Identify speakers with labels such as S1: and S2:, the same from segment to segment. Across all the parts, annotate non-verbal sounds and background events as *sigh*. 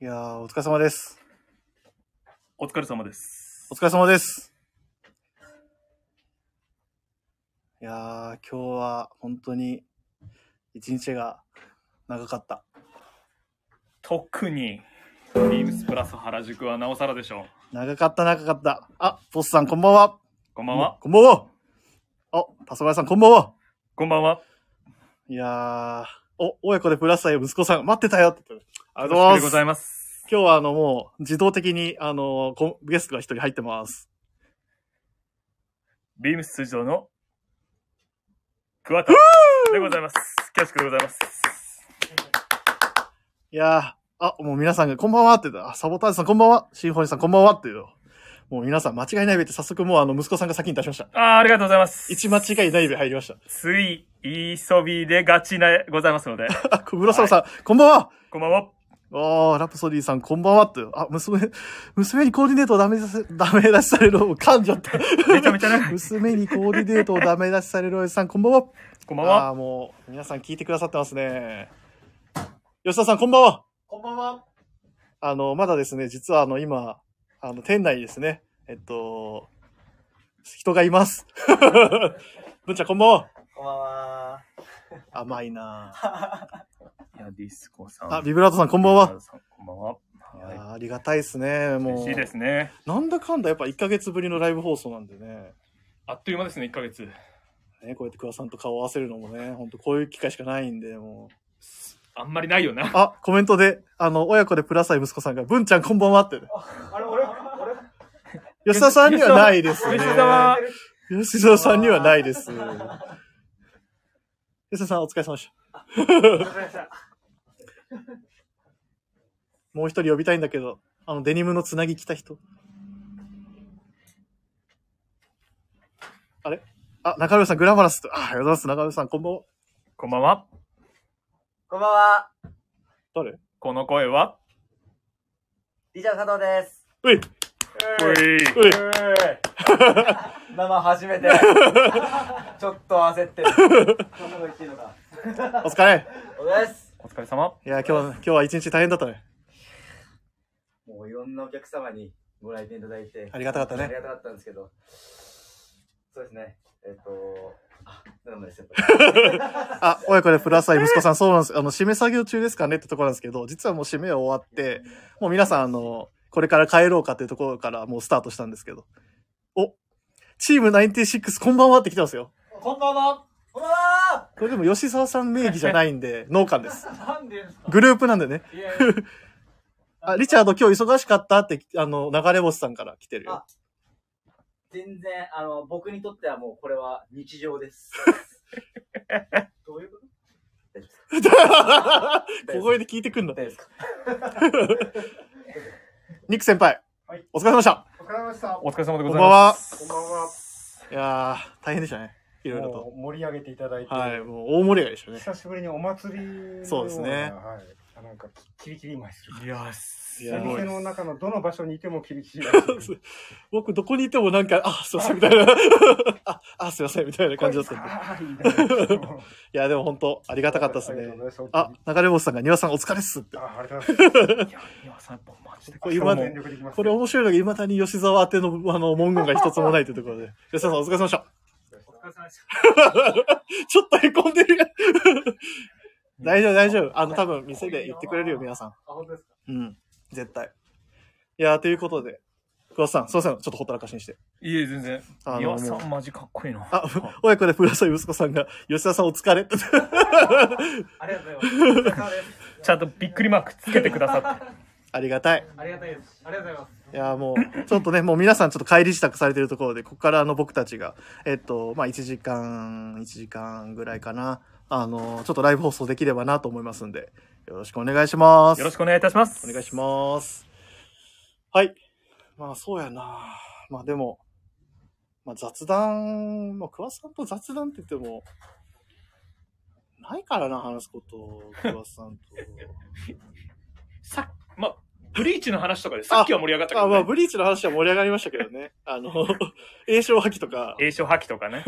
S1: いやー、お疲れ様です。
S2: お疲れ様です。
S1: お疲れ様です。いやー、今日は本当に一日が長かった。
S2: 特に、ビームスプラス原宿はなおさらでしょう。
S1: 長かった、長かった。あ、ボスさんこんばんは。
S2: こん
S1: こ
S2: ばんは。
S1: こんばんは。あ、パソガイさんこんばんは。
S2: こんばんは。
S1: いやー、お、親子でプラスさんや息子さんが待ってたよって言ってるあ
S2: あ
S1: りがとうござい
S2: ご
S1: ます
S2: ざ。います。
S1: 今日はあのもう自動的にあのこゲストが一人入ってます。
S2: ビームス辻堂の、桑田でございます。恐縮でございます。
S1: いやー、あ、もう皆さんがこんばんはって言ったあサボタージュさんこんばんは、シンフォニーさんこんばんはっていう。もう皆さん間違いないべって早速もうあの息子さんが先に出しました。
S2: あー、ありがとうございます。
S1: 一間違いないべ入りました。
S2: つい、急びでがちな、ございますので。
S1: あ、小室さんさん、こんばんは
S2: こんばんは。
S1: あー、ラプソディさんこんばんはって。あ、娘、娘にコーディネートをダメ出せ、ダメ出しされる、噛んじゃった。
S2: めちゃめちゃ長い。
S1: 娘にコーディネートをダメ出しされるおじさんこんばんは。
S2: こんばんは。
S1: ああー、もう皆さん聞いてくださってますね。吉田さんこんばんは。
S3: こんばんは。
S1: あの、まだですね、実はあの、今、あの、店内ですね、えっと、人がいます。 *laughs* ぶんちゃん、こんばんは。
S3: こんばんは。
S1: 甘いなぁ
S2: いや、ディスコさん。
S1: あ、ビブラートさん、こんばんは。。
S2: こんばんは。
S1: いや
S2: は
S1: ーありがたいですね、
S2: い。
S1: もう。
S2: 嬉しいですね。
S1: なんだかんだ、やっぱ1ヶ月ぶりのライブ放送なんでね。
S2: あっという間ですね、1ヶ月。
S1: ね、こうやって桑さんと顔を合わせるのもね、ほんとこういう機会しかないんで、もう。
S2: あんまりないよな。
S1: あ、コメントで、あの、親子でプラサイ息子さんが、ぶんちゃんこんばんはって。
S3: あれ、俺、俺、
S1: 吉田さんにはないですね。
S2: *laughs* 吉田は、
S1: 吉田さんにはないです。吉田さん、お疲れ様でした。
S3: ごめんなさい。
S1: もう一人呼びたいんだけど、あの、デニムのつなぎ着た人。あれあ、中村さん、グラマラスと。あ、ありがとうございます。中村さん、こんばんは。
S2: こんばんは。
S3: こんばんは。
S1: 誰
S2: この声は、
S3: リチャード佐藤です。
S1: ういう
S2: いう
S1: いう
S3: 生初めて。ちょっと焦ってる。そんなこと言っていいのか。
S1: お疲れ。
S3: お疲れです。
S2: お疲れ様。
S1: いや、今日は、今日は一日大変だったね。
S3: もういろんなお客様にご来店いただいて。
S1: ありがたかったね
S3: ありがたかったんですけど。そうですね。えっと、あ、なのですよ。
S1: あ、親子でプラスアイ息子さん、そうなんです。あの、締め作業中ですかねってところなんですけど、実はもう締めは終わって、もう皆さん、あの、これから帰ろうかっていうところからもうスタートしたんですけど。お、チーム96、こんばんはって来てますよ。
S3: こんばんは。こんばんは。
S1: これでも吉沢さん名義じゃないんで、農家です。
S3: なんでですか
S1: グループなんでね。
S3: いやい
S1: あ、リチャード今日忙しかったって、あの、流れ星さんから来てるよ
S3: あ。全然、あの、僕にとってはもうこれは日常です。どういうこと大丈
S1: *laughs* 小声で聞いてくん
S3: 夫
S1: だ。
S3: ですか
S1: ニック先輩。
S4: はい
S1: お疲れ様でした。
S4: お疲れ様でした。
S2: お疲れ様で
S1: こ
S2: ご
S1: ん
S2: ざ
S1: ばん
S2: いま
S1: は。
S2: す。
S4: こんばんは。
S1: いやー、大変でしたね。いろいろ
S4: も
S1: と。
S4: う盛り上げていただいて、
S1: はい、もう大盛り上がりでしたね。
S4: 久しぶりにお祭りのような
S1: そうですね
S4: はい。なんかキリキリ舞する。
S2: いやー、す
S1: いや
S4: お
S1: ー
S2: ごい
S4: 店
S2: で
S4: の中のどの場所にいてもキリキリ舞する。
S1: 僕、どこにいてもなんか、あ、すいません、みたいな。あ、あ、すいません、みたいな感じだったんで。い
S4: あー
S1: や、でも本当、ありがたかったです
S4: ありが
S1: ね
S4: とう。ございます
S1: あ、流れ星さんが、庭さんお疲れっすって。
S4: あありがとうございま
S2: す。
S4: す。
S2: いや、今さんやっぱマジで。
S1: これ今の
S4: 全力でいきます
S1: これ面白いのが、未だに吉沢宛ての、あの、文言が一つもないというところで。吉沢さん、お疲れ様でした。
S3: お疲れ様でした。
S1: *laughs* ちょっと凹んでるやん。大丈夫、大丈夫。あの、多分、店で言ってくれるよ、皆さ
S3: あ、本当ですか
S1: ん。うん。絶対。いやー、ということで、桑田さん、すいません。ちょっとほったらかしにして。
S2: いえ、全然。
S1: あ
S2: い
S1: の、
S2: や、
S1: も
S2: さ
S1: うん
S2: マジかっこいいな。
S1: あ、親子でプラス息子さんが、吉田さんお疲れって。
S3: ありがとうございます。お疲れ様です。
S2: ちゃんとびっくりマークつけてくださって。
S1: ありがたい。
S3: ありがたいです。ありがとうございます。
S1: いやー、もう、ちょっとね、もう皆さんちょっと帰り支度されてるところで、ここからあの、僕たちが、えっと、まあ、1時間、1時間ぐらいかな。あの、ちょっとライブ放送できればなと思いますんで、よろしくお願いします。
S2: よろしくお願いいたします。
S1: お願いします。はい。まあ、そうやな。まあ、でも、まあ、雑談、まあ、桑さんと雑談って言っても、ないからな、話すこと、桑さんと。
S2: す。さまあ、ブリーチの話とかでさっきは盛り上がったけ
S1: あ、
S2: ど、
S1: まあ、
S2: ね。
S1: ブリーチの話は盛り上がりましたけどね。あ
S2: *laughs*
S1: の、栄唱破棄とか、
S2: 栄唱破棄と
S1: *laughs*
S2: かね。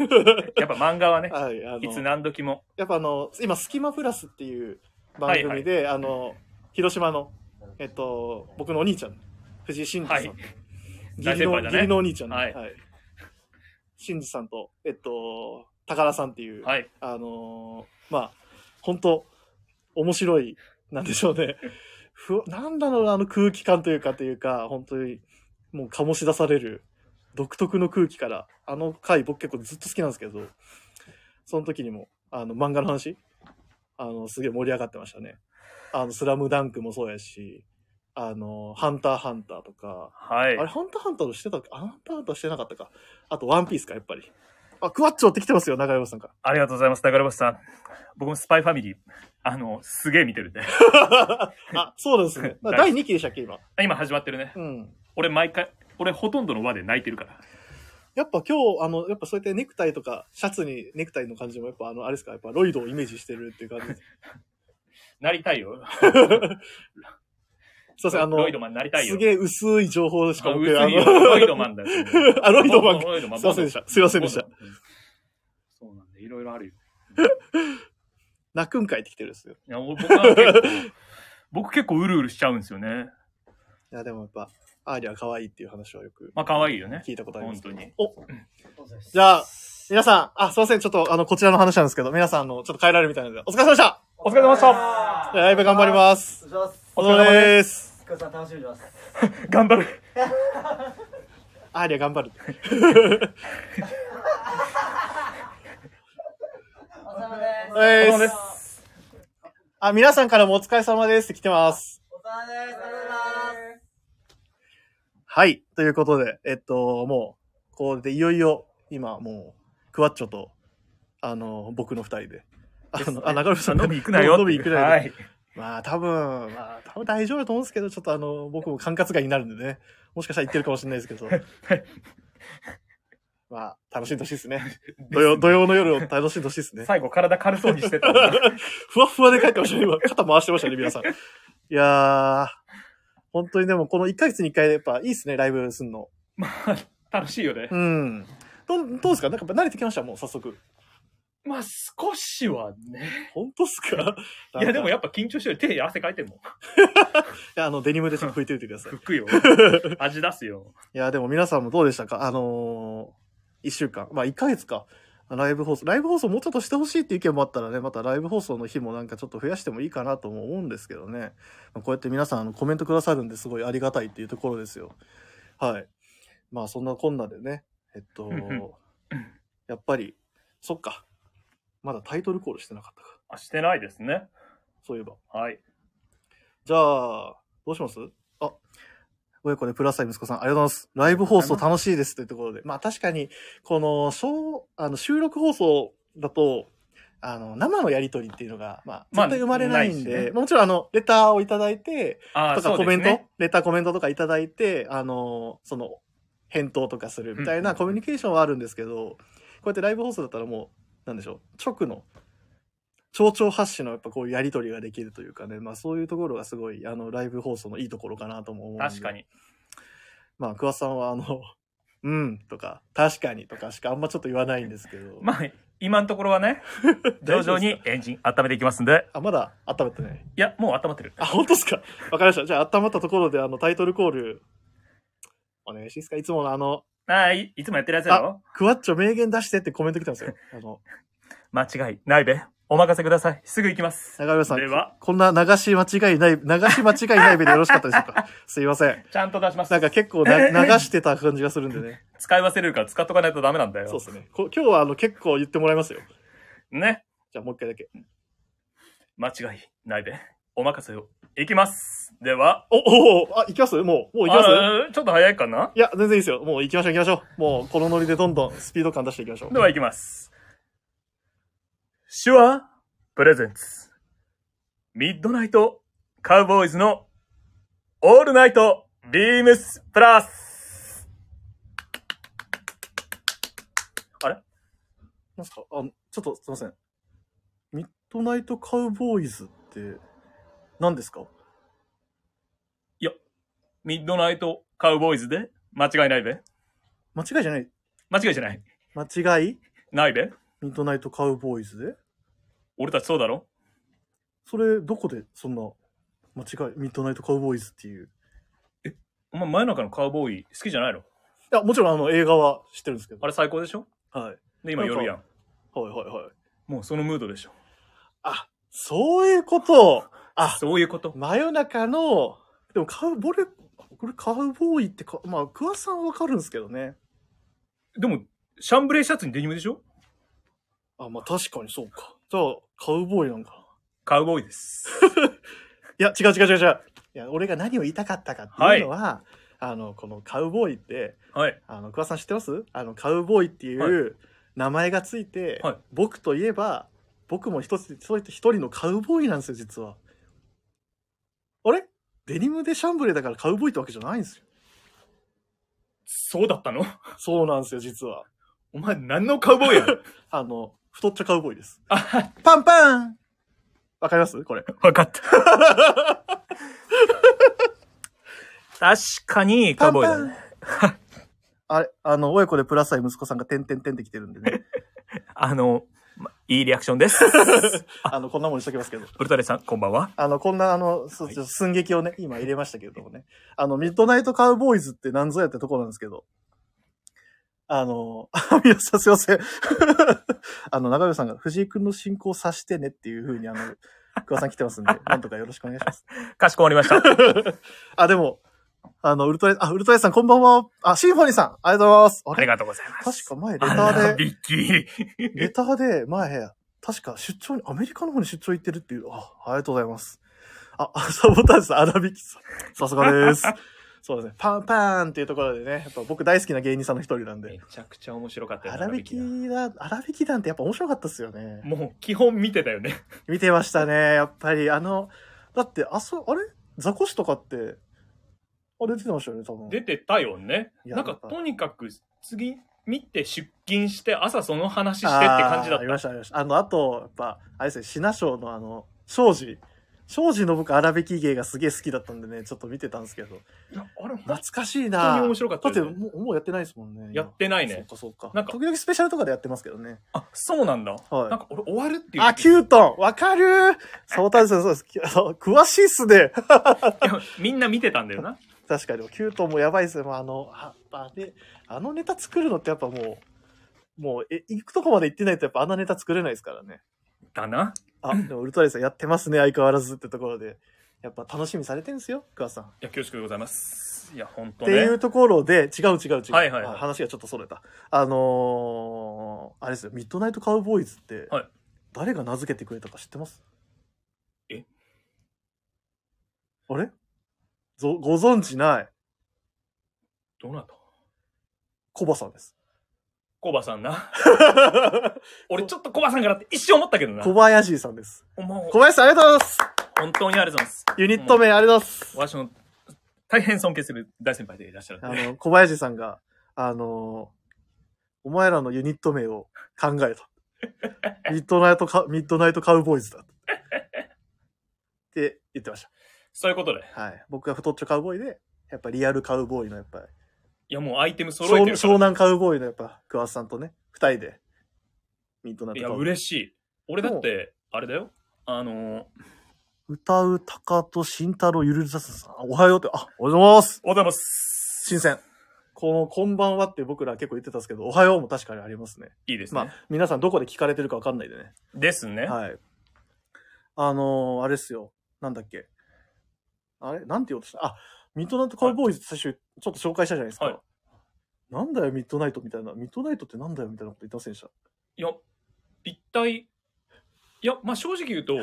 S2: やっぱ漫画はね、
S1: はい、あ
S2: いつ
S1: の、
S2: 何時も。
S1: やっぱあの、今、スキマプラスっていう番組で、あの、広島の、えっと、僕のお兄ちゃん、藤井慎二さ
S2: は
S1: ん。
S2: い。
S1: 義
S2: 大
S1: 理
S2: 先
S1: の、
S2: 輩だね
S1: 義理のお兄ちゃんね。
S2: はい
S1: はい。慎二さんと、えっと、高田さんっていう、
S2: はい。
S1: あのーまあ、本当面白い、なんでしょうね。 *laughs* ふわなんだろうな、あの空気感というか、というか、本当に、もう醸し出される、独特の空気から、あの回僕結構ずっと好きなんですけど、その時にも、あの、漫画の話、あの、すげえ盛り上がってましたね。あの、スラムダンクもそうやし、あの、ハンターハンターとか、
S2: は
S1: あれ、
S2: い。
S1: ハンターハンターとしてたっけあハンターハンターしてなかったか。あと、ワンピースか、やっぱり。あ、クワッチョって来てますよ、長山さんから。
S2: ありがとうございます、流れ星さん。僕もスパイファミリー、あの、すげえ見てるんで。
S1: *laughs* あ、そうなんです
S2: *laughs*
S1: ね。
S2: 大好き
S1: 第2期でしたっけ、今。
S2: あ今始まってるね。
S1: うん。
S2: 俺毎回、俺ほとんどの輪で泣いてるから。
S1: やっぱ今日、あの、やっぱそうやってネクタイとか、シャツにネクタイの感じも、やっぱあの、あれですか、やっぱロイドをイメージしてるっていう
S2: *laughs*
S1: 感じです。
S2: なりたいよ。
S1: すいません、あの
S2: ロイ、ドマンになりたいよ。
S1: すげえ薄い情報しか
S2: あ
S1: 僕、
S2: 薄いよ
S1: あ
S2: ロイド
S1: の、
S2: マン
S1: *laughs*
S2: だよ。
S1: あ、ロイドマンか。
S2: ロイドマン。
S1: すいませんでした。すいませんでした。
S2: そうなんで、いろいろあるよ。
S1: 泣くんかいってきてるんですよ。
S2: いや、俺僕は
S1: *laughs*
S2: 結構、僕結構うるうるしちゃうんですよね。
S1: いや、でもやっぱ、アーリア可愛いっていう話はよ
S2: *laughs*
S1: く
S2: まあ、可愛いよね。
S1: 聞いたことありますけど。
S2: 本当に
S1: お、じ
S3: じゃ
S1: ゃあ、皆さん、あ、すいません、ちょっと、あの、こちらの話なんですけど、皆さん、あの、ちょっと帰られるみたいなので、お疲れ様でした
S2: お疲れ様でし
S1: じ
S2: た
S1: ゃあライブ頑張り
S3: す。
S1: ます
S3: お疲れ様です。
S1: お疲れ様です
S3: お疲れ様楽しみにしてます。
S2: 頑張る。
S1: アーリア頑張る。
S3: お疲れ様です。。
S1: お疲れ様ですあ、皆さんからもお疲れ様ですって来てます。
S3: お疲れ様です。ありがとうございます。
S1: はい。ということで、えっと、もう、これでいよいよ、今、もう、クワッチョと、あの、僕の二人で。あの、あ、中村さん
S2: 飲み行くなよ。
S1: 飲み行くなよ。
S2: はい。
S1: まあ、多分、まあ、多分大丈夫だと思うんですけど、ちょっとあの、僕も管轄外になるんでね。もしかしたら行ってるかもしれないですけ
S2: *laughs*
S1: ど。まあ、楽しんでほしいですね。土曜、土曜の夜を楽しんでほしいですね。
S2: *laughs* 最後、体軽そうにしてたもんな。
S1: ふわふわで帰ってましたね。今、肩回してましたね、皆さん。いやー、本当にでも、この1ヶ月に1回でやっぱいいっすね、ライブすんの。
S2: *laughs* まあ、楽しいよね。
S1: うん。どう、どうですかなんかやっぱ慣れてきましたもう早速。
S2: まあ、少しはね。
S1: 本当っすか
S2: いや、でも
S1: や、
S2: やっぱ緊張してる。手に汗かいてるもん。
S1: いやあの、デニムでちょっと拭いておいてください。い
S2: ふっ
S1: *laughs*
S2: くよ。味出すよ。
S1: や、でも皆さんもどうでしたかあのー、1週間。まあ、1ヶ月か。ライブ放送。ライブ放送もうちょっとしてほしいっていう意見もあったらね、またライブ放送の日もなんかちょっと増やしてもいいかなとも思うんですけどね。まあこうやって皆さんあのコメントくださるんですごいありがたいっていうところですよ。はい。まあそんなこんなでね、えっと
S2: んうん、
S1: やっぱり、そっか。まだタイトルコールしてなかったか。
S2: あ、してないですね。
S1: そういえば。
S2: はい。
S1: じゃあ、どうしますあ、親子でプラスイ息子さん、ありがとうございます。ライブ放送楽しいですというところで。まあ確かに、この、小、あの、収録放送だと、あの、生のやりとりっていうのが、まあ、
S2: まあ
S1: 絶対生まれないんで、
S2: ないしね
S1: もちろんあの、レターをいただいて、
S2: あ
S1: と
S2: ー、そ
S1: か
S2: う
S1: コ
S2: で
S1: メ
S2: す
S1: ント、
S2: ね。
S1: レターコメントとかいただいて、あの、その、返答とかするみたいなコミュニケーションはあるんですけど、こうやってライブ放送だったらもう、なんでしょう、直の、町長発信のやっぱこういうやりとりができるというかね、まあそういうところがすごい、あの、ライブ放送のいいところかなとも思うんで
S2: 確か。に。
S1: まあ、桑田さんはあの、 *laughs* うんとか、確かにとかしかあんまちょっと言わないんですけど。
S2: まあ、今のところ
S1: *laughs*
S2: はね、徐々にエンジン温めていきますんで。
S1: あ、まだ温めてない。
S2: いや、もう温まってる。
S1: あ、本当ですかわかりました。じゃあ温まったところであのタイトルコール、お願いしますかいつものあの、
S2: あーい、いつもやってるやつだろ
S1: クワッチョ名言出してってコメント来たんですよ。あの、
S2: 間違いないべ。お任せください。すぐ行きます。
S1: 中村さん、
S2: では
S1: こんな流し間違いない、流し間違いないべでよろしかったでしょうかすいません。
S2: ちゃんと出します
S1: なん。か結構な
S2: *laughs*
S1: 流してた感じがするんでね。
S2: 使い忘れるから使っとかないとダメなんだよ。
S1: そうですね。こ今日はあの結構言ってもらいますよ。
S2: ね。
S1: じゃあもう一回だけ。
S2: 間違いないべ。お任せを。行きます。では。
S1: お、おお、あ、行きますもう、もう行きます
S2: あーちょっと早いかない
S1: や、全然いいですよ。もう行きましょう行きましょう。もうこのノリでどんどんスピード感出していきましょう。
S2: では行きます。手話プレゼンツ。ミッドナイトカウボーイズのオールナイトビームスプラス。
S1: なんすかあの、ちょっとすいません。ミッドナイトカウボーイズって何ですか
S2: ミッドナイトカウボーイズで間違いないべ。
S1: 間違いじゃない。
S2: 間違いじゃない。
S1: 間違い
S2: ないべ。
S1: ミッドナイトカウボーイズで
S2: 俺たちそうだろ
S1: それ、どこでそんな間違い、ミッドナイトカウボーイズっていう。
S2: お前、真夜中のカウボーイ好きじゃないの
S1: いや、もちろんあの映画は知ってるんですけど。
S2: あれ最高でしょ
S1: はい。はい
S2: で、今夜やん。
S1: はいはい。
S2: もうそのムードでしょ。
S1: あ、そういうこと。あ、
S2: そういうこと。
S1: 真夜中の、でもカウボレ、これカウボーイってか、まあ、桑さんはわかるんですけどね。
S2: でも、シャンブレーシャツにデニムでしょ
S1: あ、まあ確かにそうか。じゃあ、カウボーイなんか。
S2: カウボーイです。
S1: いや、違う違う違う違う。いや、俺が何を言いたかったかっていうのは、あの、このカウボーイって、
S2: はい。
S1: あの、桑さん知ってますあの、カウボーイっていう名前がついて、
S2: はい
S1: 僕といえば、僕も一つ、そういった一人のカウボーイなんですよ、実は。あれデニムでシャンブレーだからカウボーイってわけじゃないんですよ。
S2: そうだったの
S1: そうなんですよ、実は。
S2: お前、何のカウボーイや
S1: あの、太っちょカウボーイです。
S2: あはい
S1: パンパンわかりますこれ。
S2: *laughs* わかった。確かに、カウボーイだね。
S1: パンパンあれ、あの、親子でプラス愛息子さんが点々点ってきてるんでね。
S2: *laughs* あの、まいいリアクションです。 *laughs*
S1: あの、こんなもんにしときますけど。
S2: ブルタレさん、こんばんは。
S1: あの、こんな、あの、そちょ寸劇をね、今入れましたけれどもね。あの、ミッドナイトカウボーイズって何ぞやってとこなんですけど。あの、 *laughs* あ、皆さんすいません。 *laughs* あの、長尾さんが藤井くんの進行さしてねっていう風に、あの、桑さん来てますんで、なんとかよろしくお願いします。 *laughs*
S2: かしこまりました。
S1: あ、でも、あの、ウルトラ、あ、ウルトラさんこんばんは。あ、シンフォニーさん、ありがとうございます。あ
S2: あり
S1: れ
S2: がとうございます。
S1: 確か前、レタ
S2: あら
S1: ーで、
S2: びっきり。
S1: レターで前、確か出張に、アメリカの方に出張行ってるっていう、あ、ありがとうございます。あ、あサボタージュさん、荒引きさん。さすがです。そうですね。パンパーンっていうところでね、やっぱ僕大好きな芸人さんの一人なんで。
S2: ちゃくちゃ面白かっよ
S1: 荒引き団、荒引き団ってやっぱ面白かったっすよね。
S2: もう基本見てたよね。
S1: 見てましたね、やっぱり。あの、だって、あそ、あれザコシとかって、あれ出てましたよね、多分。
S2: 出てたよね。
S1: いや
S2: なん
S1: や
S2: か
S1: っぱ
S2: とにかく次見て出勤して朝その話してって感じだ
S1: あーあ
S2: っ
S1: り
S2: た。
S1: ました、ありました。あの、あと、やっぱ、あれですね、品賞のあの、庄司。庄司の僕、荒引き芸がすげえ好きだったんでね、ちょっと見てたんですけど。
S2: いやあれ
S1: 懐
S2: 本
S1: かしいな
S2: 当に面白かっ
S1: だ
S2: た
S1: って
S2: よ、ね。
S1: もう、もうやってないですもんね。
S2: やってないね。
S1: そうか、そうか。
S2: なんか
S1: 時々スペシャルとかでやってますけどね。
S2: あ、そうなんだ。
S1: はい
S2: なんか俺終わるっていう。
S1: あ、キュートンわかるーそうたさん、そうです。きあの詳しいっすね。
S2: いやみんな見てたんだよな。
S1: 確かに、キュートンもやばいっすね。まあ、あの、ああれあのネタ作るのってやっぱもう、もう、え、行くとこまで行ってないとやっぱあんなネタ作れないですからね。
S2: だな。
S1: あ、
S2: *clears throat*
S1: でもウルトラリーさんやってますね、相変わらずってところで。やっぱ楽しみされてるんですよ、桑さん。っ
S2: いや、恐縮でございます。いや、本当
S1: て
S2: ね。
S1: いうところで、違う違う違う。
S2: はいはいはい
S1: あ話がちょっとそれた。あのー、あれですよ、ミッドナイトカウボーイズって、
S2: はい
S1: 誰が名付けてくれたか知ってます
S2: え
S1: あれぞご存知ない、
S2: どなた
S1: コバさん
S2: *laughs*
S1: です。
S2: コバさんな。俺ちょっとコバさんからって一瞬思ったけどな。
S1: 小林さんです。
S2: お前
S1: 小林さんありがとうございます
S2: 本当にありがとうございます。
S1: ユニット名ありがとうございます
S2: わしの大変尊敬する大先輩でいらっしゃるんで
S1: あの、小林さんが、あのお前らのユニット名を考え
S2: *laughs*
S1: た。ミッドナイトカ、ミッドナイトカウボーイズだ。って言ってまし
S2: そういうことで。
S1: た。はい。僕が太っちょカウボーイで、やっぱリアルカウボーイのやっぱり、
S2: いや、もうアイテム揃え
S1: 湘
S2: てるか
S1: 湘
S2: ら。
S1: 南カウボーイのやっぱ、クワさんとね、二人で、ミッドナイ
S2: い
S1: ト
S2: や、
S1: カウボーイ。
S2: 嬉しい。俺だって、あれだよ。あのー、
S1: 歌う高と慎太郎ゆるざすさん。あおはようって、あ、おはようございます。
S2: おはようございます。
S1: 新鮮。この、こんばんはって僕ら結構言ってたんですけど、おはようも確かにありますね。
S2: いいですね。
S1: まあ、皆さんどこで聞かれてるかわかんないでね。
S2: ですね。
S1: はい。あのー、あれですよ。なんだっけ。あれなんて言おうとしたあ、ミッドナイトカウボーイズって最初ちょっと紹介したじゃないですか。
S2: はい
S1: なんだよ、ミッドナイトみたいな。ミッドナイトってなんだよ、みたいなこと言ってませんでした。
S2: い、や、一体、いや、まあ正直言うと、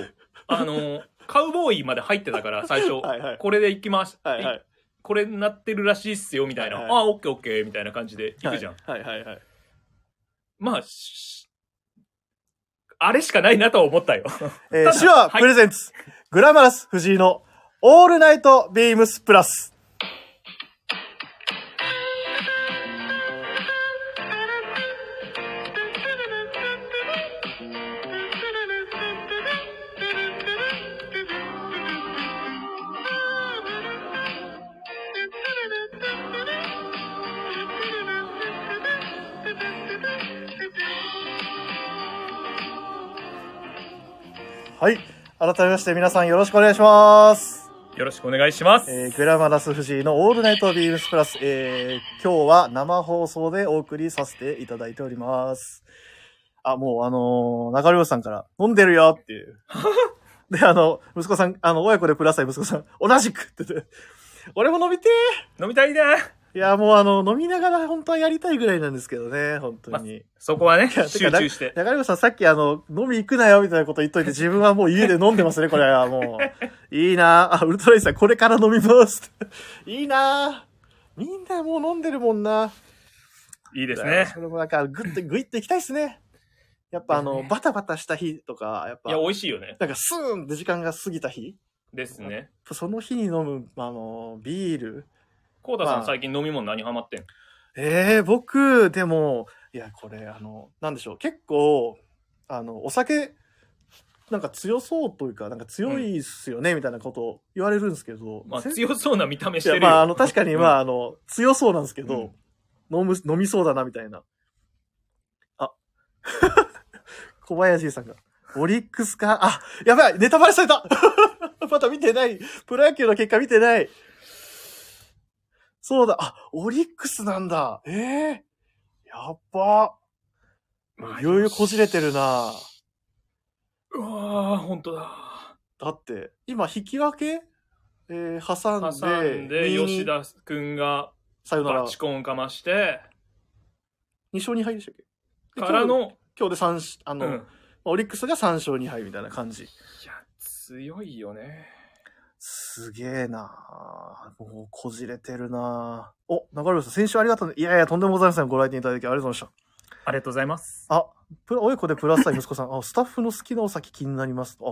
S2: あのー、 *laughs* カウボーイまで入ってたから、最初。
S1: *laughs* はいはい。
S2: これで行きます。
S1: はいはい。
S2: これなってるらしいっすよ、みたいな。
S1: はいはい
S2: ああ、オッケーオッケー、みたいな感じで行くじゃん。
S1: はいはいはい。
S2: まあ、しあれしかないなとは思っ
S1: *laughs*
S2: たよ。
S1: え
S2: た
S1: ー、
S2: だ
S1: 手話
S2: はい
S1: プレゼンツ、グラマラス藤井のオールナイトビームスプラス。はい。改めまして皆さんよろしくお願いします。
S2: よろしくお願いします。
S1: えーグラマラス藤井のオールナイトビームスプラス、えー今日は生放送でお送りさせていただいております。あ、もうあのー中良さんから、飲んでるよって *laughs* いう。で、あの、息子さん、あの、親子でください、息子さん、同じくって言って、俺も飲みて
S2: 飲みたいな
S1: ーいや、もうあの、飲みながら本当はやりたいぐらいなんですけどね、本当に。
S2: そこはね、
S1: やて
S2: 集
S1: かな
S2: 中して。
S1: 中良さん、さっきあの、飲み行くなよ、みたいなこと言っといて、自分はもう家で飲んでますね、これはもう。いいなあ、ウルトラインさん、これから飲み *laughs* ます。いいなみんなもう飲んでるもんな。
S2: いいです
S1: だから
S2: ね。
S1: それもなんか、ぐっと、ぐいっと行きたいですね。やっぱあの、バタバタした日とか、やっぱ、
S2: いや、美味しいよね。
S1: なんかスーンって時間が過ぎた日
S2: ですね。
S1: その日に飲む、あの、ビール。
S2: コウタさ
S1: ま
S2: ん
S1: あ
S2: 最近飲み物何ハマってん
S1: ええ僕、でも、いや、これ、あの、なんでしょう。結構、あの、お酒、なんか強そうというか、なんか強いっすよね、みたいなことを言われるんですけど。
S2: まあ、
S1: 全
S2: 強そうな見た目
S1: い
S2: して
S1: や、
S2: るよ。
S1: まあ、あの、確かに、
S2: うん
S1: まあ、あの、強そうなんですけど、飲む、飲みそうだな、みたいな。あ、 *laughs* 小林さんが。オリックスかあ、やばいネタバレされた *laughs* まだ見てないプロ野球の結果見てないそうだ、あ、オリックスなんだええやっば
S2: まあ
S1: いろいろこじれてるな
S2: うわー、ほんとだ。
S1: だって、今、引き分けえー、挟んで、
S2: 挟んで、
S1: 2-2
S2: 吉。田くんが
S1: さよなら。
S2: バ
S1: 2
S2: チコンかまして、
S1: 勝2敗でしたっけで
S2: からの、
S1: 今日で三しあの、
S2: うん。
S1: オリックスが3勝2敗みたいな感じ。
S2: いや、強いよね。
S1: すげえなぁもうこじれてるなぁお、中村さん、先週ありがとうね。いやいや、とんでもございません。ご来店いただきありがとうございまし
S2: ありがとうございます。
S1: た。あ、プラ、親子でプラスさん、息子さん、あ、スタッフの好きなお酒気になります。あ、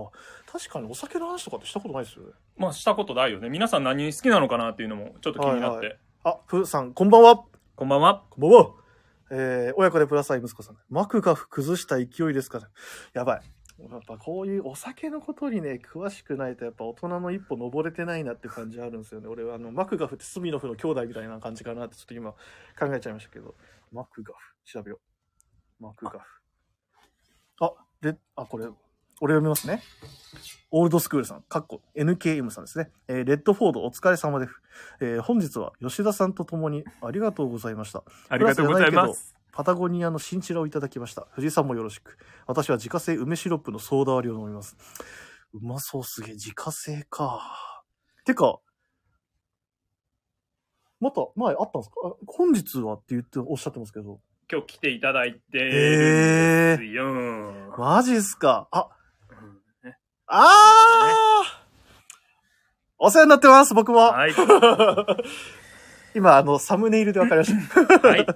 S1: 確かにお酒の話とかってしたことないですよね。
S2: まあ、したことないよね。皆さん何好きなのかなっていうのもちょっと気になって。
S1: はいあ、プーさん、こんばんは。
S2: こんばんは。
S1: こんばんは。えー、親子でプラスさん、息子さん、幕が崩した勢いですかね。やばい。やっぱこういうお酒のことにね、詳しくないとやっぱ大人の一歩登れてないなって感じあるんですよね。俺はあの、マクガフってスミノフの兄弟みたいな感じかなってちょっと今考えちゃいましたけど。マクガフ、調べよう。マクガフ。あ、で、あ、これ、俺読みますね。オールドスクールさん、かっこ NKM さんですね。えーレッドフォードお疲れ様です。えー本日は吉田さんと共にありがとうございました。
S2: ありがとうございます。
S1: パタゴニアの新チラをいただきました。藤井さんもよろしく。私は自家製梅シロップのソーダ割りを飲みます。うまそうすげえ、自家製か。てか、また前あったんですかあ本日はって言っておっしゃってますけど。
S2: 今日来ていただいて
S1: へー
S2: るんですよ。
S1: マジっすかあ、
S2: うん
S1: あーお世話になってます、僕も。
S2: はい。は
S1: *laughs* 今、あの、サムネイルでわかりました。
S2: い。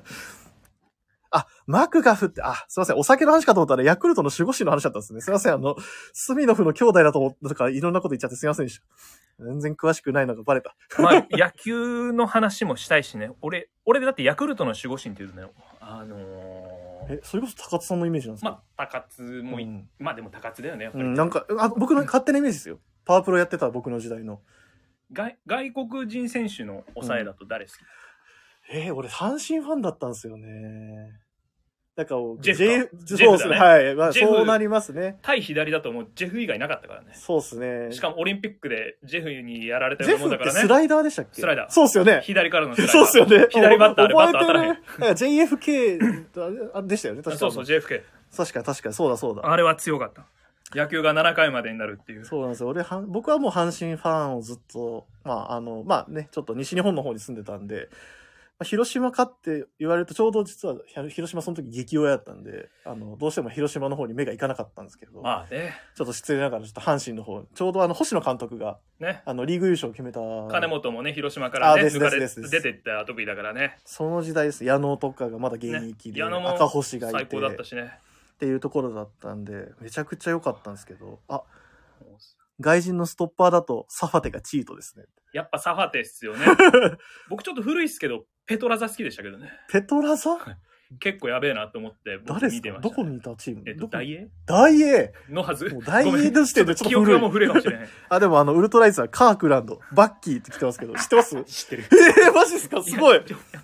S1: あ、マクガフって、あ、すいません。お酒の話かと思ったら、ヤクルトの守護神の話だったんですね。すいません。あの、スミノフの兄弟だと思ったから、いろんなこと言っちゃってすいませんでした。全然詳しくないのがバレた。 *laughs*
S2: まあ、野球の話もしたいしね。俺、俺だってヤクルトの守護神っていうとね、あのー、
S1: え、それこそ高津さんのイメージなんですか
S2: まあ、高津もい、
S1: うん
S2: まあでも高津だよね、やっぱ
S1: う
S2: り。
S1: ん、なんか、あ僕の勝手なイメージですよ。パワープロやってた僕の時代の。
S2: 外外国人選手の抑えだと誰好き、
S1: えー俺、阪神ファンだったんですよね。なんか、
S2: ジェフ
S1: J-
S2: か
S1: そう
S2: ジェ
S1: で
S2: フ
S1: す
S2: だ
S1: ね。
S2: ね
S1: はい。まあ、
S2: ジェフ
S1: そうなりますね。
S2: 対左だともうジェフ以外なかったからね。
S1: そうですね。
S2: しかもオリンピックでジェフにやられた
S1: ジ
S2: よう
S1: ェ
S2: なもん
S1: フっ
S2: だか
S1: て
S2: ら
S1: ス
S2: ね。
S1: ライダーでしたっけ
S2: スライダー
S1: そうっすよね。
S2: 左から *laughs* のスライダ
S1: そう
S2: ー
S1: っすよね。
S2: 左バッターあれ
S1: 覚えてる
S2: バッター当たらへん
S1: なんか JFK あでしたよね、確か
S2: そうそう、JFK。
S1: 確かに確かに、そうだそうだ。
S2: あれは強かった。野球が7回までになるっていう。
S1: そうなんですよ。俺はん、僕はもう阪神ファンをずっと、まあ、あの、まあね、ちょっと西日本の方に住んでたんで、まあ広島かって言われると、ちょうど実は、ひゃ広島その時激親やったんで、あの、どうしても広島の方に目がいかなかったんですけど、
S2: まあね、
S1: ちょっと失礼ながら、ちょっと阪神の方、ちょうどあの、星野監督が、
S2: ね。
S1: あの、リーグ優勝を決めた。
S2: 金本もね、広島からね、
S1: あです
S2: 抜かれ
S1: ですです
S2: 出てった時だからね。
S1: その時代です。矢野とかがまだ現役で、
S2: ね矢野も
S1: 赤星がいて。
S2: 最高だったしね。
S1: っていうところだったんで、めちゃくちゃ良かったんですけど、あ、外人のストッパーだとサファテがチートですね。
S2: やっぱサファテっ
S1: *laughs*
S2: すよね。僕ちょっと古いっすけど、ペトラザ好きでしたけどね。
S1: ペトラザ
S2: 結構やべえなと思って、僕
S1: 誰で
S2: 見
S1: す
S2: て
S1: か
S2: ま
S1: ど
S2: した、
S1: こ
S2: ね。
S1: にいたチーム
S2: えっと、
S1: どこ
S2: 大英
S1: 大英
S2: のはず
S1: もう。大
S2: ごめ
S1: 英
S2: ん
S1: の時点でちょっ
S2: 記
S1: と
S2: 憶
S1: 古
S2: が
S1: い
S2: もう。古いかもしれない。
S1: あ、でもあの、ウルトライズはカークランド、バッキーって来てますけ
S2: *laughs*
S1: ど、知ってます
S2: 知ってる。
S1: えー、マジですか *laughs* すごい
S2: や。やや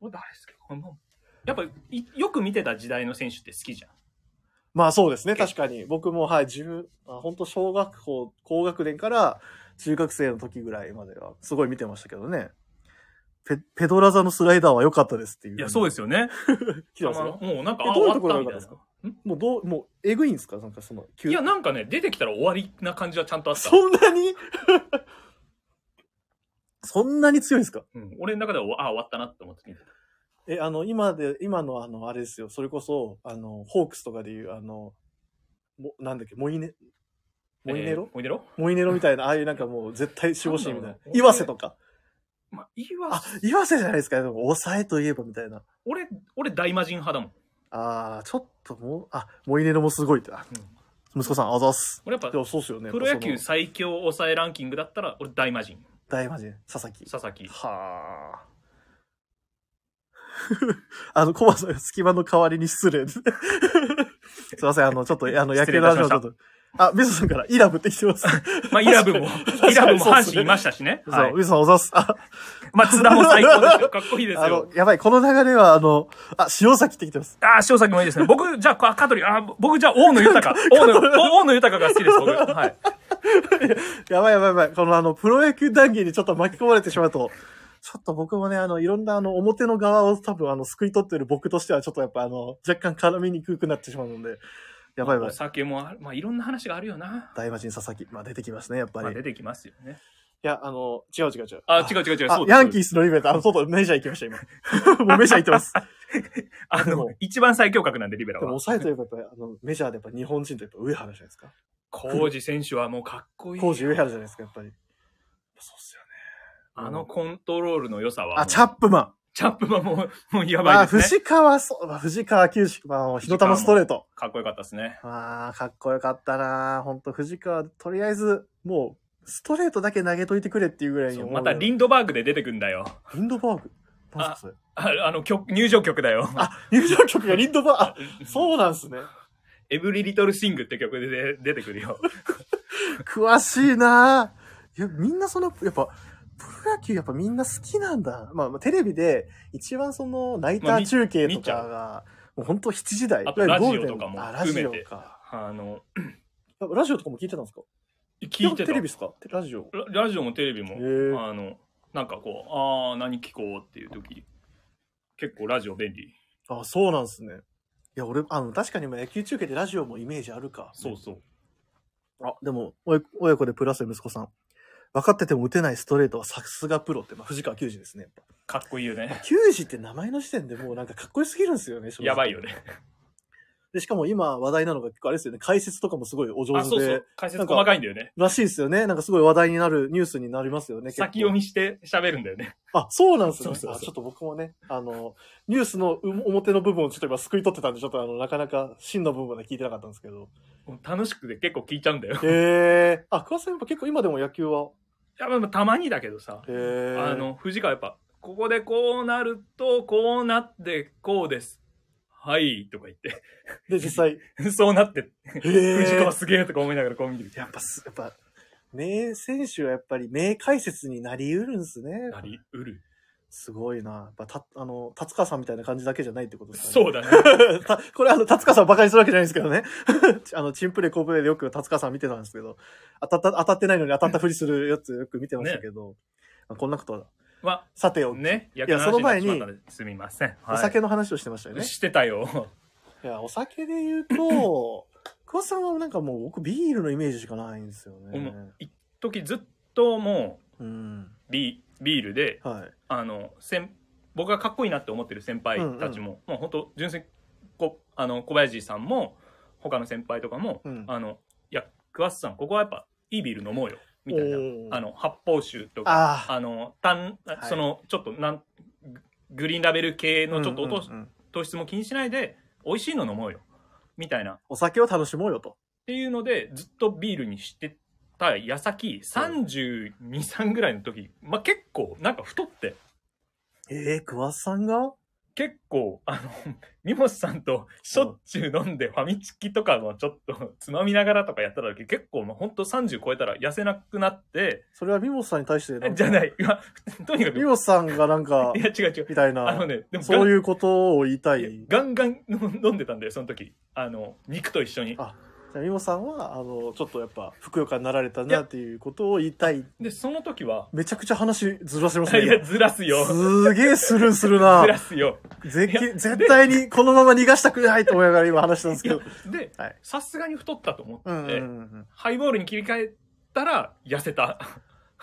S2: 俺誰好きかなやっぱいよく見てた時代の選手って好きじゃん。
S1: まあそうですね、確かに。僕も、はい、自分、あ本当小学校、高学年から、中学生の時ぐらいまでは、すごい見てましたけどね。ペペドラザのスライダーは良かったですっていう。
S2: いや、そうですよね。
S1: 来てますよ
S2: あまもうなんか、
S1: え
S2: あ、
S1: どういう
S2: 終
S1: とこ
S2: わ
S1: ろ
S2: っ
S1: が良か
S2: たみた
S1: ったで
S2: いな
S1: すか。もうどう、もう、えぐいんですかなんかその、急
S2: いや、なんかね、出てきたら終わりな感じはちゃんとあった。
S1: そんなに *laughs* そんなに強いんですか
S2: うん、俺の中では、あ、終わったなって思って見てた。
S1: え、あの、今で、今のあの、あれですよ、それこそ、あの、ホークスとかでいう、あの、も、なんだっけ、モイネ、モイネロ
S2: え、ーモイネロ
S1: モイネロみたいな、ああいうなんか
S2: *laughs*
S1: もう絶対守護神みたい
S2: なん
S1: な
S2: だろ。う
S1: 岩瀬とか。
S2: まあ、いわ
S1: あ、岩瀬じゃないですか、でも、抑えといえばみたいな。
S2: 俺、俺大魔人派だもん。
S1: ああちょっともう、あ、モイネロもすごいって。あ息子さん、あざっす。
S2: 俺やっ
S1: で
S2: ぱ、
S1: もそうっすよね。
S2: プロ野球
S1: その
S2: 最強抑えランキングだったら、俺大魔人。
S1: 大魔神、佐々木。
S2: 佐々
S1: *laughs*
S2: 木。
S1: はあ。あの、コバさん、隙間の代わりに失礼。 *laughs* すいません、あの、ちょっと、あの、野球の話をちょっと。あ、ミソさんからイラブって来てます。
S2: まあ、イラブも、イラブも阪神いましたしね。は
S1: そ、。
S2: いう
S1: ミソさんおざっす。あ、
S2: まあ、津田も最高です
S1: *laughs*
S2: よ。かっこいいです
S1: あ
S2: よ
S1: の。、やばい、この流れは、あの、あ、塩崎って来てます。
S2: ああ、塩崎もいいですね。僕、じゃあ、か香取、ああ、僕、じゃあ、大
S1: *laughs*
S2: 野豊か。大野、大野豊かが好きです、僕。はい。
S1: やばいやばいやばい。このあの、プロ野球談義にちょっと巻き込まれてしまうと、ちょっと僕もね、あの、いろんなあの、表の側を多分あの、救い取ってる僕としては、ちょっとやっぱあの、若干絡みにくくなってしまうので、やばいやば
S2: お
S1: い。
S2: 酒もある、まあ、いろんな話があるよな。
S1: 大魔神佐々木。まあ出てきますね、やっぱ
S2: まあ、
S1: り。
S2: 出てきますよね。
S1: いや、あの、違う違う違う。
S2: あ、違う違う違う。
S1: あ
S2: そうです
S1: ヤンキースのリベント、あの、そうそう、メジャー行きました、今。もうメジャー行って
S2: *laughs*
S1: ます。
S2: あ
S1: で
S2: の
S1: も、
S2: 一番最強格なんで、リベラ
S1: でも、
S2: は。
S1: 抑えというか、やっぱり、あの、メジャーでやっぱ日本人とやっぱ上原じゃないですか。
S2: コージ選手はもうかっこいい。
S1: コージ上原じゃないですか、やっぱり。そうっすよね。
S2: あのコントロールの良さは。
S1: あ、チャップマ
S2: チャップはもう、もうや
S1: ン。ま
S2: ば
S1: あ、
S2: いですね。
S1: 藤川、そう、まあ、藤川球児、まあ、日の玉ストレート。
S2: かっこよかったですね。
S1: まあ、かっこよかったな本当藤川、とりあえず、もう、ストレートだけ投げといてくれっていうぐらいに
S2: そう
S1: 思う
S2: またリ
S1: リン
S2: ンドバーグで出てくんだよ。
S1: ドバーグ。なんすかそれ。
S2: ああの曲、入場曲だよ。
S1: あ、入場曲がリンドバーグ。あ、そうなんすね。
S2: エブリリトルシングって曲でで出てくるよ。
S1: 詳しいなぁいや、みんなその、やっぱ、プロ野球やっぱみんな好きなんだ。まあ、まあテレビで、一番その、ナイタ
S2: まあ
S1: ー
S2: み
S1: 中継と
S2: 見ち
S1: か
S2: ゃ
S1: が、もう本当7時台。
S2: あと
S1: いわゆるゴールデン
S2: ラジオとかも
S1: あ、ラジオ
S2: 含めて
S1: か。
S2: あの、
S1: やっぱラジオとかも聞いてたんですか
S2: 聞いてた
S1: テレビ。ですかテラジオ。
S2: ララジオもテレビも
S1: へー、
S2: あの、なんかこう、ああ、何聞こうっていう時、結構ラジオ便利。
S1: あ、そうなんですね。いや、俺、あの、確かにもう野球中継でラジオもイメージあるか。
S2: そうそう。
S1: あ、でも、親親子でプラス息子さん。分かってても打てないストレートはさすがプロって、まあ、藤川球児ですね。やっぱ
S2: かっこいいよね。
S1: 球児って名前の時点でもうなんかかっこよすぎるんですよね、正直
S2: やばいよ。ね。
S1: で、しかも今話題なのが結構あれですよね、解説とかもすごいお上
S2: あ、
S1: 手
S2: そうそ
S1: で
S2: う。。解説細かいんだよね。
S1: らしいですよね。なんかすごい話題になるニュースになりますよね。
S2: 先読
S1: み。
S2: みして喋るんだよね。
S1: あ、そうなんですね。
S2: そうそうそう
S1: あちょっと僕もね、あの、ニュースのう表の部分をちょっと今すくい取ってたんで、ちょっとあの、なかなか真の部分まで聞いてなかったんですけど。
S2: 楽しくて結構聞いちゃうんだ
S1: *laughs*
S2: よ。い *laughs*
S1: へえ。あ、桑田さんやっぱ結構今でも野球は。
S2: や、まあまあたまにだけどさ。
S1: へえ。
S2: あ、の、藤川やっぱ、ここでこうなると、こうなって、こうです。はい、とか言って。 *laughs*
S1: で、実際。
S2: そうなって、
S1: へ
S2: 藤川
S1: え。
S2: すげえとか思いながらこう見てる。
S1: やっぱす、やっぱ、名選手はやっぱり名解説になりうるんですね。
S2: なりうる。
S1: すごいな。やっぱ、た、あの、達川さんみたいな感じだけじゃないってことですかね。
S2: そうだ
S1: *laughs*
S2: ね。
S1: たこれあの、達川さんバカにするわけじゃないんですけどね。 *laughs* あの、チンプレーコブレーでよく達川さん見てたんですけど、当たった、当たってないのに当たったふりするやつよく見てましたけど、まあこんなことは、
S2: ま
S1: さて
S2: あ、
S1: よ、
S2: ね、野
S1: いやその前に
S2: 話になってしまったのですみません。はい
S1: お酒の話をしてましたよね。
S2: してたよ。 *laughs*
S1: いや、お酒で言うと、久保さんはなんかもう僕ビールのイメージしかないんですよ
S2: 俺
S1: ね
S2: も。一時ずっとも
S1: うん。
S2: う、ビビールで、
S1: はい。
S2: あの、先僕がかっこいいなって思ってる先輩たちも、もう本当純粋にこあの小林さんも他の先輩とかも、
S1: うん
S2: あのいや桑田さんここはやっぱいいビール飲もうよみたいな
S1: おー
S2: あの発泡酒とか
S1: ああ。
S2: あの単
S1: はい
S2: そのちょっとなんググリーンラベル系のちょっと
S1: うんうん
S2: 糖,、
S1: うん
S2: 糖質も気にしないで美味しいの飲もうよみたいなっ
S1: お酒を楽しもうよと。
S2: ていうのでずっとビールにしてた矢先3 2三ぐらいの時、まあ、結構なんか太って。
S1: ええー、桑田さんが
S2: 結構、あの、 *laughs* ミモスさんとしょっちゅう飲んでファミチキとかのちょっとつまみながらとかやったら結構もうほんと30超えたら痩せなくなって、
S1: それはミモスさんに対してなんか
S2: *laughs* じゃない、いや、とにかく、い
S1: ミモスさんがなん
S2: *laughs*
S1: か、
S2: や違う違う。
S1: みたいな。
S2: あのね、でも
S1: そう
S2: う
S1: いうことを言いたい。
S2: ガンガン飲んでたんだよ、その時。あの、肉と一緒に。
S1: あじゃあ、みもさんは、あの、ちょっとやっぱ、ふくよかになられたなっていうことを言いたい。
S2: で、その時は、
S1: めちゃくちゃ話ずらしま
S2: い
S1: すね。
S2: や、
S1: 今
S2: ずらすよ。ず
S1: すげえスルーするな
S2: らすよ。
S1: 絶
S2: い
S1: 景絶対にこのまま逃がしたくないと思いながら今話したんですけ
S2: いや
S1: ど。、
S2: で
S1: はい、
S2: さすがに太ったと思
S1: うんう
S2: っ
S1: んう
S2: て、
S1: ん
S2: ハイボールに切り替えたら、痩せた。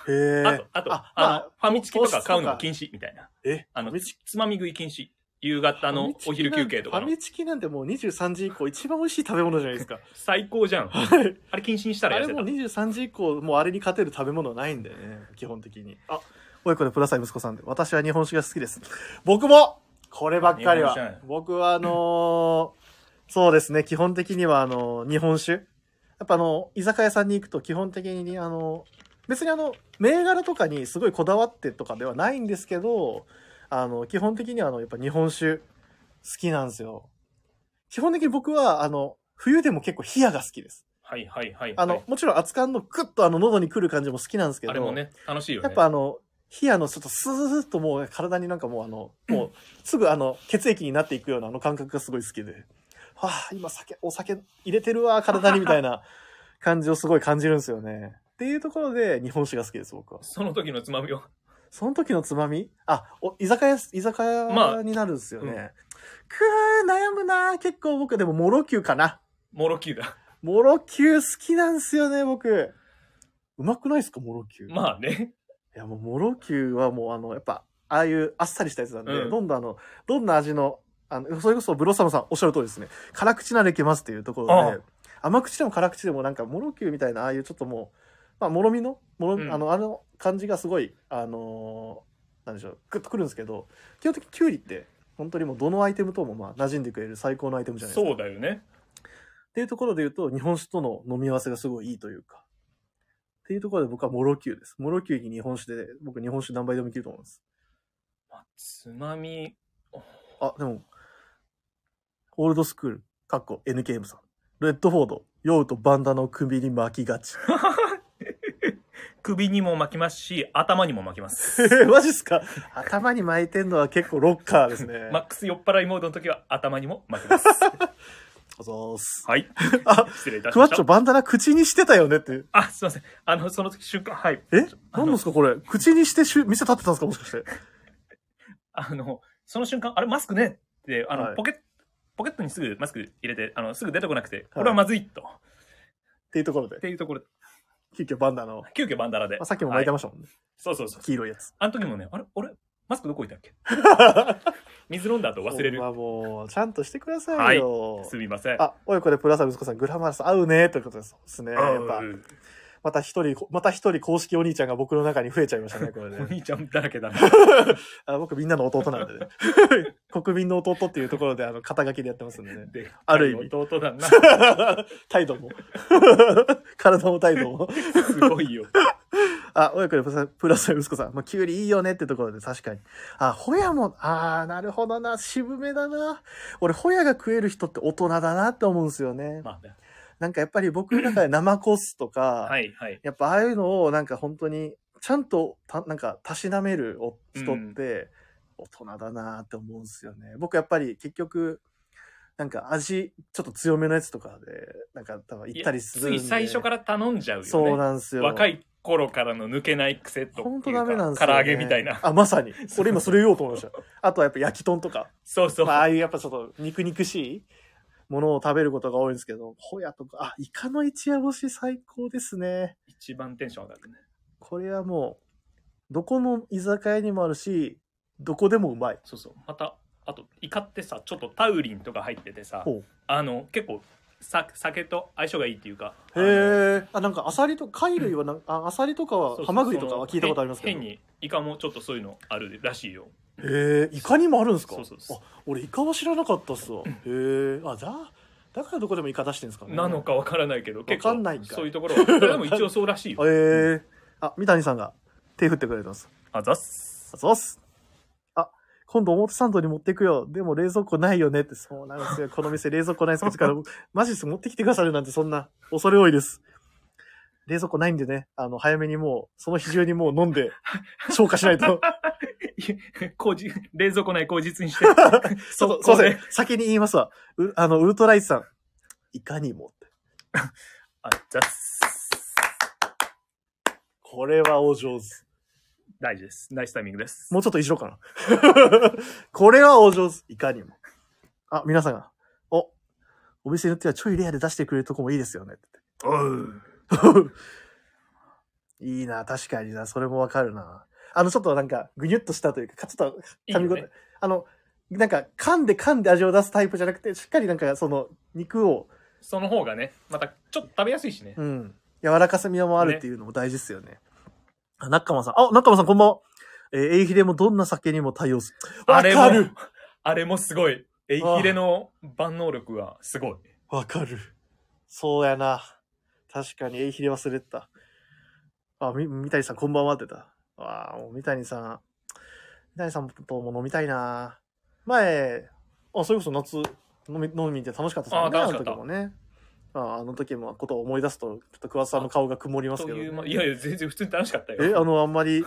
S1: うん。へ
S2: あ
S1: え
S2: と。、あと、
S1: あ
S2: あ、
S1: まあ
S2: の、ファミチキとか買うのも禁止みたいな。
S1: え
S2: あの、
S1: ファミチ
S2: つつまみ食い禁止。夕方のお昼休憩とか
S1: ファ
S2: の。
S1: ミチキなんてもう23時以降一番美味しい食べ物じゃないですか。
S2: 最高じゃん。
S1: はい。
S2: あれ禁止にした
S1: あ
S2: ら痩
S1: れ
S2: せ
S1: もう。
S2: た
S1: 23時以降、もうあれに勝てる食べ物はないんだよね。基本的に。あ、おいこでプラサイ息子さんで。私は日本酒が好きです。僕もこればっかり
S2: 日本酒なん
S1: は
S2: や。
S1: 僕はあのーそうですね。基本的にはあのー日本酒。やっぱあの、居酒屋さんに行くと基本的にあの別にあの、銘柄とかにすごいこだわってとかではないんですけど、あの、基本的にはあの、やっぱ日本酒好きなんですよ。基本的に僕はあの、冬でも結構冷やが好きです。
S2: はいはいはいはい。
S1: あの、もちろん熱燗のクッとあの喉に来る感じも好きなんですけど、
S2: あれもね、楽しいよね。
S1: やっぱあの、冷やのちょっとスーッともう体になんかもうあの、もうすぐあの、血液になっていくようなあの感覚がすごい好きで、はあ、今酒、お酒入れてるわ、体にみたい
S2: *laughs*
S1: な感じをすごい感じるんですよね。っていうところで日本酒が好きです、僕は。
S2: その時のつまみを。
S1: その時のつまみあ、お、居酒屋、居酒
S2: ま
S1: 屋
S2: あ
S1: になるんですよね。
S2: うん
S1: くー、悩むなー結構僕でももろきゅうかな。
S2: モロキューだ。
S1: モロキュー好きなんすよね、僕。うまくないですか、モロキュー。
S2: まあね。
S1: いや、もう、モロキューはもう、あの、やっぱ、ああいうあっさりしたやつなんで、
S2: うん
S1: どんどんあの、どんな味の、あの、それこそ、ブロッサムさんおっしゃる通りですね。辛口ならいけますっていうところで、甘口でも辛口でもなんか、モロキューみたいな、ああいうちょっともう、まあ、もろみの、もろ、
S2: うん
S1: あの、あの感じがすごい、あのーなんでしょう、グッとくるんですけど、基本的にキュウリって、本当にもうどのアイテムともまあ馴染んでくれる最高のアイテムじゃないですか。
S2: そうだよね。
S1: っていうところで言うと、日本酒との飲み合わせがすごいいいというか。っていうところで僕はモロキューです。モロキューに日本酒で、僕日本酒何杯でもいけると思います。
S2: まあつまみ、
S1: あ、でも、オールドスクール、かっこ NKM さん。レッドフォード、酔うとバンダナを首に巻きがち。
S2: 首にも巻きますし、頭にも巻きます。
S1: マジっすか頭に巻いてんのは結構ロッカーですね。
S2: マックス酔っ払いモードの時は頭にも
S1: *laughs*
S2: 巻きます。
S1: あざーす。
S2: はい。
S1: あ
S2: 失礼いたし
S1: クワ
S2: ま
S1: ッ
S2: し
S1: チョ
S2: た。
S1: バンダナ口にしてたよねって。
S2: あ、すいません。あの、その時瞬間、はい。
S1: え何なんですかこれ。口にしてしゅ店立ってたんですかもしかして。
S2: あの、その瞬間、あれ、マスクねって、あの、
S1: はい
S2: ポケット、ポケットにすぐマスク入れて、あの、すぐ出てこなくて、
S1: い
S2: これはまずいと。
S1: っていうところで
S2: っ、ていうところで、
S1: 急遽バンダナを。ま
S2: 急遽バンダラで。
S1: あ、さっきも巻いて
S2: は
S1: ましたもんね。
S2: そうそうそう。
S1: 黄色いやつ。
S2: あの時もね、あれ、俺、マスクどこ置い
S1: *laughs*
S2: たっけ水飲んだ後忘れる
S1: ま。あもう、ちゃんとしてくださいよ。
S2: すみません。
S1: あ、親子でプラス息子さん、グラマラス合うね、ということです。ですね。
S2: あ
S1: やっぱ
S2: う、ん
S1: また一人、また一人公式お兄ちゃんが僕の中に増えちゃいました
S2: *laughs*
S1: ね、これ
S2: お
S1: ね。
S2: 兄ちゃんだらけ
S1: *laughs*
S2: だな。
S1: あ僕みんなの弟なん
S2: *laughs*
S1: でね。国民の弟っていうところで、あの、肩書きでやってますんでね。
S2: で
S1: ある意味
S2: 弟
S1: *laughs*
S2: だな。
S1: 態度も。 *laughs* 体も態度も。
S2: すごいよ。
S1: あ、親子でプラスプラス息子さん、まあ、キュウリいいよねってところで、確かに。あ、ホヤも、あー、なるほどな、渋めだな。俺、ホヤが食える人って大人だなって思うんですよね。
S2: まあね、
S1: なんかやっぱり僕の
S2: *laughs*
S1: 中で生コスとか、
S2: はいはい。
S1: やっぱああいうのをなんか本当にちゃんとたなんかたしなめるお人って大人だなって思うんですよね。僕やっぱり結局なんか味ちょっと強めのやつとかでなんか多分行ったりするんで。
S2: いやつい最初から頼んじゃうよね。
S1: そうなんですよ。
S2: 若い頃からの抜けない癖と
S1: 本当ダメなんです
S2: か
S1: よ、ね。
S2: 唐揚げみたいな。
S1: あ、まさに。俺今それ言おうと思い
S2: *laughs*
S1: ました。あとはやっぱ焼き豚とか。
S2: そうそう。
S1: まあ、ああいうやっぱちょっと肉肉しいものを食べることが多いんですけど、ホヤとか、あ、イカの一夜干し最高ですね。
S2: 一番テンション上がるね。
S1: これはもう、どこの居酒屋にもあるし、どこでもうまい。
S2: そうそう。また、あと、イカってさ、ちょっとタウリンとか入っててさ
S1: ほう、
S2: あの、結構さ、酒と相性がいいっていうか。
S1: へえ。あ、なんかアサリと、貝類はなんあ、アサリとか
S2: あの
S1: は、ハマグリとか
S2: そ
S1: は
S2: うそ
S1: 聞
S2: う
S1: いたことありますけ
S2: 変
S1: ど。へ
S2: に、イカもちょっとそういうのあるらしいよ。
S1: え、イカにもあるんですか
S2: そうそうそう
S1: あ、俺イカは知らなかったっすわ。へえ。あ、じゃあ、だからどこでもイカ出してんですかね。
S2: なの。かわからないけど、結
S1: わかんないん
S2: 構、
S1: かい
S2: そういうところは。それでも一応そうらしい
S1: へ *laughs*
S2: よ。
S1: え。あ、三谷さんが手振ってくれてます。
S2: あざっす。
S1: あそうっす。あ、今度表参道に持っていくよ。でも冷蔵庫ないよねって。そうなんですよ。この店冷蔵庫ないんですけど、から僕マジです。持ってきてくださるなんてそんな、恐れ多いです。冷蔵庫ないんでね、あの、早めにもう、その日中にもう飲んで、消化しないと。
S2: 口実冷蔵庫内口実に
S1: *laughs*
S2: して。
S1: ちょっとすいません。先に言いますわ。うあの、ウルトライスさん。いかにもって。
S2: あっちゃっす。
S1: これはお上手。
S2: 大事です。ナイスタイミングです。
S1: もうちょっといじろうかな。 *laughs* これはお上手。いかにも。あ、皆さんが、お、お店によってはちょいレアで出してくれるとこもいいですよね。 *laughs*
S2: おう。
S1: いいな、確かにな、それもわかるな。あの、ちょっとなんか、ぐにゅっとしたというか、ちょっと噛み応え
S2: いいよね
S1: あの、なんか、噛んで噛んで味を出すタイプじゃなくて、しっかりなんか、その、肉を、
S2: その方がね、またちょっと食べやすいしね。
S1: うん、柔らかさみもあるっていうのも大事ですよね。あ、中間さん、あ、中間さんこんばんは。えー、エイヒレもどんな酒にも対応する。
S2: あ
S1: わ
S2: れも
S1: かる。、
S2: あれもすごい。エイヒレの万能力はすごい。
S1: わかる。そうやな。確かに、エイヒレ忘れてた。あ、み、三谷さん、こんばんはってた。わあ、もう三谷さん。三谷さんとも飲みたいな。前、あ、それこそ夏、飲み、飲みに行って楽しかったですもんね。
S2: あ楽しかった
S1: あの時もね。ああの時もことを思い出すと、ちょっと桑田さんの顔が曇ります
S2: と
S1: けど、
S2: いう、ま、
S1: ね。
S2: いやいや、全然普通に楽しかったよ。
S1: え、あの、あんまり、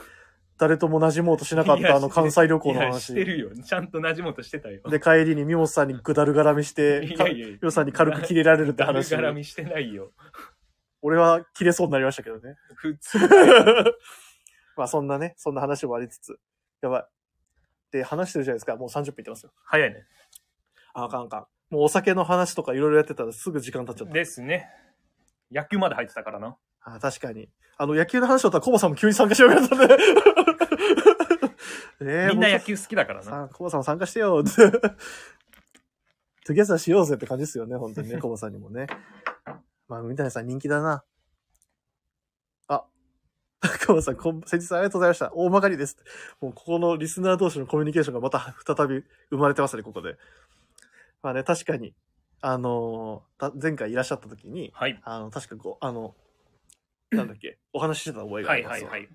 S1: 誰とも馴染もうとしなかっ
S2: いや
S1: た、あの、関西旅行の
S2: いや
S1: 話。
S2: してるよ。ちゃんと馴染もうとしてたよ。
S1: で、帰りに、ミモさんにぐだるがらみして、
S2: いやいやいや
S1: かよさんに軽く切れられるって
S2: だる
S1: 話。
S2: がらみしてないよ。
S1: 俺は切れそうになりましたけどね。
S2: 普
S1: *laughs*
S2: 通。
S1: まあそんなね、そんな話もありつつ。やばい。で、話してるじゃないですか。もう30分いってますよ。
S2: 早いね。
S1: あ、あかんあかん。もうお酒の話とかいろいろやってたらすぐ時間経っちゃった。
S2: ですね。野球まで入ってたからな。
S1: あ、確かに。あの、野球の話だったらコバさんも急に参加しようやったね。 *laughs* ねえ
S2: みんな
S1: も
S2: 野
S1: う
S2: 球好きだからな。
S1: さコバさんも参加してよ。 *laughs* トゥギャザーしようぜって感じですよね、本当に
S2: *laughs*
S1: ね、コバさんにもね。まあ、三谷さん人気だな。あ、 *laughs* コバさん、こん先日はありがとうございました。大曲がりです。もう、ここのリスナー同士のコミュニケーションがまた再び生まれてますね、ここで。まあね、確かに、あのーた前回いらっしゃった時に、
S2: はい。
S1: あの、確かこう、あの、なんだっけ、お話ししてた覚えがあ
S2: はい
S1: ります。
S2: はいはい。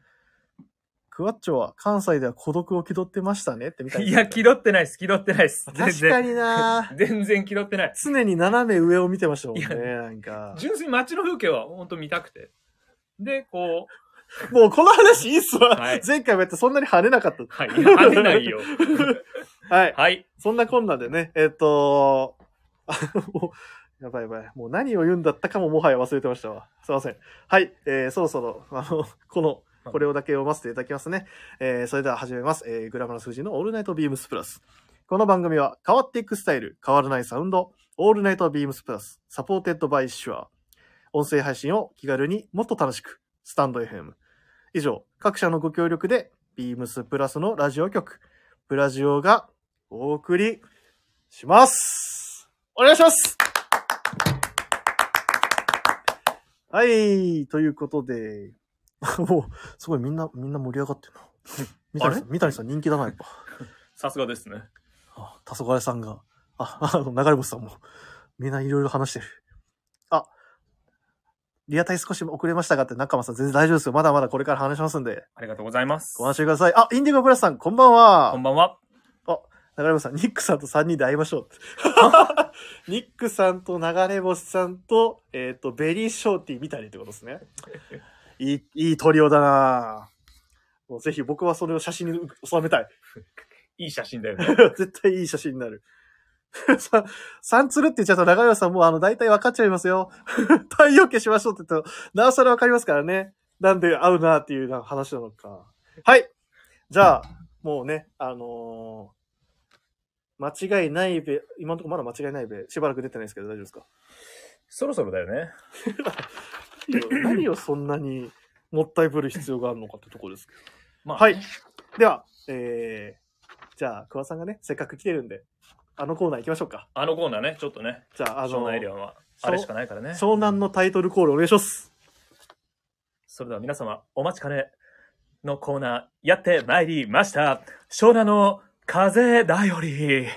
S1: クワッチョは関西では孤独を気取ってましたねってみたい
S2: い
S1: な。
S2: や、気取ってないです。気取ってないです。
S1: *laughs* 確
S2: 全
S1: か
S2: 然。
S1: にな
S2: 全然気取ってない。
S1: 常に斜め上を見てましたもんね、
S2: いや
S1: なんか。
S2: 純粋に街の風景は本当見たくて。で、こう、
S1: もうこの話いいっすわ。
S2: はい
S1: 前回もやってそんなに跳ねなかっ
S2: はい、 *laughs* 跳ねないよ。
S1: た。はい。
S2: はい。
S1: そんなこんなでね、えっ、と *laughs* あもうやばいやばい。もう何を言うんだったかももはや忘れてましたわ。すいません。はい。えー、そろそろ、あの、この、これをだけ読ませていただきますね。えー、それでは始めます。えー、グラマラス富士のオールナイトビームスプラス。この番組は変わっていくスタイル、変わらないサウンド、オールナイトビームスプラス、サポーテッドバイシュア。音声配信を気軽にもっと楽しく、スタンド FM。以上、各社のご協力で、ビームスプラスのラジオ局、プラジオがお送りします。お願いしますはい、ということで、 *laughs* もう、すごいみんな、みんな盛り上がってるな。三谷さん、三谷さん人気だな、やっぱ。
S2: さすがですね。
S1: あ、黄昏さんが、あ、あの、流れ星さんも、みんないろいろ話してる。あ、リアタイ少し遅れましたがって、中間さん全然大丈夫ですよ。まだまだこれから話しますんで、
S2: ありがとうございます。
S1: ご安心ください。あ、インディゴブラスさん、こんばんは。
S2: こんばんは。
S1: 流れ星さん、ニックさんと3人で会いましょ
S2: *laughs*
S1: う。ニックさんと流れ星さんと、えっ、と、ベリーショーティーみたいにってことです
S2: *laughs*
S1: ね。いい、いいトリオだなぁもうぜひ僕はそれを写真に収めたい。
S2: いい写真だよね。
S1: *laughs* 絶対いい写真になる。 *laughs* さ、サンツルって言っちゃうと流れ星さんもうあの、大体分かっちゃいますよ。 *laughs* 太陽消しましょうって言ったら、なおさら分かりますからね。なんで合うなっていうな話なのか。はい。じゃあ、もうね、あのー間違いないべ、今のところまだ間違いないべ、しばらく出てないですけど大丈夫ですか
S2: *laughs* そろそろだよね。
S1: *laughs* いや何をそんなにもったいぶる必要があるのかってとこですけ
S2: まあ、
S1: ど。はい。では、えー、じゃあ、桑さんがね、せっかく来てるんで、あのコーナー行きましょうか。
S2: あのコーナーね、ちょっとね、
S1: じゃあ、あ
S2: 湘
S1: の
S2: 南エリアは、あれしかないからね。
S1: 湘南のタイトルコールお願いします。
S2: それでは皆様、お待ちかねのコーナー、やってまいりました。湘南の風だより。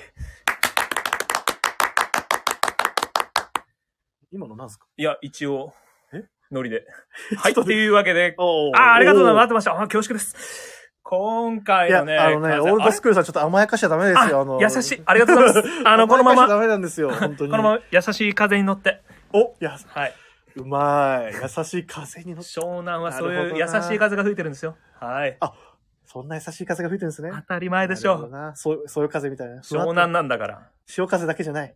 S1: 今のなんすか
S2: いや、一応
S1: え、
S2: ノ *laughs* リで。はい、
S1: ちょ
S2: と
S1: っと
S2: いうわけで、
S1: お
S2: あー、ありがとうございます。待っ
S1: す。
S2: てました。あー、恐縮です。今回
S1: いや、
S2: のね、
S1: あのね、
S2: 風
S1: オールドスクールさんちょっと甘やかしちゃダメですよ。あの
S2: あ優しい。ありがとう
S1: *laughs*
S2: ござい *laughs* ます。あの、このま
S1: 甘やかしちゃダ
S2: ま、
S1: メなんですよ、本当
S2: こ
S1: に。
S2: のまま優しい風に乗って。
S1: お、いや、
S2: はい。
S1: うまい。優しい風に乗って。
S2: 湘南はそう
S1: なる
S2: いう
S1: ほ
S2: 優
S1: どな
S2: しい風が吹いてるんですよ。はい。
S1: あ、そんな優しい風が吹いてるんですね。
S2: 当たり前でし
S1: なるほ
S2: ょ
S1: ど。なそうそういう風みたいな。ふわっ
S2: 湘
S1: と
S2: 南なん
S1: *laughs*
S2: だから。
S1: 潮風だけじゃない。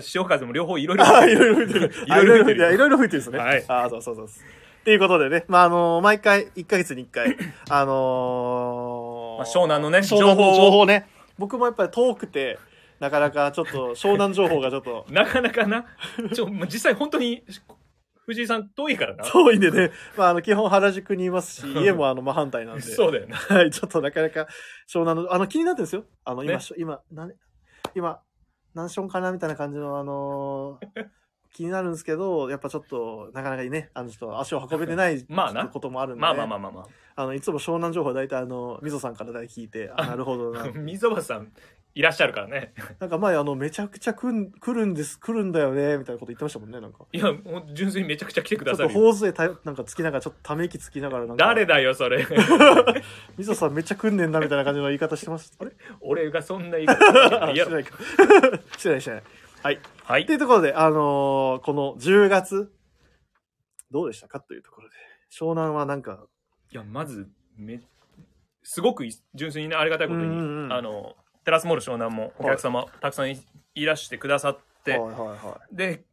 S2: 潮風も両方いろい
S1: *laughs*
S2: ろ。
S1: ああ、いろいろ吹いてる。
S2: いろいろ吹いてる
S1: あやいろいろ吹いてるんですね。
S2: はい
S1: ああ、そうそうそうそう。っていうことでね、まあ、あのー毎回、1ヶ月に1回、あのー
S2: まあ湘南のね
S1: 湘南
S2: 情報
S1: の
S2: を、
S1: 情報ね。僕もやっぱり遠くて、なかなかちょっと、湘南情報がちょっと
S2: なかなかな。ちょ、まあ実際本当に、藤井さん遠いからな。
S1: 遠いんでね、まあ、あの、基本原宿にいますし、家もあの、真反対なんで。
S2: そうだよな。
S1: はい、ちょっとなかなか湘南の、あの、気になってるんですよ。あの、今、
S2: ね
S1: しょ今、なに今、何ションかなみたいな感じの、あの
S2: *laughs*
S1: ー気になるんですけど、やっぱちょっと、なかなかね、あの、ちょっと足を運べてない
S2: *laughs* まあな
S1: ちょっとこともあるんで、
S2: まあまあまあまあま
S1: あの、いつも湘南情報は大体、あの、みぞさんから大体聞いて、
S2: *laughs*
S1: あ、なるほどな
S2: あ。。溝端さん、いらっしゃるからね。
S1: なんか前、あの、めちゃくちゃ来ん来るんです、来るんだよね、みたいなこと言ってましたもんね、なんか。
S2: いや、もう純粋にめちゃくちゃ来てく
S1: ちょっ
S2: ださ
S1: と、
S2: るよ。
S1: 頬杖たよ、なんかつきながら、ちょっとため息つきながら、なんか、
S2: 誰だよ、
S1: *laughs*
S2: それ。
S1: みぞさんめっちゃ来んねんな、みたいな感じの言い方してました。あれ
S2: 俺がそんな言い方。
S1: あ
S2: *laughs* い
S1: し
S2: や
S1: て、ないか。 *laughs* してない、してない。
S2: はい
S1: って。いうところで、あのーこの10月、どうでしたかというところで、湘南はなんか、
S2: いや、まず、め、すごくい純粋にね、ありがたいことに、
S1: うんうんうん
S2: あの、テラスモール湘南もお客様、たくさんいいらしてくださっ
S1: はいは
S2: て、
S1: いは
S2: で、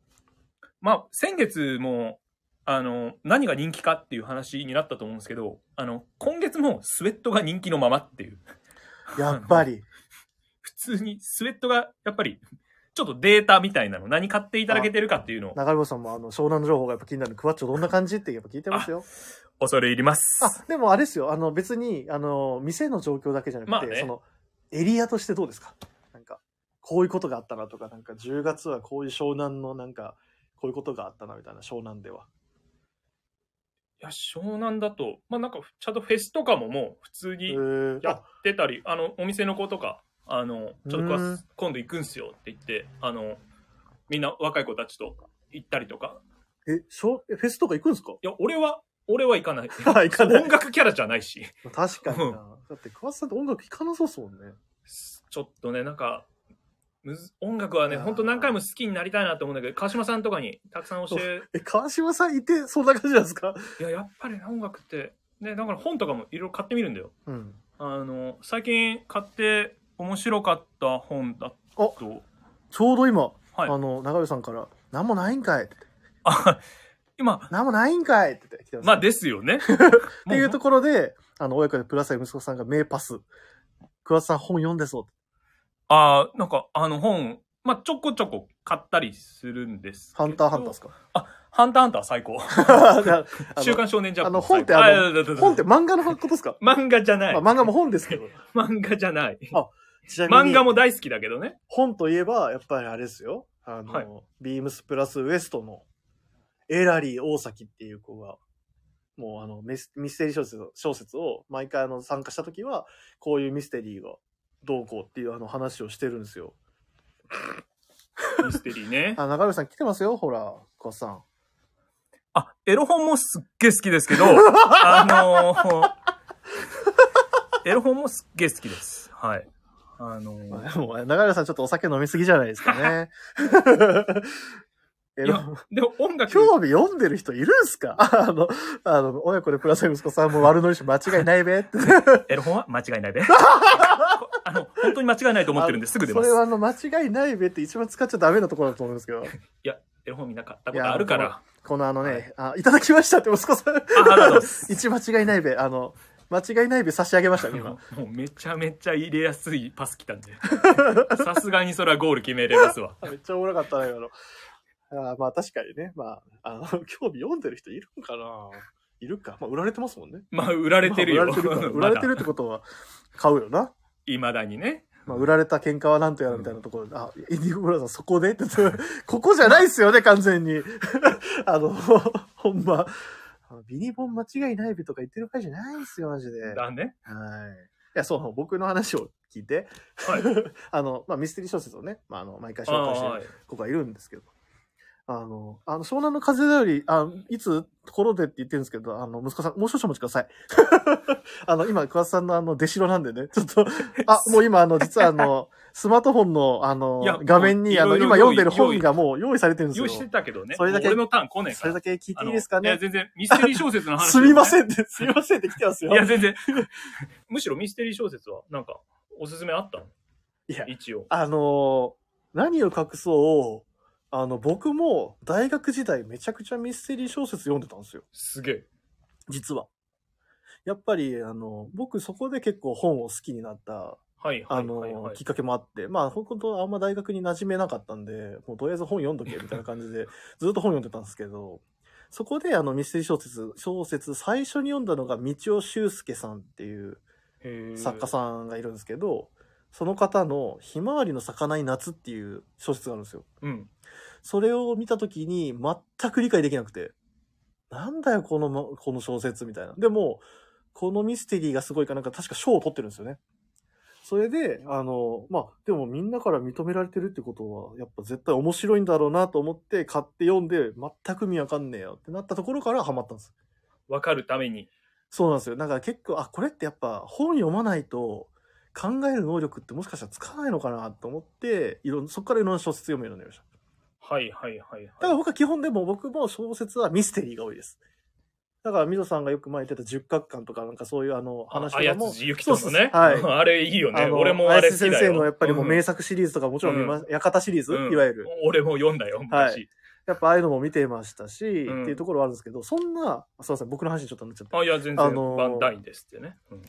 S2: まあ、先月も、あの、何が人気かっていう話になったと思うんですけど、あの、今月もスウェットが人気のままっていう、
S1: い。やっぱ
S2: *laughs*
S1: り。
S2: 普通にスウェットが、やっぱり、ちょっとデータみたいなの、何買っていただけてるかっていうのを、
S1: 中村さんもあの湘南の情報がやっぱ気になるクワッチョどんな感じってやっぱ聞いてますよ。
S2: 恐れ入ります。
S1: あ、でもあれですよ。あの別に、あの、店の状況だけじゃなくて、
S2: まあね
S1: その、エリアとしてどうですかなんか、こういうことがあったなとか、なんか10月はこういう湘南のなんか、こういうことがあったなみたいな、湘南では。
S2: いや、湘南だと、まあ、なんか、ちゃんとフェスとかももう、普通
S1: へ
S2: に、
S1: ー
S2: やってたり、あの、お店の子とか、あの、ちょっと
S1: う
S2: 今
S1: ん
S2: 今度行くんすよって言って、あの、みんな若い子たちと行ったりとか。
S1: え、しょえフェスとか行くんですか *laughs*
S2: いや、俺は、俺は行かない。
S1: 行かない
S2: 音楽キャラじゃないし。
S1: 確かにな。だって、桑田さんって音楽聴かなそうっすもんね。
S2: ちょっとね、なんか、むず音楽はね、本当何回も好きになりたいなと思うんだけど、川島さんとかにたくさん教え、
S1: え、川島さんいて、そんな感じなんですか
S2: いや、やっぱりね音楽って、ね、だから本とかもいろいろ買ってみるんだよ。
S1: うん。
S2: あの、最近買って面白かった本だと、
S1: ちょうど今、
S2: はい
S1: あの、長尾さんから、なんもないんかいって言って、
S2: あ、 *laughs* 今、
S1: なんもないんかいって言って来てます。
S2: まあで
S1: *laughs*
S2: すよね。
S1: っていうところで、あの、親子でプラス息子さんが名パス。桑田さん本読んでそう。
S2: ああ、なんか、あの本、まあ、ちょこちょこ買ったりするんですけど。
S1: ハンターハンターですか
S2: ハンターハンター最高。
S1: *laughs* あの
S2: 週刊少年ジャンプ。
S1: あの本って
S2: 最高
S1: あの
S2: いやいやいやいや
S1: 本って漫画のことですか、
S2: 漫画じゃない。
S1: まあ、漫画も本ですけど。
S2: 漫画じゃない。
S1: ちなみに
S2: 漫画も大好きだけどね。
S1: 本といえば、やっぱりあれですよ。あの、
S2: はい
S1: ビームスプラスウエストのエラリー大崎っていう子が、もうあのミス、ミステリー小説小説を毎回あの参加した時は、こういうミステリーがどうこうっていうあの話をしてるんですよ。
S2: ミステリ
S1: *laughs*
S2: ーね。
S1: あ、中村さん来てますよ、ほら、小さん。
S2: あ、エロ本もすっげえ好きです
S1: *laughs*
S2: けど、あのーエロ本もすっげえ好きです。はい。あのー
S1: もう、中村さんちょっとお酒飲みすぎじゃないですか *laughs* ね。え
S2: いやでも音楽、
S1: 興味読んでる人いるんすか *laughs* あの、あの、親子でプラス息子さんも悪乗りし間違いないべって。
S2: エロ本は間違いな
S1: *laughs*
S2: いで。あの、本当に間違いないと思ってるんですぐ出ます
S1: それ。はあの、間違いないべって一番使っちゃダメなところだと思うんですけ
S2: *laughs*
S1: ど。
S2: エロ本見なかったことあるから。
S1: このあのね、、
S2: はい
S1: あ、いただきましたって息子さん。
S2: あ、ありがとうございま
S1: *laughs*
S2: す。
S1: 一間違いないべ、あの、間違いないべ差し上げましたね、今
S2: も。うめちゃめちゃ入れやすいパス来たんで *laughs* さすがにそれはゴール決 *laughs* めれますわ
S1: めっちゃおもろかったな、今の。あーまあ確かにね、まあ、あの、興味読んでる人いるんかないるか。まあ売られて *laughs* ますもんね。
S2: まあ売られてるよ、
S1: まあ売られてるか売
S2: *laughs* ま
S1: られ
S2: だ
S1: てるってことは買うよな。
S2: いまだにね
S1: まあ、売られた喧嘩はなんとやらみたいなところで、あ、インディゴブラザーそこでって *laughs* 言って、ここじゃないっすよね、完全に。 *laughs* あの、 *laughs* ほんま。あのビニボン間違いないべとか言ってる場合じゃないっすよ、マジで。はい。
S2: だね
S1: いや、そう、僕の話を聞いて、
S2: はい
S1: *laughs* あの、まあ、ミステリー小説をね、まあ、あの、毎回
S2: あ
S1: 紹介して
S2: あ
S1: る子がいるんですけど、あの、あの、湘南の風だより、あ、いつ、ところでって言ってるんですけど、あの、息子さん、もう少々お待ちください。 *laughs* あの、今、桑田さんのあの、出城なんでね、ちょっ
S2: *laughs*
S1: と、あ、もう今、あの、実はあの、スマートフォンの、あの
S2: いや、
S1: 画面に、あの、
S2: いろい
S1: 今
S2: ろ
S1: 読んでる
S2: 用意
S1: 本がもう用意されてるんです
S2: 用意し
S1: よ
S2: て。たけどね。
S1: それだけ
S2: 俺のターン来ねえ
S1: そ
S2: から。
S1: れだけ聞いていいです
S2: あ
S1: か
S2: のいや、
S1: ね。
S2: 全然、ミステリー小説の話。
S1: すみま
S2: ん。
S1: せんって、すみませんって来てますよ。
S2: いや、全然。 *laughs* むしろミステリー小説は、なんか、おすすめあったの
S1: いや
S2: 一応。
S1: あのー何を隠そう、あの、僕も大学時代めちゃくちゃミステリー小説読んでたんですよ。
S2: すげえ。
S1: 実は。やっぱり、あの、僕そこで結構本を好きになった、
S2: はい、は
S1: あ
S2: い、
S1: の、
S2: はいはい
S1: きっ。かけもあって、まあ、本当あんま大学に馴染めなかったんで、もうとりあえず本読んどけ、みたいな感じで、 *laughs* ずっと本読んでたんですけど、そこであのミステリー小説、小説最初に読んだのが道尾修介さんっていう作家
S2: ん。
S1: さんがいるんですけど、その方のひまわりの咲かない夏っていう小説があるんですよ。
S2: うん。
S1: それを見たときに全く理解できなくて、なんだよ、このま、この小説みたいな。でも、このミステリーがすごいかなんか確か賞を取ってるんですよね。それで、あの、まあ、でもみんなから認められてるってことは、やっぱ絶対面白いんだろうなと思って買って読んで、全く意味わかんねえよってなったところからハマったんです。
S2: わかるために。
S1: そうなんですよ。だから結構、あ、これってやっぱ本読まないと考える能力ってもしかしたらつかないのかなと思って、いろんそこからいろんな小説読むようになりました。
S2: はい、はい、はい。はい
S1: だから僕は基本でも僕も小説はミステリーが多いです。だから、ミドさんがよく前言ってた十角巻とかなんかそういうあの話と
S2: あ
S1: か
S2: や
S1: も
S2: つ、じゆきと
S1: そ
S2: の
S1: うそう
S2: ね。
S1: そうはい
S2: *laughs* あれいいよね。
S1: あの、
S2: 俺もあれ好きだ
S1: 先
S2: よ。
S1: 生のやっぱりもう名
S2: 作、
S1: 作シリーズとかもちろん見ま、館シリーズ、
S2: うん
S1: いわゆる。
S2: 俺も読んだよ、昔。
S1: やっぱああいうのも見てましたし、
S2: ん
S1: っていうところはあるんですけど、そんな、すいません、僕の話にちょっとなっちゃった。
S2: あ、いや、全然、
S1: あのー
S2: バンダインですってね。
S1: *laughs*
S2: うん、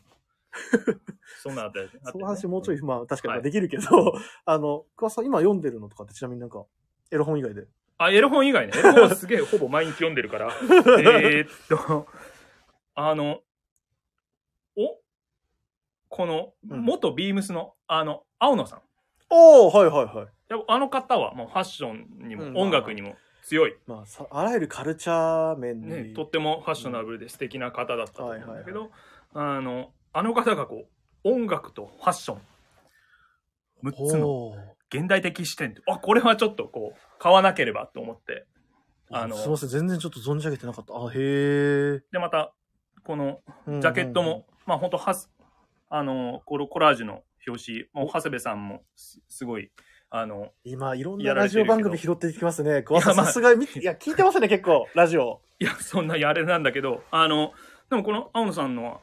S2: そんなあたり。
S1: その話もうちょい、
S2: あ
S1: まあ確か
S2: は
S1: に
S2: い
S1: できるけど、 *laughs* あの、桑田さん今読んでるのとかってちなみになんか、エロ本以外で。
S2: ってね。あ、エロ本以外ね。エロ本はすげえ、ほぼ毎日読んでる
S1: *laughs*
S2: から。えーっと、あの、おこの、
S1: うん
S2: 元ビームスの、あの、青野さん。
S1: おー、はいはいはい。
S2: やっぱあの方は、もうファッションに
S1: うん
S2: も、音楽にも強い。
S1: まあさ、あらゆるカルチャー面に。
S2: ね、とってもファッショナブルで素敵な方だったと思うんだけど、
S1: は
S2: あのあの方がこう音楽とファッション6つの
S1: おー
S2: 現代的視点あこれはちょっとこう買わなければと思ってあの
S1: すみません、全然ちょっと存じ上げてなかった。あ、へえ。
S2: でまたこの
S1: うんうんうん
S2: ジャケットも、。まあ本当はすあのコロコラージュの表紙もう長谷部さんもすすごいあの
S1: 今、いろんな
S2: やら
S1: ラ
S2: れて
S1: ジ
S2: る
S1: オ
S2: けど
S1: 番組拾ってきますね。桑田
S2: ま
S1: さ
S2: あ
S1: んさすが見て、いや、聞いてますね、結構、ラジオ。
S2: いやそんなやれなんだけどあのでもこの青野さんの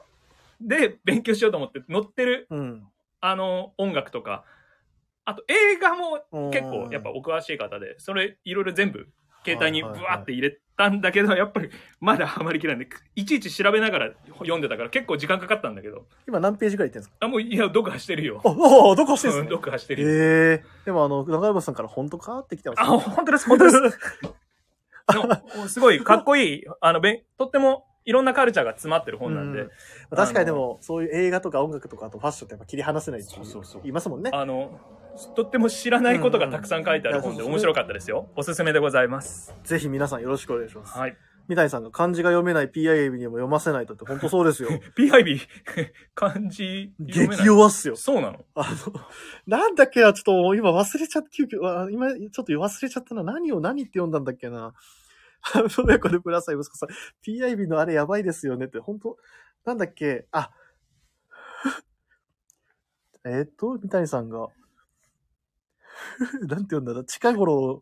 S2: で勉強しようと思って載ってる
S1: うん。
S2: あの、音楽とか、あと映画も
S1: うん
S2: 結構やっぱお詳しい方で、それいろいろ全部携帯にブ
S1: はいはいはい
S2: ワーって入れたんだけど、やっぱりまだハマりきらないんで、いちいち調べながら読んでたから結構時間かかったんだけど、
S1: 今何ページくらいいってんですか
S2: あ、もういや、読破してるよ。
S1: あ、おおどこしてんす
S2: うん
S1: ね
S2: 読破してるよ。
S1: ええ。でも、あの、長山さんから本当かって来てます
S2: あ、
S1: ね。
S2: 本当です、本当です。でもすご
S1: *laughs*
S2: いかっこいい、あの、べんとってもいろんなカルチャーが詰まってる本なんで、
S1: うん確かにでも、そういう映画とか音楽とか、あとファッションってやっぱ切り離せないってい
S2: そうそうそう
S1: 言いますもんね。
S2: あの、とっても知らないことがたくさん書いてある本で面白かったですよ。おすすめでございます。
S1: ぜひ皆さんよろしくお願いします。
S2: はい。
S1: 三谷さんが漢字が読めない PI にも読ませないとって、本当そう
S2: *laughs*
S1: ですよ。
S2: PIB *laughs* 漢字読めない
S1: 激弱っすよ。
S2: そう
S1: *laughs*
S2: なの
S1: あの、なんだっけな、ちょっともう今忘れちゃった、急遽、あ今、ちょっと忘れちゃったな。何を何って読んだんだっけな。あのね、これ、プラス息子さん、PIB のあれやばいですよねって、本当なんだっけ、あ、えっと、三谷さんが、なんて読んだんだ、近頃、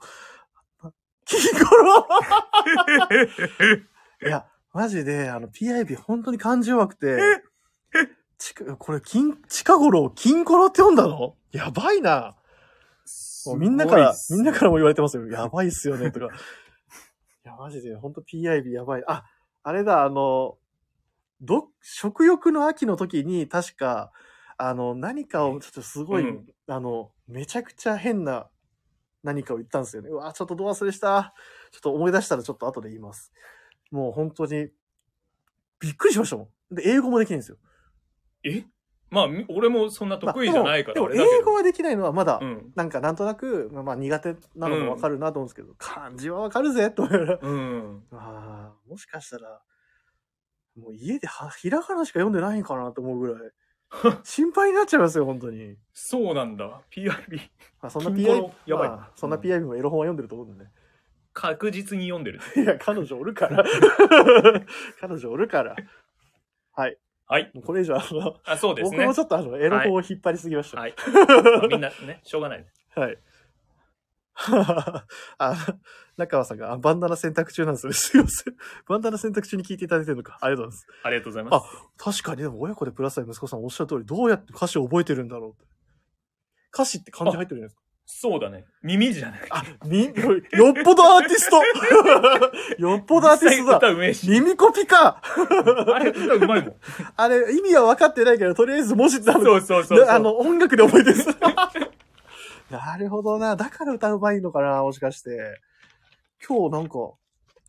S1: 近頃いや、マジで、あの、PIB 本当に感じ弱くて、ちか、これ、金、近頃を金頃って読んだのやばいな。もうみんなから、みんなからも言われてますよ。やばいっすよね、と
S2: *laughs*
S1: か。いや、マジで、ほんと PIB やばい。あ、あれだ、あの、ど、食欲の秋の時に、確か、あの、何かを、ちょっとすごい、
S2: うん
S1: あの、めちゃくちゃ変な何かを言ったんですよね。うわ、ちょっとど忘れした。ちょっと思い出したらちょっと後で言います。もう本当に、びっくりしましたもん。で、英語もできないんですよ。
S2: えまあみ俺もそんな得意じゃないから、
S1: まあでも
S2: あれだ
S1: でも
S2: け
S1: 英語はできないのはまだ、
S2: どうん
S1: なんかなんとなく、まあまあ苦手なのもわかるなと思うんですけど、漢字はわかるぜ、と思いながら。
S2: うん
S1: ああ、もしかしたら、もう家ではひらがなしか読んでないんかなと思うぐら
S2: *laughs*
S1: い、心配になっちゃいますよ、本当に。
S2: そうなんだ PIB
S1: まあ、そんな
S2: 金庫
S1: PI
S2: の、やばい
S1: まあそんな PIB もエロ本は読んでると思うんでね。
S2: 確実に読んでる。
S1: いや、彼女おる
S2: *laughs*
S1: から。彼女おるから。
S2: はい。
S1: もうこれ以上、あの、
S2: あ、そうです
S1: 僕
S2: ね
S1: も。ちょっとあの、エロ法を引っ張りすぎました。
S2: はい。みんなね、しょうがないね。
S1: はい。 *laughs* あ、中川さんが、あバンダナ選択中なんですね。 *laughs* すいません。バンダナ選択中に聞いていただいてるのか。ありがとうございます。
S2: ありがとうございます。
S1: 確かに、でも親子でプラスアイ息子さんおっしゃる通り、どうやって歌詞を覚えてるんだろうって。歌詞って漢字入ってるじゃないですか。
S2: そうだね。耳じゃなくて。
S1: あ、み、よっぽどアーティスト *laughs* よっぽどアーティストだ
S2: 歌うめえし。
S1: 耳コピか
S2: あれ、歌うまい
S1: *laughs*
S2: もん。
S1: あれ、意味は分かってないけど、とりあえず文字ってある
S2: そうそうそうそう。
S1: あの、音楽で覚えてる。 *laughs* なるほどな。だから歌うまいのかな、もしかして。今日なんか、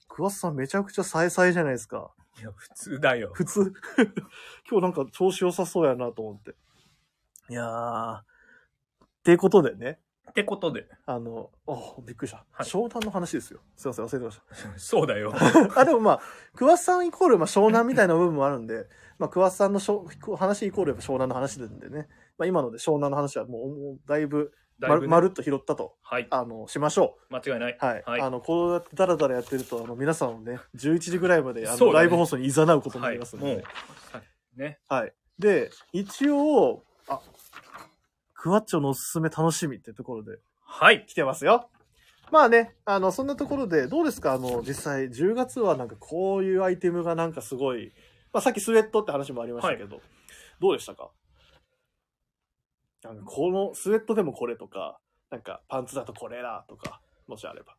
S1: 桑田さんめちゃくちゃさえさえじゃないですか。
S2: いや、普通だよ。
S1: 普通。 *laughs* 今日なんか調子良さそうやなと思って。いやー。っていうことでね、
S2: ってことで。
S1: あの、おびっくりした。
S2: はい
S1: 湘南の話ですよ。すいません、忘れてまし
S2: そうだよ。
S1: た。あ、でも *laughs* まあ、桑田さんイコール、まあ、湘南みたいな部分もあるんで、まあ、桑田さんのしょ話イコールやっぱ湘南の話なんでね。まあ、今ので湘南の話はもう、もうだいぶ
S2: だ
S1: ま
S2: いぶ
S1: る
S2: ね
S1: まるっと拾ったと、
S2: はい。
S1: あの、しましょ。。
S2: 間違いないう
S1: はい。
S2: はい
S1: あの、こうやってダラダラやってると、あの、皆さんをね、11時ぐらいまで、あ
S2: そ
S1: の、
S2: うだね
S1: ライブ放送に誘うことにな
S2: はい。
S1: り
S2: も
S1: ます
S2: う
S1: ので、ね。
S2: はいね。
S1: はい。で、一応、あ、クワッチョのおすすめ楽しみってところで
S2: はい。
S1: 来てますよ。まあね、あの、そんなところで、どうですかあの、実際、10月はなんかこういうアイテムがなんかすごい、まあさっきスウェットって話もありましたけど、どうでしたかなんかこのスウェットでもこれとか、なんかパンツだとこれだとか、もしあれば。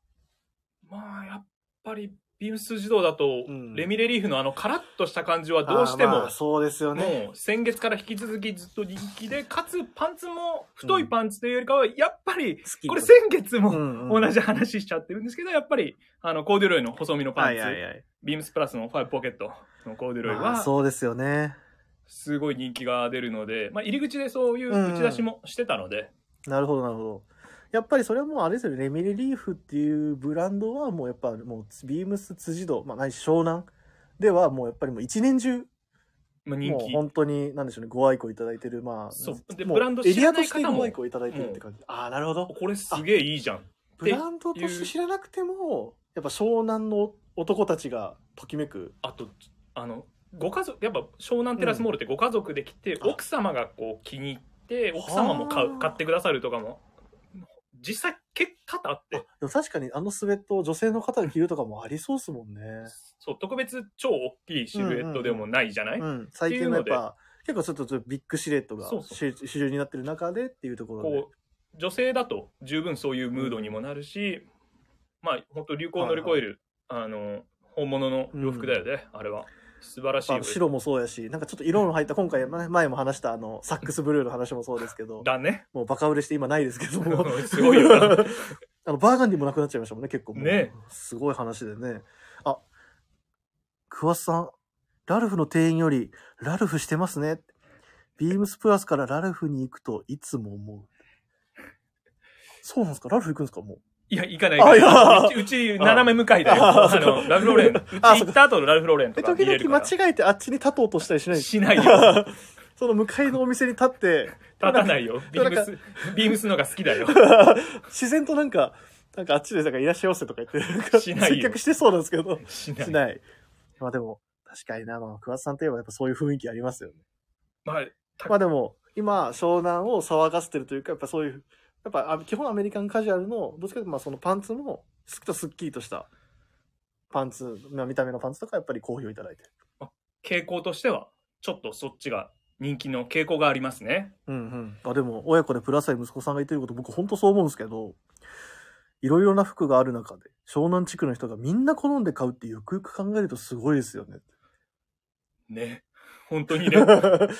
S2: まあ、やっぱり、ビームス児童だと
S1: う、ん
S2: レミレリーフのあの、カラッとした感じはどうして
S1: あーま
S2: も
S1: あ、そうですよね。
S2: もう先月から引き続きずっと人気で、かつパンツも太いパンツというよりかは、やっぱり、
S1: 好き
S2: これ先月も
S1: ん
S2: 同じ話しちゃってるんですけど、やっぱり、あの、コーデュロイの細身のパ
S1: は
S2: ン
S1: い
S2: ツ、
S1: はいはい。
S2: ビームスプラスのファイブポケットのコーデュロイ
S1: まあ
S2: は、
S1: そうですよね。
S2: すごい人気が出るので、まあ入り口でそういう
S1: うん
S2: 打ち出しもしてたので、
S1: なるほど、なるほど。やっぱりそれはもうあれですよね、レミレリーフっていうブランドはもうやっぱもうビームス辻堂、まあないし湘南ではもうやっぱりもう一年中、
S2: まあ人
S1: もう
S2: 気。
S1: 本当に何でしょうね、ご愛顧いただいてる、まあ、
S2: そうで
S1: も
S2: ブランド
S1: エ
S2: 知
S1: リ
S2: ら
S1: ア
S2: な
S1: と
S2: い
S1: して
S2: 方も
S1: ご愛顧いただいてるって感じ。ああ、なるほど。
S2: これすげえいいじゃん。
S1: ブランドとして知らなくても、やっぱ湘南の男たちがときめく。
S2: あと、あの、ご家族、やっぱ湘南テラスモールってご家族で来て、
S1: あ
S2: 奥様がこう気に入って、奥様も買
S1: はあ
S2: う買ってくださるとかも、実際結構多々あって、
S1: でも確かにあのスウェットを女性の方が着るとかもありそうっすもんね。
S2: そう、特別超大きいシルエットでもないじゃない、
S1: うん、最近のやっぱ、結構ちょっとちょっとビッグシルエットが
S2: そうそ
S1: 主主流になってる中でっていうところで。
S2: こう、女性だと十分そういうムードにもなるし、まあ、本当流行を乗り越える、あの、本物の洋服だよね、あれは。素晴らしい
S1: ま
S2: よ
S1: あ、。白もそうやし、なんかちょっと色の入った、今回、ま前も話したあの、サックスブルーの話もそうですけど、
S2: だね。。
S1: もうバカ売れして今ないですけど *laughs* も
S2: すごいよな
S1: あの、バーガンディもなくなっちゃいましたもんね、結構もう。
S2: ね
S1: すごい話でね。あ、桑田さん、ラルフの店員より、ラルフしてますね。ビームスプラスからラルフに行くといつも思う。そうなんですかラルフ行くんですかもう。
S2: いや、行かない行か
S1: あいや
S2: ない。うち、うち、斜め向かいだよ。
S1: あ
S2: あ
S1: そう
S2: の、ラルフローレン。うち
S1: あそう
S2: 行った後のラルフローレン
S1: え、
S2: とか
S1: 時
S2: 見れる
S1: 々
S2: から。
S1: 間違えてあっちに立とうとしたりしないです
S2: しないよ。
S1: その向かいのお店に *laughs* 立って、
S2: 立たないよ。ビ
S1: な
S2: ー
S1: んか
S2: ムス、ビームスのが好
S1: *laughs*
S2: きだよ。
S1: 自然となんか、なんかあっちでなんかいらっしゃいませとか言って、なんか
S2: しないよ
S1: 接客してそうなんですけど、
S2: しない
S1: し。ない。まあでも、確かにな、まあ、桑田さんといえばやっぱそういう雰囲気ありますよね。
S2: まあ、
S1: まあでも、今、湘南を騒がせてるというか、やっぱそういう、やっぱあ基本アメリカンカジュアルの、どっちかというとまあそのパンツも、すっとすっきりとしたパンツ、まあ見た目のパンツとかやっぱり好評いただいてる。
S2: 傾向としては、ちょっとそっちが人気の傾向がありますね。
S1: うんうん。あ、でも、親子でプラスアイ息子さんが言ってること、僕本当そう思うんですけど、いろいろな服がある中で、湘南地区の人がみんな好んで買うってよくよく考えるとすごいですよね。
S2: ね。本当に
S1: *laughs*
S2: ね。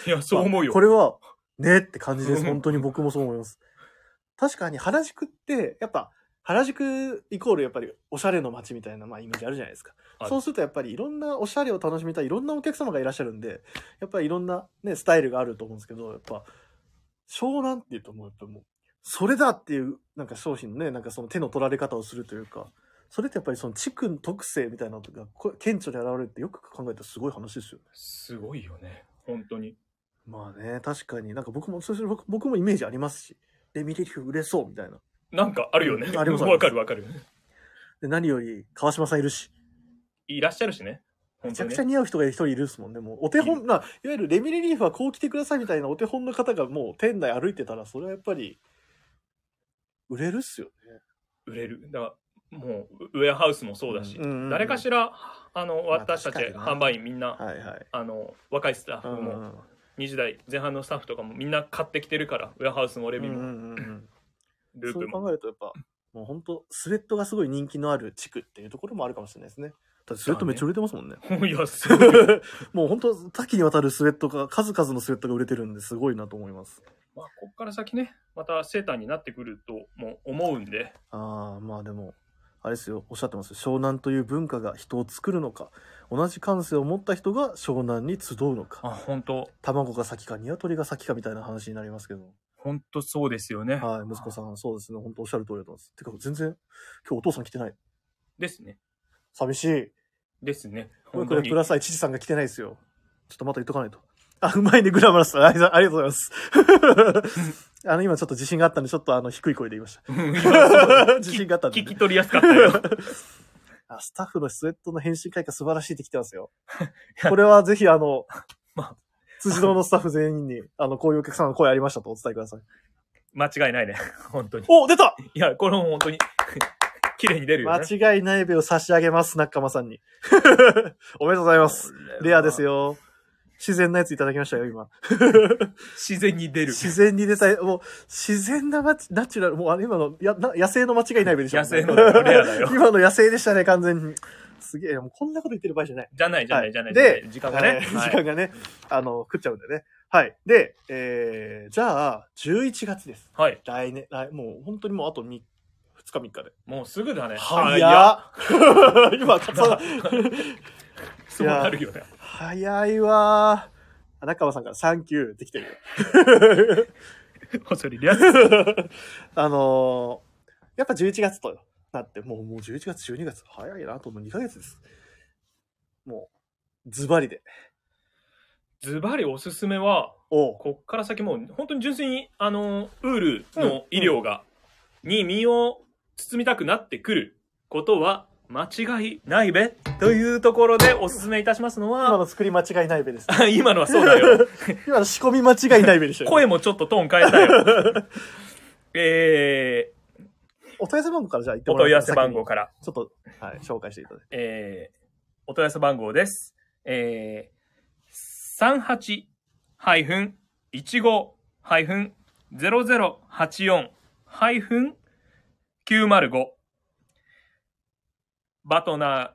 S2: いや、そう思うよ。
S1: あこれは、ねって感
S2: *laughs*
S1: じです。
S2: うん
S1: 本当に僕もそう思います。確かに原宿って、やっぱ、原宿イコールやっぱりおしゃれの街みたいな、まあ、イメージあるじゃないですか
S2: あ。る
S1: そうするとやっぱりいろんなおしゃれを楽しみたい、いろんなお客様がいらっしゃるんで、やっぱりいろんなね、スタイルがあると思うんですけど、やっぱ、湘南っていうともうやっぱもう、それだっていう、なんか商品のね、なんかその手の取られ方をするというか、それってやっぱりその地区の特性みたいなのがこう顕著に現れるってよく考えたらすごい話ですよね。
S2: すごいよね。本当に。
S1: まあね、確かに。なんか僕も、そして僕僕もイメージありますし。レミレリフ売れそうみたいな。
S2: なんかあるよね。
S1: うんあります
S2: わかるわかる。
S1: で、何より、川島さんいるし。
S2: いらっしゃるしね。
S1: め
S2: 本
S1: ちゃ
S2: 当
S1: く
S2: に
S1: ちゃ
S2: ね。
S1: 似合う人が一人いるっすもんね。もう、お手
S2: い
S1: 本、な、いわゆるレミリリーフはこう来てくださいみたいなお手本の方がもう店内歩いてたら、それはやっぱり、売れるっすよね。
S2: 売れる。だから、もう、ウェアハウスもそうだし、
S1: うんうんうん
S2: 誰かしら、あの、
S1: まあ
S2: 私たち
S1: 確かにな
S2: 販売員みんな、
S1: はいはい。
S2: あの、若いスタッ
S1: う
S2: フ
S1: んう
S2: も、
S1: ん
S2: 20代前半のスタッフとかもみんな買ってきてるから、ウェアハウスもレ
S1: うんう
S2: ビも、
S1: んうんうん。
S2: ルー
S1: そう
S2: プ
S1: 考え
S2: も。
S1: るとやっぱ、もう本当スウェットがすごい人気のある地区っていうところもあるかもしれないですね。だってスウェットめっちゃ売れてますもんね。
S2: *laughs* いや、すごい。
S1: *laughs* もう本当多岐にわたるスウェットが、数々のスウェットが売れてるんですごいなと思います。
S2: まあ、こっから先ね、またセーターになってくるとも思うんで、
S1: ああ、まあでも、あれですよ、おっしゃってます。湘南という文化が人を作るのか、同じ感性を持った人が湘南に集うの
S2: あ、
S1: か、
S2: 本当
S1: 卵が先か鶏が先かみたいな話になりますけど、
S2: 本当そうですよね。
S1: はい、息子さん、そうですね、本当おっしゃる通りだと思います。てか、全然、今日お父さん来てない。
S2: ですね。
S1: 寂しい。
S2: ですね。
S1: これ
S2: 本
S1: こ
S2: 当
S1: れ
S2: に
S1: プ。ラス愛知事さんが来てないですよ。ちょっとまた言っとかないと。あ、うまいね、グラマラスさん。ありがありがとうございます。 *laughs* あの、今ちょっと自信があったんで、ちょっとあの、低い声で言いました。
S2: うん *laughs* 今そう
S1: 自信があったんで、
S2: 聞
S1: ね
S2: き。取りやすかったよ。 *laughs*
S1: あスタッフのスウェットの返信会が素晴らしいって来てます
S2: *laughs*
S1: よ。これはぜひあの、
S2: ま
S1: 辻堂のスタッフ全員に、あの、こういうお客様の声ありましたとお伝えください。
S2: 間違いないね。本当に。
S1: お出た
S2: いや、これも本当に、 *laughs* 綺麗に出るよね。
S1: *laughs* 間違いないべを差し上げます、中間さんに。 *laughs* おめでとうございます。レアです
S2: よ。
S1: よ。自然なやついただきましたよ、今。
S2: 自然に出る。
S1: 自然に出たい、もう、自然なまちナチュラル、もうあの今のやな野生の間違いないべでしょ。
S2: 野生のレアだよ
S1: *laughs* 今の野生でしたね、完全に。すげえ、もうこんなこと言ってる場合じゃない。
S2: じゃない、じゃな、
S1: はいい
S2: じゃない。
S1: で
S2: じゃない時間がね。
S1: はい時
S2: はい
S1: 間がね、あの、食っちゃうんでね。はい。で、えー、じゃあ、11月です。
S2: はい。
S1: 来年、来もう本当にもうあと2、2日3日で。
S2: もうすぐだね。
S1: 早
S2: や。
S1: っ *laughs* 今、重な
S2: そうなるよね。 *laughs*
S1: 早いわー。中間さんからサンキューできてるよ。 *laughs*
S2: それ、リアス。
S1: あのー、やっぱ11月となって、もうもう11月、12月、早いな、あともう2ヶ月です。もう、ズバリで。
S2: ズバリおすすめは、
S1: おう
S2: こっから先もう本当に純粋にあのウールの医療が、に身を包みたくなってくることは間違いないべというところでお勧めいたしますの
S1: 今
S2: は
S1: の作り間違いないべです。
S2: *laughs* 今のはそう
S1: *laughs*
S2: だよ
S1: 今の仕込み間違いないべでしょ。
S2: 声もちょっとトーン変えたよ
S1: *laughs*
S2: え
S1: お問い合わせ番号からじゃあ言って
S2: ー、お
S1: もらって
S2: 問い合わせ番号
S1: 先
S2: から、
S1: にちょっと、はい、紹介していただいて。
S2: えー、お問い合わせ番号ですえー、38-15-0084-905 905バトナー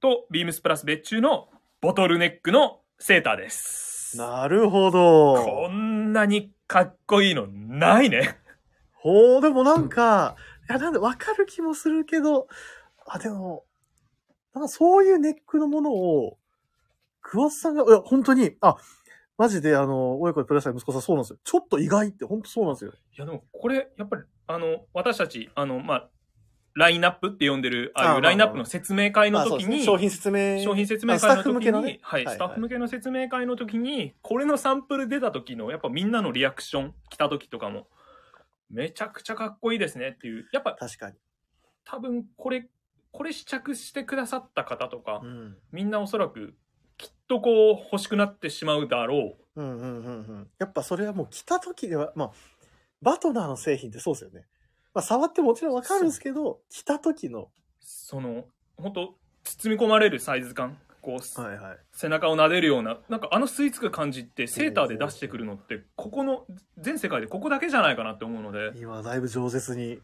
S2: とビームスプラス別注のボトルネックのセーター *laughs* です。
S1: なるほど
S2: こ。んなにかっこいいのないね。
S1: ほう、でもなんか、いや、なんで、わかる気もするけど、あ、でも、なんかそういうネックのものを、桑田さんが、いや、本当に、あ、マジで、あの、親子でプラスアル息子さんそうなんですよ。ちょっと意外って、本当そうなんですよ。
S2: いやでもこれやっぱりあの私たちあのまあラインナップって呼んでるああい
S1: あ
S2: う
S1: ー
S2: ラインナップの説明会の時に、
S1: 商品説明。
S2: 商品説明
S1: あスタ
S2: 会
S1: ッフ向
S2: の時に、
S1: けのね。
S2: はい、
S1: はい
S2: スタッフ向けの説明会の時に、これのサンプル出た時の、やっぱみんなのリアクション来た時とかも、めちゃくちゃかっこいいですねっていう、やっぱ
S1: 確かに。
S2: 多分これ、これ試着してくださった方とか
S1: う、ん。
S2: みんなおそらくきっとこう欲しくなってしまうだろう。
S1: うんうんうんうん。やっぱそれはもう着た時では、まあ、バトナーの製品ってそうですよね。まあ、触ってもちろんわかるんですけど、着た時の。
S2: その、本当包み込まれるサイズ感。こう、
S1: はいはい。
S2: 背中を撫でるような、なんかあの吸い付く感じってセーターで出してくるのって、ここの、全世界でここだけじゃないかなって思うので。
S1: 今、だいぶ饒舌に。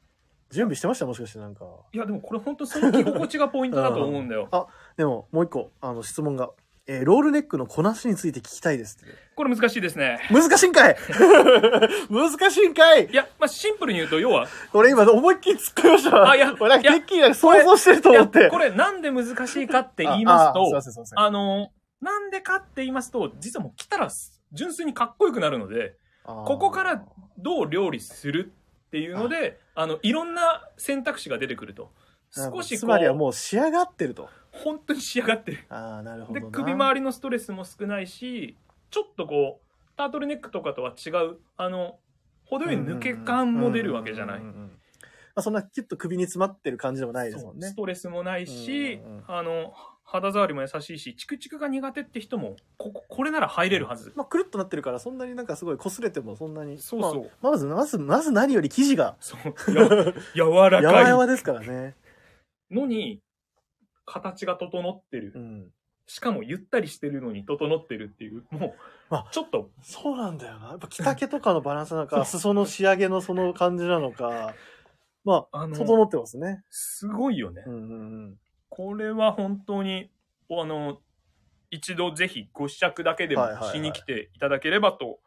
S1: 準備してましたもしかしてなんか。。
S2: いやでもこれ本当その着心地がポイントだと思うんだよ
S1: *laughs* でも、もう一個、あの、質問が。えーロールネックのこなしについて聞きたいですって。
S2: これ難しいですね。
S1: 難しいん
S2: *laughs*
S1: かい難しいんかい
S2: いや、まあシンプルに言うと、
S1: *laughs*
S2: 要は、
S1: 俺今思いっきり突っ込みました。
S2: あいや
S1: 俺なん
S2: い
S1: か
S2: や
S1: てっきりなんか想像してると
S2: い
S1: 思
S2: や
S1: って。
S2: これなんで難しいかって言い
S1: あ
S2: ます
S1: あすいま
S2: と、
S1: せんすいません。
S2: あの、なんでかって言いますと、実はもう着たら純粋にかっこよくなるので、
S1: あー
S2: ここからどう料理するっていうので、あの、いろんな選択肢が出てくると。
S1: なるほ
S2: 少
S1: ど
S2: し
S1: つ
S2: こ
S1: まりは
S2: う、
S1: もう仕上がってると。
S2: 本当に仕上がってる。
S1: ああ、なるほ
S2: で
S1: どな。
S2: 首周りのストレスも少ないしちょっとこうタートルネックとかとは違うあの程よい抜け感も出るわけじゃな
S1: う
S2: い
S1: んうんうんうんあ、そんなキュッと首に詰まってる感じでもないですもん
S2: そう
S1: ね
S2: ス。トレスもないし、
S1: うんうんうん
S2: あの、肌触りも優しいし、チクチクが苦手って人も、ここ、これなら入れるはず。
S1: まあ、くるっとなってるから、そんなになんかすごい擦れてもそんなに。
S2: そうそう
S1: まあまず、まず、まず何より生地が、
S2: そう。や
S1: *laughs*
S2: 柔ら
S1: やわや
S2: か
S1: わですからね。
S2: いのに、形が整ってる。
S1: うん。
S2: しかもゆったりしてるのに整ってるっていう、もう
S1: あ、
S2: ちょっと、
S1: そうなんだよな。やっぱ着丈とかのバランスなの
S2: *laughs*
S1: か、裾の仕上げのその感じなのか、ま
S2: あ
S1: あ、
S2: の、
S1: 整ってますね。
S2: すごいよね
S1: う。んうんうん。
S2: これは本当に、あの、一度ぜひご試着だけでも
S1: はいはいはい
S2: しに来ていただければと、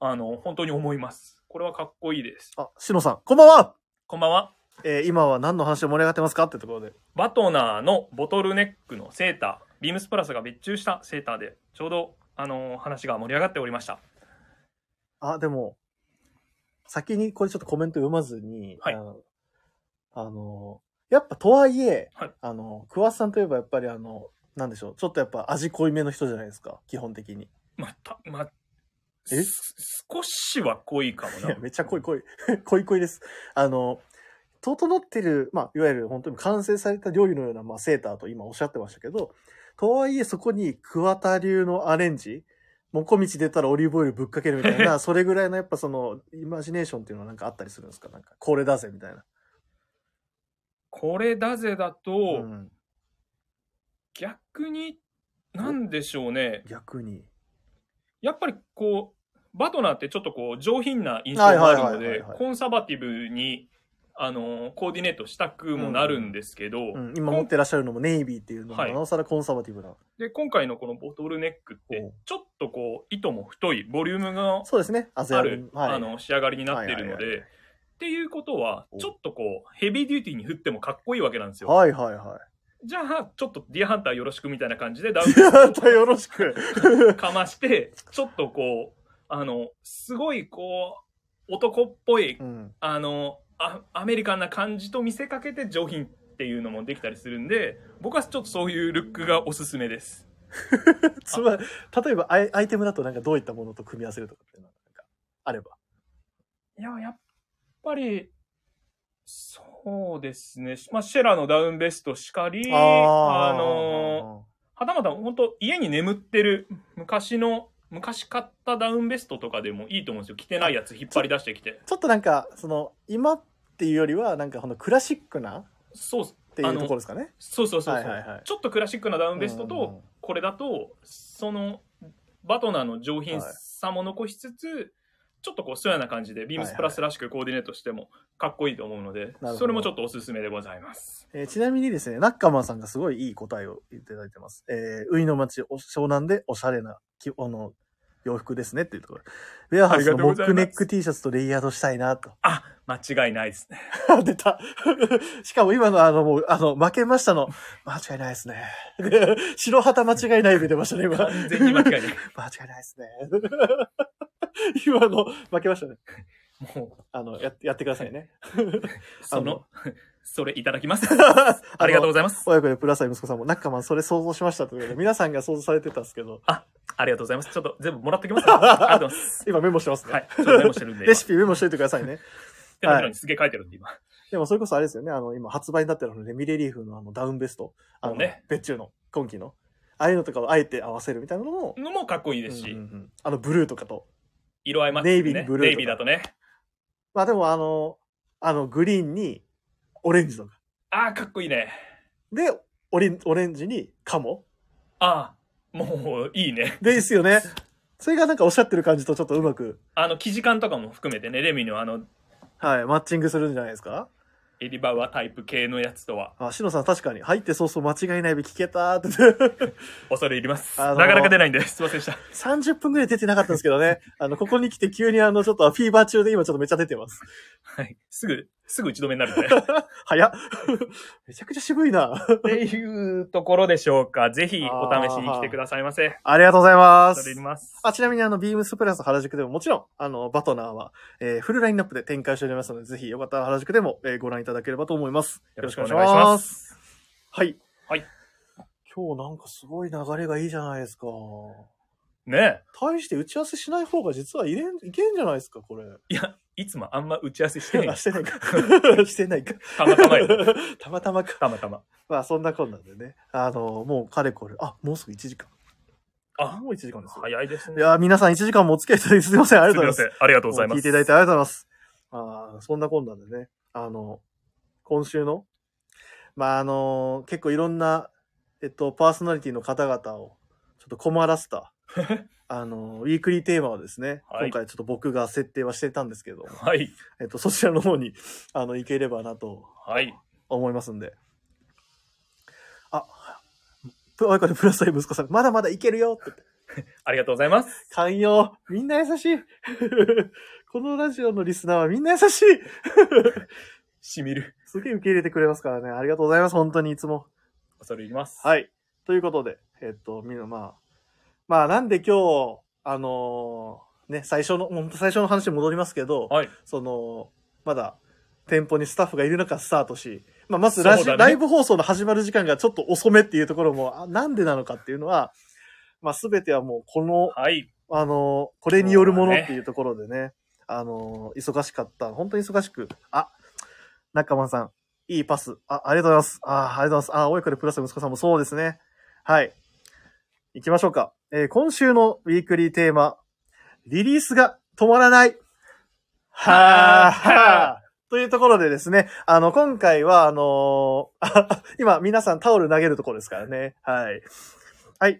S2: あの、本当に思います。これはかっこいいです。
S1: あ、しのさん、こんばんは
S2: こんばんは。
S1: えー今は何の話で盛り上がってますかってところで。
S2: バトナーのボトルネックのセーター、ビームスプラスが別注したセーターで、ちょうど、あのー話が盛り上がっておりました。
S1: あ、でも、先にこれちょっとコメント読まずに、
S2: はい
S1: あの、あのやっぱとはいえ、
S2: はい
S1: あの、桑田さんといえばやっぱりあの、なんでしょう、ちょっとやっぱ味濃いめの人じゃないですか、基本的に。
S2: また、ま、
S1: え
S2: す少しは濃いかも
S1: い
S2: な。
S1: や、めっちゃ濃い濃い、 *laughs* 濃い濃いです。あの、整ってる、まあ、いわゆる本当に完成された料理のような、まあ、セーターと今おっしゃってましたけど、とはいえそこに桑田流のアレンジ、もこみち出たらオリーブオイルぶっかけるみたい
S2: *laughs*
S1: な、それぐらいのやっぱその、イマジネーションっていうのはなんかあったりするんですかなんか、これだぜみたいな。
S2: これだぜだと、
S1: うん
S2: 逆に、なんでしょうね。
S1: 逆に。
S2: やっぱりこう、バトナーってちょっとこう、上品な印象があるの
S1: はいはいはいはい
S2: で
S1: はい、
S2: コンサバティブに、あのーコーディネートしたくもなるんですけど、
S1: うん、今持ってらっしゃるのもネイビーっていうのも、
S2: はい
S1: なおさらコンサバティブな。
S2: で、今回のこのボトルネックっ
S1: お
S2: て
S1: う、
S2: ちょっとこう、糸も太い、ボリュームが
S1: そうですね。アゼ
S2: あ
S1: ア
S2: る
S1: ル、。はい。
S2: あの、仕上がりになってるの
S1: はいはいはい
S2: で、っていうことは
S1: お、
S2: ちょっとこう、ヘビーデューティーに振ってもかっこいいわけなんですよ。
S1: はいはいは
S2: じゃあ、ちょっとディアハンターよろしくみたいな感じで
S1: *laughs*
S2: ダウン
S1: い。またよろしく。
S2: かまして、ちょっとこう、あの、すごいこう、男っぽい、
S1: うん。
S2: あの、あアメリカンな感じと見せかけて上品っていうのもできたりするんで、僕はちょっとそういうルックがおすすめです。
S1: *laughs* つまり、例えばアイアイテムだとなんかどういったものと組み合わせるとかっていうのはなんか、あれば。
S2: いや、やっぱり、そうですね。まあ、シェラのダウンベストしかり、あの、はたまた本当家に眠ってる昔の、昔買ったダウンベストとかでもいいと思うんですよ。着てないやつ引っ張り出してきて。
S1: ちょっとなんか、その、今っていうよりは、なんかこのクラシックなっ
S2: そうっす
S1: ていうところですかね。
S2: そうそうそうそう、
S1: はいはいはい
S2: ちょっとクラシックなダウンベスト
S1: うんうんう
S2: と
S1: ん、
S2: これだと、その、バトナーの上品さも残しつつ、ちょっとこう、そやな感じで、ビームスプラスらしくコーディネートしても、かっこいいと思うので、
S1: ほど
S2: それもちょっとおすすめでございます。
S1: えーちなみにですね、ナッカマンさんがすごいいい答えをいただいてます。えー、海の町お湘南でおしゃれなきあの洋服ですねっていうところ。ウェアハウスのモックネック T シャツとレイヤードしたいなと。
S2: あ、間違いないですね。
S1: *laughs* 出た。しかも今のあのもう、あの、負けましたの、間違いないですね。 *laughs* 白旗間違いないで出ましたね、今。
S2: 完全に間違いない。
S1: *laughs* 間違いないですね。 *laughs* 今の、負けましたね。
S2: もう、
S1: あの、ややってくださいね。
S2: その、 *laughs* それいただきます。
S1: あ
S2: *laughs* ありがとう
S1: う
S2: ございます。
S1: 親子でプラスアイ息子さんも、ナッカマンそれ想像しましたということで、皆さんが想像されてたんですけど、
S2: ありがとうございます。ちょっと全部もらって
S1: *laughs*
S2: きます、ね。ありがとうございます。
S1: 今メモしてますね。
S2: はい。ちょっとメモしてるん
S1: *laughs*
S2: で。
S1: レシピメモしといてくださいね。
S2: 手のひらにすげえ書いてるんで、今。
S1: でもそれこそあれですよね、あの、今発売になってるあのレミレリーフのあのダウンベスト。あの、
S2: そうね
S1: 別注の、今季の。ああいうのとかをあえて合わせるみたいなのも、
S2: のもかっこいいですし、
S1: うんうんうんあの、ブルーとかと。
S2: 色合いマッチ
S1: ネイビ
S2: で
S1: ー
S2: ね。
S1: にブルーとか
S2: ネイビーだとね。
S1: まあでもあの、あの、グリーンにオレンジとか。
S2: ああ、かっこいいね。
S1: で、オレンオレンジにカモ。
S2: ああ、もういいね。
S1: ですよね。それがなんかおっしゃってる感じとちょっとうまく、
S2: あの、生地感とかも含めてね、レミのあの、
S1: はい、マッチングするんじゃないですか
S2: エリバウアタイプ系のやつとは、
S1: あ、しのさん確かに、入って早々間違いないべ聞けたーって。
S2: *laughs* 恐れ入ります。
S1: あのー
S2: なかなか出ないんで、すいませんでした。
S1: 30分ぐらい出てなかったんですけどね。あの、ここに来て急にあの、ちょっとフィーバー中で今ちょっとめっちゃ出てます。
S2: はい。すぐ、すぐ打ち止めになるんで。
S1: 早っ。 *laughs* めちゃくちゃ渋いな。 *laughs*
S2: っていうところでしょうか。ぜひ、お試しに来てくださいませ。
S1: ありがとうございま
S2: 恐れ入り
S1: す。
S2: ます。
S1: あちなみにあの、ビームスプラス原宿でももちろん、あの、バトナーは、えーフルラインナップで展開しておりますので、ぜひよかったら原宿でも、えーご覧いただければと思います。
S2: よろしくお願いしま。す。
S1: はい。
S2: はい。
S1: 今日なんかすごい流れがいいじゃないですか。
S2: ね
S1: 対して打ち合わせしない方が実はいれんいけんじゃないですか、これ。
S2: え。いや、いつもあんま打ち合わせして
S1: *laughs*
S2: ない
S1: あ。してない
S2: *laughs*
S1: か。してないか。
S2: たまたまよ。
S1: *laughs* たまたまか。
S2: たまたま。
S1: まあそんなこんなんでね。あの、もうかれこれ。あ、もうすぐ1時間。
S2: あ、
S1: もう1時間ですよ。
S2: 早いですね。
S1: いやー皆さん1時間もお付き合いいただきすみません。ありがとうございます
S2: すみ。ません。ありがとうございます。
S1: 聞いていただいてありがとうございます。あーそんなこんなんでね、あの、今週の、まあ、あの、結構いろんな、えっと、パーソナリティの方々を、ちょっと困らせ
S2: *laughs*
S1: た、あの、ウィークリーテーマをですね、
S2: はい
S1: 今回ちょっと僕が設定はしてたんですけども、
S2: はい。
S1: えっと、そちらの方に、 *laughs* あの、行ければなと
S2: はい。
S1: 思いますんで。あ、プワイカでプラスアイ息子さん、まだまだいけるよって
S2: ありがとうございます。
S1: 寛容。みんな優しい。 *laughs* このラジオのリスナーはみんな優しい。
S2: しみる。
S1: すげえ受け入れてくれますからね。ありがとうございます。本当にいつも。
S2: 恐れ入ります。
S1: はい。ということで、えっと、みんな、まあ、まあ、なんで今日、あのーね、最初の、本当最初の話に戻りますけど、
S2: はい。
S1: その、まだ、店舗にスタッフがいる中スタートし、まあ、まずラジ、
S2: そうだ
S1: ラ
S2: ね
S1: イブ放送の始まる時間がちょっと遅めっていうところも、あなんでなのかっていうのは、まあ、すべてはもうこの
S2: はい。
S1: あの、これによるもの
S2: そうだね
S1: っていうところでね、あの、忙しかった。本当に忙しく。あ、中間さん、いいパス。あ、ありがとうございます。あ、ありがとうございます。あ、おいこれプラス息子さんもそうですね。はい。行きましょうか。えー今週のウィークリーテーマ、リリースが止まらない。は
S2: は
S1: ー
S2: ー
S1: はーというところでですね、あの、今回は、あのー *laughs* 今、皆さんタオル投げるところですからね。はい。はい。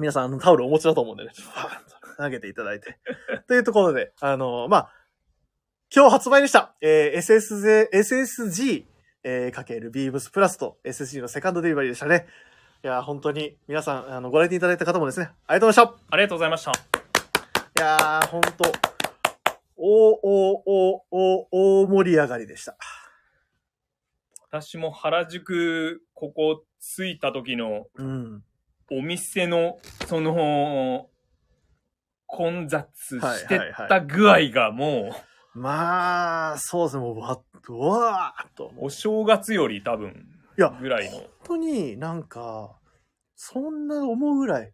S1: 皆さん、あのタオルお持ちだと思うんでね、 *laughs* ちょっとファーッと投げていただい *laughs* て。というところで、あのーまあ、今日発売でした。えー SSG、SSG、えー、かけるビームスプラスと SSG のセカンドデリバリーでしたね。いやー、本当に皆さん、あの、ご来店いただいた方もですね、ありがとうございました。
S2: ありがとうございました。
S1: いやー、ほんと、おーおーおーおー大盛り上がりでした。
S2: 私も原宿、ここ着いた時の
S1: うん。
S2: お店の、その、混雑してった具合がも
S1: まあ、そうですね、もう、わっ、わーっと。
S2: う、お正月より多分、
S1: いや、
S2: ぐらいの。
S1: 本当になんか、そんな思うぐらい、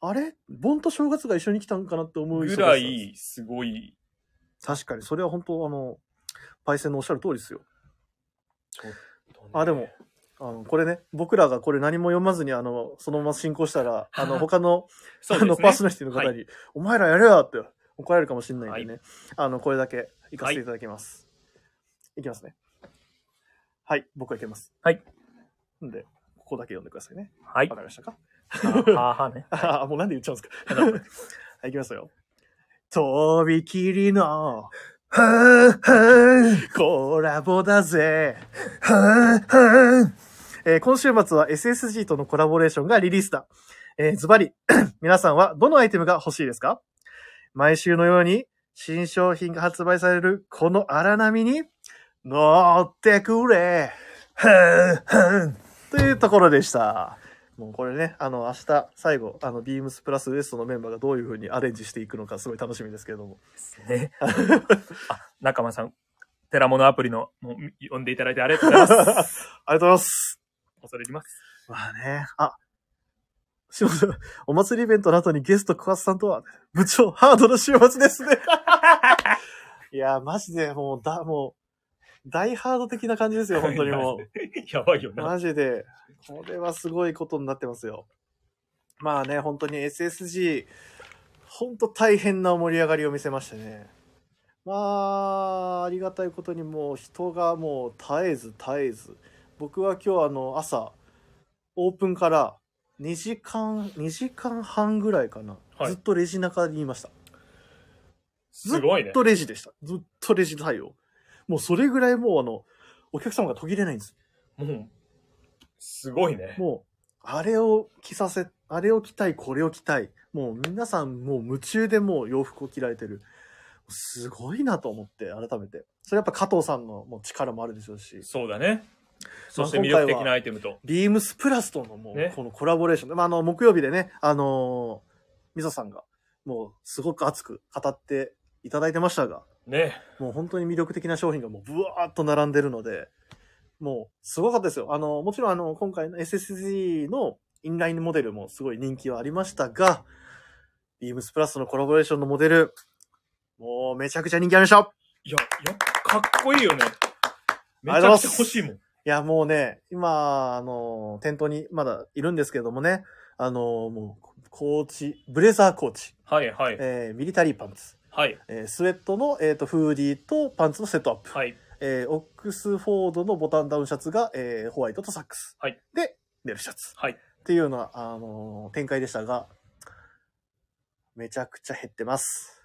S1: あれ盆と正月が一緒に来たんかなって思う忙し
S2: ぐ
S1: さなん
S2: ら
S1: です
S2: い、すごい、
S1: 確かに、それは本当、あの、パイセンのおっしゃる通りですよ。あ、でも、あの、これね、僕らがこれ何も読まずに、あの、そのまま進行したら、あの、
S2: *laughs* あ
S1: 他の、
S2: そう
S1: あ
S2: で
S1: の、
S2: す
S1: パーソ
S2: ね。
S1: ナリティの方に、
S2: は
S1: お前らやれよって怒られるかもしれないんでね、あの、これだけ行かせていただきます。い、きますね。はい、僕はいけます。
S2: はい。
S1: んで、ここだけ読んでくださいね。
S2: はい
S1: わ。かりましたか
S2: は
S1: *laughs*
S2: はね。
S1: あ、もうなんで言っちゃうんですか。 *laughs* はい、いきますよ。とびきりの
S2: はは
S1: コラボだぜ。
S2: はは
S1: えー今週末は SSG とのコラボレーションがリリースだ。えーズバリ、 *coughs* 皆さんはどのアイテムが欲しいですか毎週のように新商品が発売されるこの荒波に乗ってくれ
S2: は
S1: というところでした。もうこれね、あの、明日、最後、あの、ビームスプラスウエストのメンバーがどういう風にアレンジしていくのか、すごい楽しみですけれども。
S2: ね。あ、仲間さん、テラモのアプリの、もう、読んでいただいてありがとうご
S1: *laughs*
S2: ざいます。
S1: ありがとうございます。
S2: 恐れ入ります。
S1: まあね、あ、しさん、お祭りイベントの後にゲスト小松さんとは、部長、ハードの週末ですね。いや、マジでもう、だ、もう、大ハード的な感じですよ、本当にも
S2: やばいよ
S1: う。
S2: な。
S1: マジで、これはすごいことになってますよ。まあね、本当に SSG、本当大変な盛り上がりを見せましたね。まあ、ありがたいことにもう人がもう絶えず絶えず。僕は今日あの朝、オープンから2時間、2時間半ぐらいかな。
S2: はい
S1: ずっとレジ中にいました。
S2: すごい
S1: ず
S2: ね
S1: っ。とレジでした。ずっとレジ対応。もうそれぐらいもうあの、お客様が途切れないんです。
S2: もう、すごいね。
S1: もう、あれを着させ、あれを着たい、これを着たい。もう皆さんもう夢中でもう洋服を着られてる。すごいなと思って、改めて。それやっぱ加藤さんのもう力もあるでしょうし、
S2: そうだね。そして
S1: まあ
S2: 魅力的なアイテムと。
S1: ビームスプラスとのもう
S2: ね
S1: このコラボレーションで、まあ、あの、木曜日でね、あのー、みぞさんがもうすごく熱く語っていただいてましたが、
S2: ね。
S1: もう本当に魅力的な商品がもうブワーッと並んでるので、もうすごかったですよ。あの、もちろんあの、今回の SSG のインラインモデルもすごい人気はありましたが、ビームスプラスのコラボレーションのモデル、もうめちゃくちゃ人気ありました
S2: いや、いや、かっこいいよね。め
S1: あ
S2: ちゃ
S1: りがとうご
S2: く
S1: ざい
S2: ちゃ
S1: ます
S2: 欲しいもん。
S1: いや、もうね、今、あの、店頭にまだいるんですけどもね、あの、もう、コーチ、ブレザーコーチ、
S2: はいはい。
S1: えーミリタリーパンツ、
S2: はい。
S1: えースウェットの、えー、とフーディーとパンツのセットアップ、
S2: はい。
S1: えーオックスフォードのボタンダウンシャツが、えーホワイトとサックス、
S2: はい
S1: で、ネルシャツ
S2: はい。
S1: っていうような、あの展開でしたが、めちゃくちゃ減ってます。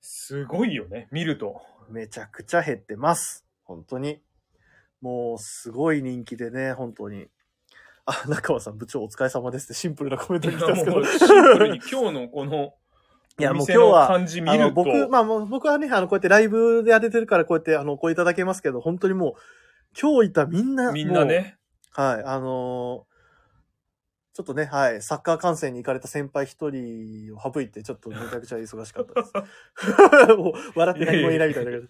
S2: すごいよね。見ると。
S1: めちゃくちゃ減ってます。本当に。もう、すごい人気でね、本当に。あ、中尾さん、部長お疲れ様ですってシンプルなコメント
S2: い
S1: が来たん
S2: や
S1: ですけど。
S2: もうシンプルに今日のこの、
S1: *laughs* いや
S2: お
S1: もう
S2: 店
S1: 今日
S2: の
S1: は
S2: 感じ見
S1: あの
S2: ると。
S1: 僕、まあもう僕はね、あの、こうやってライブでやれてるから、こうやって、あの、お声いただけますけど、本当にもう、今日いたみんな、
S2: みんなね。
S1: もう。はい、あのーちょっとね、はい、サッカー観戦に行かれた先輩一人を省いて、ちょ
S2: *laughs*
S1: っとめちゃくちゃ忙しかったです。 *laughs* もう笑って何もいないみたいな感じ。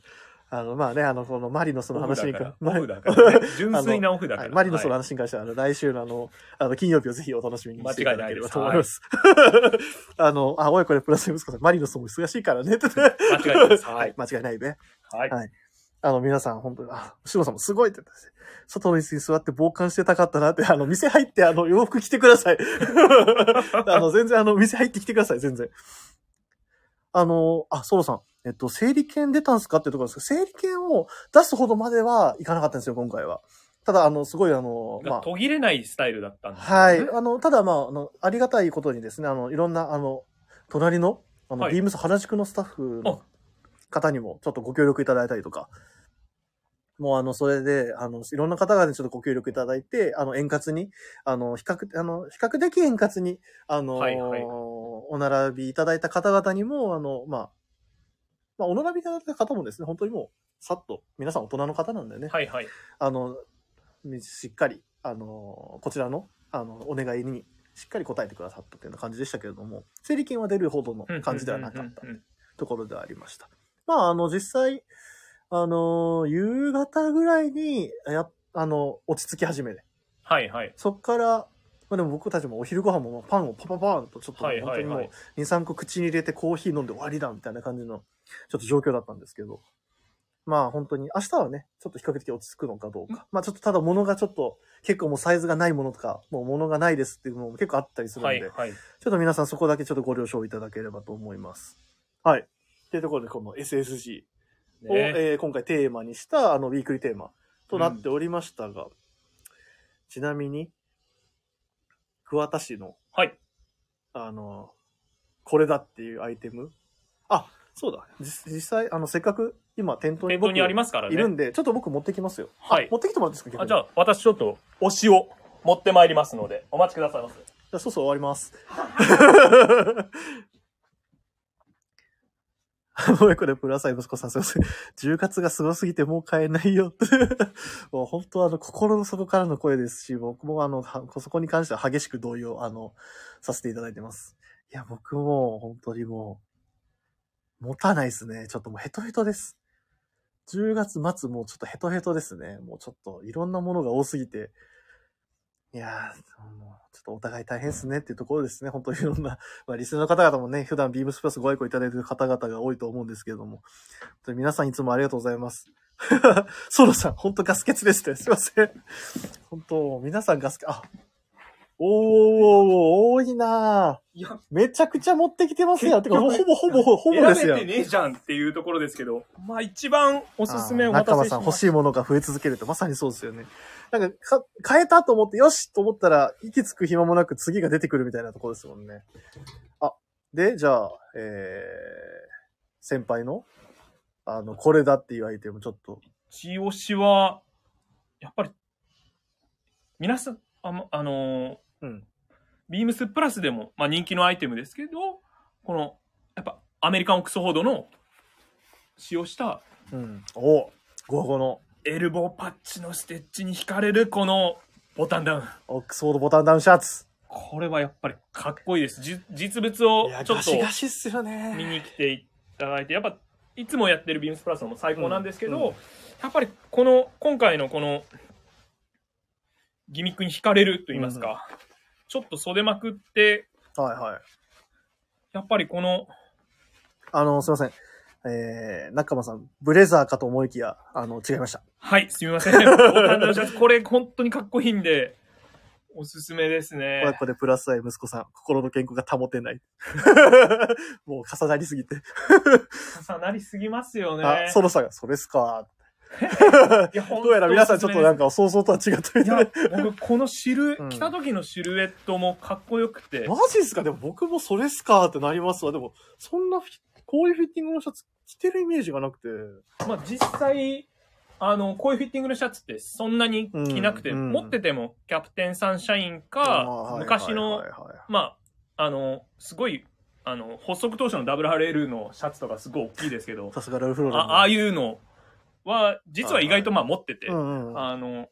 S1: あの、まあね、あの、このマリのその話に
S2: オフだから
S1: マ
S2: オ
S1: リ
S2: フだ
S1: *laughs*
S2: からね。純粋なオフだか
S1: はい、
S2: ら。
S1: マリノスの
S2: はい
S1: 話に関しては、あの来週のあの、あの、金曜日をぜひお楽しみにしていただければと思います。 *laughs* あの、あ、親子でプラス息子さん、マリノスも忙しいからね、って。
S2: 間違いないで
S1: *laughs*
S2: す。
S1: は
S2: はい
S1: い、。間違いないね。
S2: はい。
S1: あの、皆さん、本当に、あ、シロさんもすごいって言ってたし外の椅子に座って傍観してたかったなって、あの、店入って、あの、洋服着てください。 *laughs*
S2: *laughs*
S1: あの、全然、あの、店入ってきてください、全然。あの、あ、ソロさん、えっと、整理券出たんすかっていうところなんですけど、整理券を出すほどまではいかなかったんですよ、今回は。ただ、あの、すごい、あの、まあ、
S2: 途切れないスタイルだったんですよね
S1: はい。あの、ただ、まあ、あの、ありがたいことにですね、あの、いろんな、あの、隣の、あの、
S2: はい
S1: ビームス原宿のスタッフの方にも、ちょっとご協力いただいたりとか、もう、あの、それで、あの、いろんな方がね、ちょっとご協力いただいて、あの、円滑に、あの、比較、あの、比較的円滑に、あの、
S2: はいはい
S1: お並びいただいた方々にも、あの、まあ、まあ、お並びいただいた方もですね、本当にもう、さっと、皆さん大人の方なんだよね。
S2: はいはい。
S1: あの、しっかり、あの、こちらの、あの、お願いに、しっかり答えてくださったというような感じでしたけれども、整理券は出るほどの感じではなかった
S2: うんうんうんうん
S1: ところではありました。まあ、あの、実際、あの、夕方ぐらいに、や、あの、落ち着き始めて、
S2: はいはい。
S1: そっから、まあでも僕たちもお昼ご飯もまあパンをパパパーンとちょっと
S2: はい
S1: 本
S2: は
S1: 当
S2: い
S1: にも
S2: は
S1: う
S2: い。
S1: 2、3個口に入れてコーヒー飲んで終わりだみたいな感じのちょっと状況だったんですけど。まあ本当に明日はね、ちょっと比較的落ち着くのかどうか。まあちょっとただ物がちょっと結構もうサイズがないものとか、もう物がないですっていうのも結構あったりするん
S2: は
S1: で、
S2: いはい。
S1: ちょっと皆さんそこだけちょっとご了承いただければと思います。はい。というところでこの SSG を、
S2: ね
S1: えー今回テーマにしたあのウィークリーテーマとなっておりましたが、ちなみに、桑田市の
S2: はい。
S1: あの、これだっていうアイテム。あ、そうだ。実実際、あの、せっかく今店頭に
S2: 店
S1: 僕
S2: 頭にありますから
S1: いるん
S2: ね。
S1: で、ちょっと僕持ってきますよ。
S2: はい
S1: 持ってきてもらっていいですか
S2: あじゃあ、私ちょっと、推しを持ってまいりますので、お待ちくださいませ。
S1: じゃあ、そうそう終わります。 *laughs* あの、これ、プラサイ息子さん、すいません。10月がすごすぎてもう買えないよ。 *laughs* もう本当あの、心の底からの声ですし、僕もあの、はそこに関しては激しく同意を、あの、させていただいてます。いや、僕も、本当にもう、持たないですね。ちょっともうヘトヘトです。10月末、もうちょっとヘトヘトですね。もうちょっと、いろんなものが多すぎて、いやー、もうちょっとお互い大変ですねっていうところですね。本当にいろんな、 *laughs* まあ、リスナーの方々もね、普段ビームスプラスご愛顧いただいている方々が多いと思うんですけれども、本当に皆さんいつもありがとうございます。 *laughs* ソロさん、本当ガス欠ですって。すいません。本当、皆さんガスケ、あ、おー、多いなー
S2: いや
S1: めちゃくちゃ持ってきてますよ。てか、ほぼほぼほぼほぼです
S2: 選べ
S1: よ。
S2: てねえじゃんっていうところですけど、まあ一番おすすめ
S1: あー
S2: お待
S1: 中
S2: た
S1: 間
S2: せし
S1: さん
S2: ま
S1: 欲
S2: す。
S1: しいものが増え続けるってまさにそうですよね。なんかか、変えたと思って、よしと思ったら、息つく暇もなく次が出てくるみたいなところですもんね。あ、で、じゃあ、えー、先輩の、あの、これだっていうアイテムちょっと。
S2: 一押しは、やっぱり、皆さん、あの、あのー
S1: うん。
S2: ビームスプラスでも、まあ、人気のアイテムですけど、この、やっぱアメリカンオックスフォードの使用した
S1: うん。おゴーゴーの、
S2: エルボーパッチのステッチに惹かれるこのボタンダウン。
S1: オックスフォードボタンダウンシャツ。
S2: これはやっぱりかっこいいです。じ実物を
S1: いや、
S2: ちょ
S1: ガ
S2: っ
S1: シガ
S2: と
S1: シっすよね。
S2: 見に来ていただいて、やっぱいつもやってるビームスプラスのも最高なんですけど、
S1: うんうん
S2: やっぱりこの、今回のこのギミックに惹かれると言いますか、ちょっと袖まくって、
S1: はいはい。
S2: やっぱりこの、
S1: あの、すいません。ええー、中間さん、ブレザーかと思いきや、あの、違いました。
S2: はい、すみません。 *laughs* ボタンのシャツこれ本当にかっこいいんで、おすすめで
S1: *laughs*
S2: すね。
S1: 親子でプラス愛息子さん、心の健康が保て
S2: *laughs*
S1: ない。もう重なりすぎて。
S2: 重なりすぎますよね。
S1: あ、そのさんが、それっすか。
S2: いや、本
S1: どうやら皆さんちょっとなん
S2: か。
S1: か想像とは違ったみ
S2: い
S1: *laughs* たい
S2: や、僕、このシル、
S1: うん
S2: 着た時のシルエットもかっこよくて
S1: マ、ジっすかでも僕もそれっすかってなりますわ。でも、そんなフィ、こういうフィッティングのシャツ着てるイメージがなくて。
S2: まあ実際、あの、こういうフィッティングのシャツってそんなに着なくて、
S1: うんうん
S2: 持っててもキャプテンサンシャイン
S1: あ
S2: か、
S1: ー
S2: 昔の
S1: はいはい、はいはい
S2: まあ、あの、すごい、あの、発足当初の WRL のシャツとかすごい大きいですけど、
S1: さすがラルフロー
S2: あ
S1: レン
S2: ああいうのは、実は意外とまあ持ってて、
S1: うんうん。はい
S2: あの、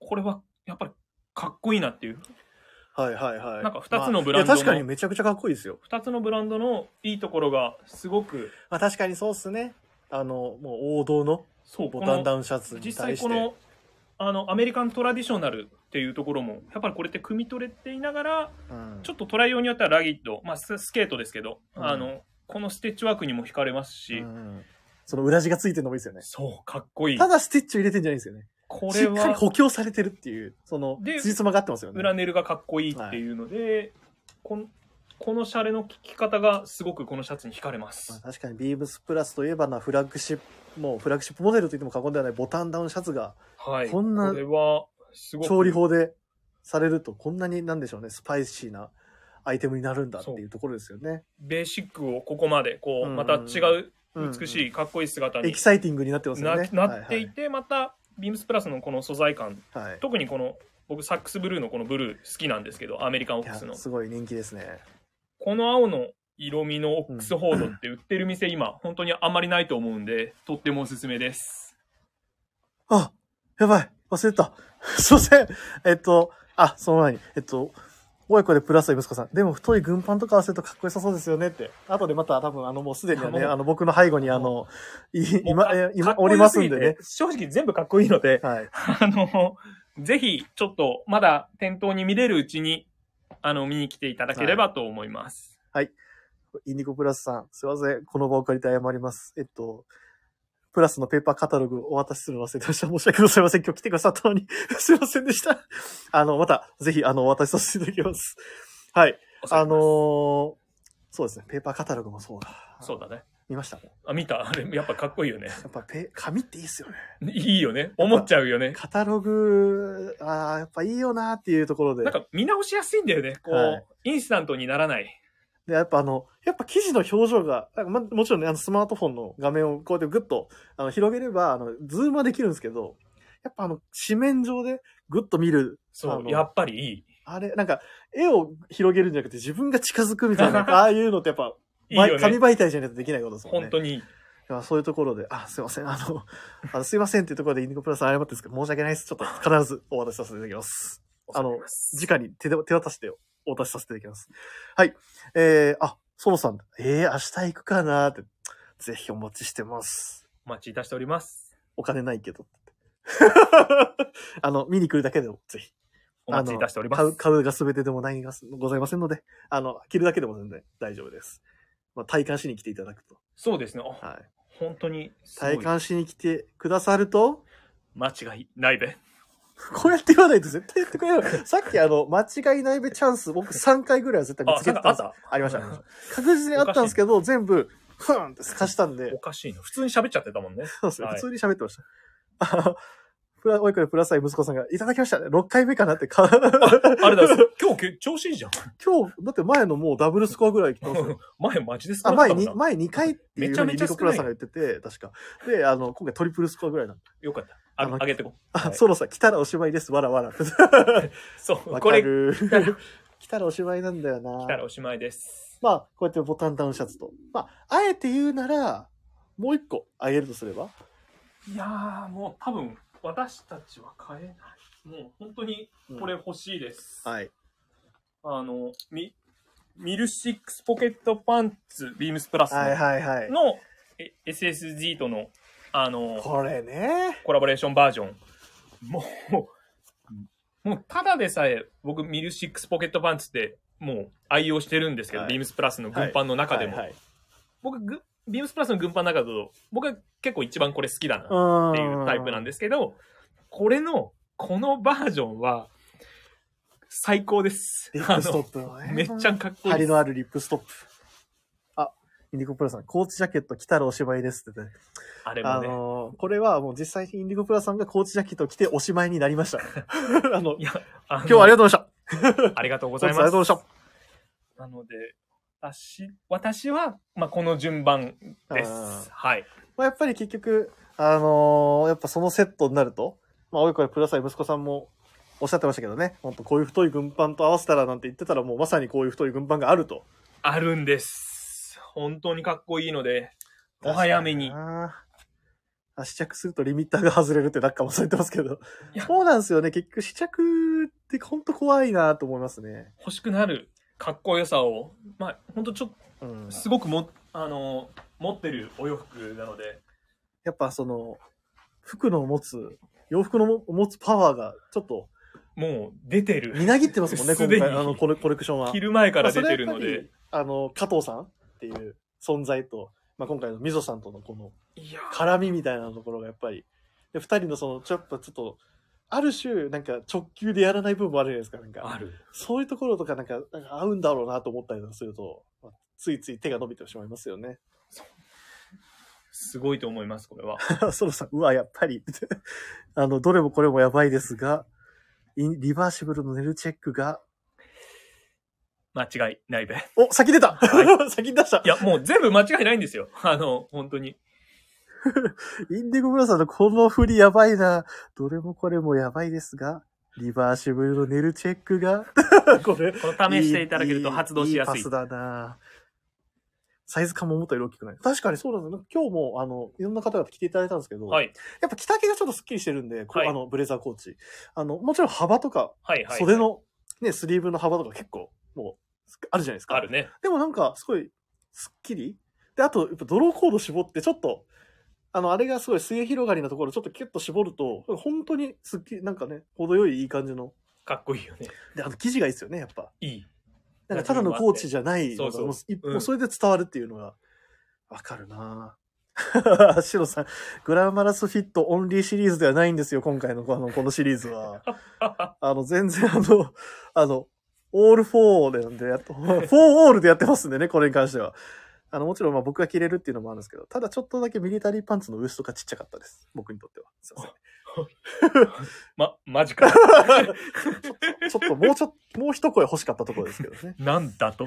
S2: これはやっぱりかっこいいなっていう、
S1: はいはい。
S2: なんか二つのブラン
S1: まあいや、
S2: ドの
S1: 確かにめちゃくちゃかっこいいですよ。
S2: 二つのブランドのいいところがすごく、
S1: まあ確かにそうっすね。あの、もう王道の
S2: そう、
S1: ボタンダ
S2: ウ
S1: ウンシャツに対
S2: 実
S1: して。
S2: 際この、あの、アメリカントラディショナルっていうところも、やっぱりこれって汲み取れていながら、
S1: うん
S2: ちょっとトライ用によってはラギッド、まあススケートですけど、
S1: うん
S2: あの、このステッチワークにも惹かれますし、
S1: うんその裏地がついてるのもいいですよね。
S2: そう、かっこいい
S1: た。だステッチを入れてんじゃないんですよね。
S2: こ
S1: し
S2: れ
S1: っかり
S2: は
S1: 補強されてるっていう、その、
S2: で
S1: つじつまが合ってますよね。
S2: 裏ネルがかっこいいっていうので、こんこのシャレの効き方がすごくこのシャツに惹かれま
S1: まあ
S2: す。
S1: 確かにビームスプラスといえばな、フラッグシップ、もうフラッグシップモデルといっても過言ではないボタンダウンシャツが、
S2: はい。
S1: こんな
S2: これは、すごく。
S1: 調理法でされると、こんなになんでしょうね、スパイシーなアイテムになるんだっていうところですよね。
S2: ベーシックをここまで、こ
S1: う
S2: う、
S1: ん
S2: また違う美し
S1: い、
S2: い、かっこいい姿に
S1: エキサイティングになってますよ
S2: な,、
S1: ね。
S2: なってい
S1: は
S2: て、また、ビームスプラスのこの素材感、
S1: いはい、はい
S2: 特にこの、僕、サックスブルーのこのブルー好きなんですけど、アメリカンオ
S1: い
S2: ックスの
S1: や。すごい人気ですね。
S2: この青の色味のオックスフォードって売ってる店、今、本当にあんまりないと思うんで、とってもおすすめです。
S1: あ、やばい、忘れてた。 *laughs* すいません。えっと、あ、その前に、えっと、親子でプラスは息子さん。でも太い軍パンとか合わせるとかっこよさそうですよねって。後でまた多分あのもうすでにはね、
S2: あもう
S1: あの僕の背後にあの、い今、
S2: もう
S1: え
S2: か
S1: 今
S2: かっ
S1: お
S2: こ
S1: り
S2: よ
S1: ます
S2: すぎ
S1: ん
S2: て
S1: でね。
S2: 正直全部かっこいいので、 *laughs*
S1: はい。
S2: あの、ぜひ、ちょっと、まだ店頭に見れるうちに、あの、見に来ていただければと思います。
S1: インディゴプラスさん、すいません。この場を借りて謝ります。えっと、プラスのペーパーカタログお渡しするの忘れてました。申し訳ございません。今日来てくださったのに、 *laughs* すいませんでした。あの、また、ぜひ、あの、お渡しさせていただきます。はい。あのーそうですね。ペーパーカタログもそうだ。
S2: そうだね。
S1: 見ましたもん。
S2: あ、見たあれ、やっぱかっこいいよね。
S1: やっぱペ、紙っていいっすよね。
S2: いいよね。思っちゃうよね。
S1: カタログ、ああ、やっぱいいよなーっていうところで
S2: なん。か見直しやすいんだよね。こう、
S1: はい
S2: インスタントにならない。
S1: で、やっぱあの、やっぱ記事の表情が、なんかま、もちろんね、あのスマートフォンの画面をこうやってグッとあの広げれば、あの、ズームはできるんですけど、やっぱあの、紙面上でグッと見る、あ
S2: そう、
S1: の
S2: やっぱりいい。
S1: あれ、なんか、絵を広げるんじゃなくて自分が近づくみたいな、
S2: *laughs*
S1: ああいうのってやっぱ、
S2: いいよ
S1: 紙
S2: ね。
S1: 媒体じゃないとできないことですもんね。
S2: 本当にいい。
S1: いやそういうところで、あ、すいません、あの、あのすいませんっていうところでインディゴプラス謝ってるんですけど、申し訳ないです。ちょっと必ずお渡しさせていただきます。あの、直に手で手渡しでお渡しさせていただきます。はい。えー、あ、ソロさん、えー、明日行くかなーって、ぜひお待ちしてます。
S2: お待ちいたしております。
S1: お金ないけど。 *laughs* あの、見に来るだけでも、ぜひ。
S2: お待ちいたしておりま
S1: あの
S2: す。
S1: 買う、買うが全てでもないがございませんので、あの、着るだけでも全然大丈夫です。まあ、体感しに来ていただくと。
S2: そうですね。あ
S1: はい。
S2: 本当にすごい
S1: 体感しに来てくださると、
S2: 間違いないべ。
S1: こうやって言わないと絶対やってくれない。さっきあの、間違いないべチャンス、僕3回ぐらいは絶対見
S2: あ、
S1: つけ
S2: さ
S1: てたん
S2: あっ
S1: ですよ。
S2: た
S1: ありました、ありました。確実にあったんですけど、全部、ふーんってすかしたんで
S2: お、かしいな。普通に喋っちゃってたもんね。
S1: そうですよ
S2: は
S1: 普
S2: い
S1: 通に喋ってました。あのプラ、おいくらプラスアイ息子さんが、いただきましたね。6回目かなって
S2: *laughs*
S1: か、
S2: あれだ、今日け調子いいじゃん。
S1: 今日、だって前のもうダブルスコアぐらい来たんですよ。
S2: *laughs* 前マジです
S1: あ、
S2: か
S1: 前に、前2回っていう
S2: めち
S1: ふう
S2: ゃ
S1: に
S2: め
S1: リ
S2: ちゃ
S1: コプラスさん
S2: 少な
S1: が言ってて、確か。で、あの、今回トリプルスコアぐらいなんで。
S2: よかった。あ
S1: あの
S2: あげてこ。は
S1: あ、
S2: い
S1: そろそろ来たらおしまいです。わら
S2: *laughs*
S1: わら。
S2: そう、
S1: わ
S2: こ
S1: か
S2: れ
S1: る
S2: た *laughs* ら。
S1: 来たらおしまいなんだよな。
S2: 来たらおしまいです。
S1: まあ、こうやってボタンダウンシャツと。まあ、あえて言うなら、もう一個あげるとすれば
S2: いやー、もう多分、私たちは買えない。もう本当にこれ欲しいです。
S1: はい。
S2: あの、ミ、ミルシックスポケットパンツ、ビームスプラスの、
S1: はいはいはい。
S2: のえ SSG との、あの、
S1: これね。
S2: コラボレーションバージョン。もう、もうただでさえ、僕、ミルシックスポケットパンツって、もう愛用してるんですけど、
S1: はい
S2: ビームスプラスの軍パンの中でも。
S1: はいはい
S2: 僕、ぐビームスプラスの軍パンの中だと、僕は結構一番これ好きだなっていうタイプなん
S1: で。
S2: ですけど、これの、このバージョンは、最高です
S1: リ。ッ
S2: あ
S1: プスト
S2: の
S1: ッ、プのね。
S2: めっちゃかっこいい
S1: 針
S2: です。
S1: のあるリップストップ。あ、インディゴプラさん、コーチジャケット着たらおしまいですってね。
S2: あれ
S1: あ
S2: もね。
S1: のーこれはもう実際にインディゴプラさんがコーチジャケット着ておしまいになりました。 *laughs* あの、
S2: いや、今
S1: 今日はあり
S2: が
S1: がとうございまし
S2: とうありがとうご
S1: た。
S2: ざい
S1: コーチさんあり
S2: ま
S1: がとうご
S2: す。
S1: ざいまし
S2: なので、私、私は、まあ、この順番
S1: た。
S2: で
S1: うん
S2: す。はい。
S1: まあ、やっぱり結局、あのーやっぱそのセットになると、まあ、おいこれください、息子さんもおっしゃってましたけどね、本当こういう太い軍パンと合わせたらなんて言ってたら、もうまさにこういう太い軍パンがあると。
S2: あるんです。本当にかっこいいので、お早めに
S1: 確。かな。あ試着するとリミッターが外れるってなんかもそう言ってますけど
S2: いや。
S1: そうなんですよね。結局試着って本当怖いなと思いますね。
S2: 欲しくなるかっこよさを、まあ、本当ちょっ
S1: うん
S2: と、。すごくも、あの、持ってるお洋服なので、
S1: やっぱその、服の持つ、洋服のも持つパワーがちょっと
S2: もう出て
S1: み
S2: る。
S1: なぎってますもんね、
S2: *laughs* す
S1: 今
S2: でに
S1: 回、あのコレコレクションは。
S2: 着る前か
S1: ま
S2: ら
S1: あ
S2: 出てるの
S1: それはやっ
S2: で。
S1: ぱりあの、加藤さんっていう存在と、まあ、今回の溝さんとのこの
S2: いや、
S1: 絡みみたいなところがやっぱり、で、二人のその、ちょっと、ちょっと、ある種、なんか直球でやらない部分もあるじゃないですか、なん
S2: あ
S1: か。
S2: る。
S1: そういうところとか、なんか、なんか合うんだろうなと思ったりとかすると、まあついつい手が伸びてしまいますよ *laughs* ね。
S2: すごいと思います、これは。
S1: ソロさん、うわ、やっぱり。 *laughs* あの、どれもこれもやばいですが、インリバーシブルのネルチェックが、
S2: 間違いないべ。
S1: お、先出た、*laughs*
S2: は
S1: 先に出した
S2: いや、もう全部間違いないんですよ。あの、本当に。
S1: インディゴブラさんのこの振りやばいな。どれもこれもやばいですが、リバーシブルのネルチェックが、 *laughs* これ、
S2: この試していただけると発動しやすい。
S1: いいパスだな。サイズ感も思ったより大きくない。確かにそうなんですよ。今日も、あの、いろんな方々来ていただいたんですけど、
S2: はい。
S1: やっぱ着丈がちょっとスッキリしてるんで、こう
S2: はい
S1: あの、ブレザーコーチ。あの、もちろん幅とか、
S2: はいはい。
S1: 袖の、ね、スリーブの幅とか結構、もう、あるじゃないですか。
S2: あるね。
S1: でもなんか、すごい、すっきり。で、あと、やっぱドローコード絞って、ちょっと、あの、あれがすごい末広がりなところ、ちょっとキュッと絞ると、本当にすっきり、なんかね、程よいいい感じの。
S2: かっこいいよね。
S1: で、あの、生地がいいですよね、やっぱ。
S2: いい。
S1: なんか、ただのコーチじゃない
S2: そうそう
S1: も一
S2: うん
S1: もうそれで伝わるっていうのが、わかるな *laughs* ぁ。シロさん、グラマラスフィットオンリーシリーズではないんですよ、今回のこのこのシリーズ
S2: *laughs*
S1: は。あの、全然あの、あの、オールフォーでやっと、フォーオールでやってますんでね、これに関しては。あの、もちろんまあ僕が着れるっていうのもあるんですけど、ただちょっとだけミリタリーパンツのウエストがちっちゃかったです。僕にとっては。すいま
S2: ま、マジか。。
S1: せん。ちょっともうちょっと、もう一声欲しかったところですけどね
S2: *laughs* なんだと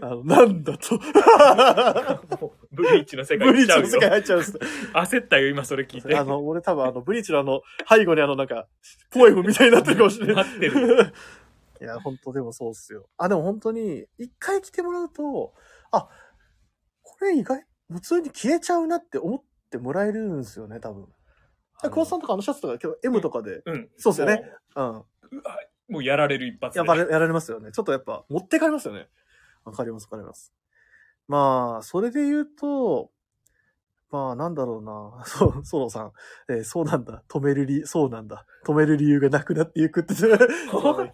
S1: あの、なんだと。
S2: もうブリーチの世
S1: *laughs*
S2: 界
S1: ブリ
S2: 来
S1: ー
S2: ちゃ
S1: チの世。
S2: うよ
S1: 界入っちゃうんです。
S2: 焦ったよ、今それ聞いて。
S1: あの、俺多分あの、ブリーチのあの、背後にあの、なんか、ポエムみたいになってるかもしれない。
S2: なってる。
S1: *laughs* いや、本当でもそうっすよ。あ、でも本当に、一回着てもらうと、あ、これ意外、普通に消えちゃうなって思ってもらえるんですよね、多分。
S2: あの
S1: クワさんとかあのシャツとか今日 M とかで、
S2: うん。
S1: そうっすよね。うん。
S2: もう。もうやられる一発で。
S1: やっぱ
S2: *laughs*
S1: やられますよね。ちょっとやっぱ持ってかれますよね。わかります、わかります。まあ、それで言うと、まあ、なんだろうな。 *laughs* そう、ソロさん。えーそうなんだ。止める理、そうなんだ。止める理由がなくなってい *laughs* くって。やっぱそうなん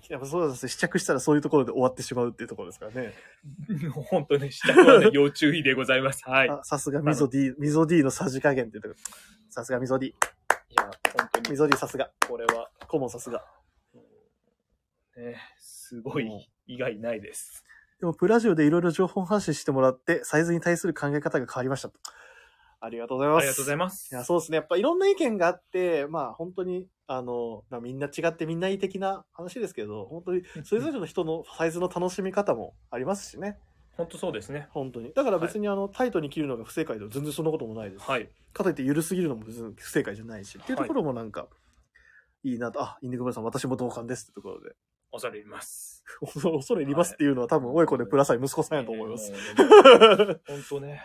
S1: ですよ試着したらそういうところで終わってしまうっていうところですからね。
S2: 本当ね、試着はね、要注意でございます。はい。い
S1: あさすが溝 D、溝 D のさじ加減っていうところ。さすが溝 D。
S2: や、本当に、
S1: 溝 D さすが。
S2: これは、
S1: コモンさすが。
S2: ね、すごい、以外ないです。
S1: でも、プラジオでいろいろ情報発信してもらって、サイズに対する考え方が変わりましたと。ありがとうござい
S2: あ
S1: ます。
S2: りがとうございます
S1: い。や、そうですね。やっぱいろんな意見があって、まあ本当に、あの、まあ、みんな違ってみんないい的な話ですけど、本当にそれぞれの人のサイズの楽しみ方もありますしね。
S2: 本当そうですね。
S1: 本当に。だから別にあの、タイトに切るのが不正解でも全然そんなこともないです。
S2: はい。
S1: かといって緩すぎるのも別に不正解じゃないし、っていうところもなんか、いいなと、あ、インディゴブラさん私も同感ですってところで、
S2: 恐れ入ります。
S1: 恐恐れ入りますっていうのは多分、親子でプラサイ息子さんやと思います。
S2: えー。本当ね。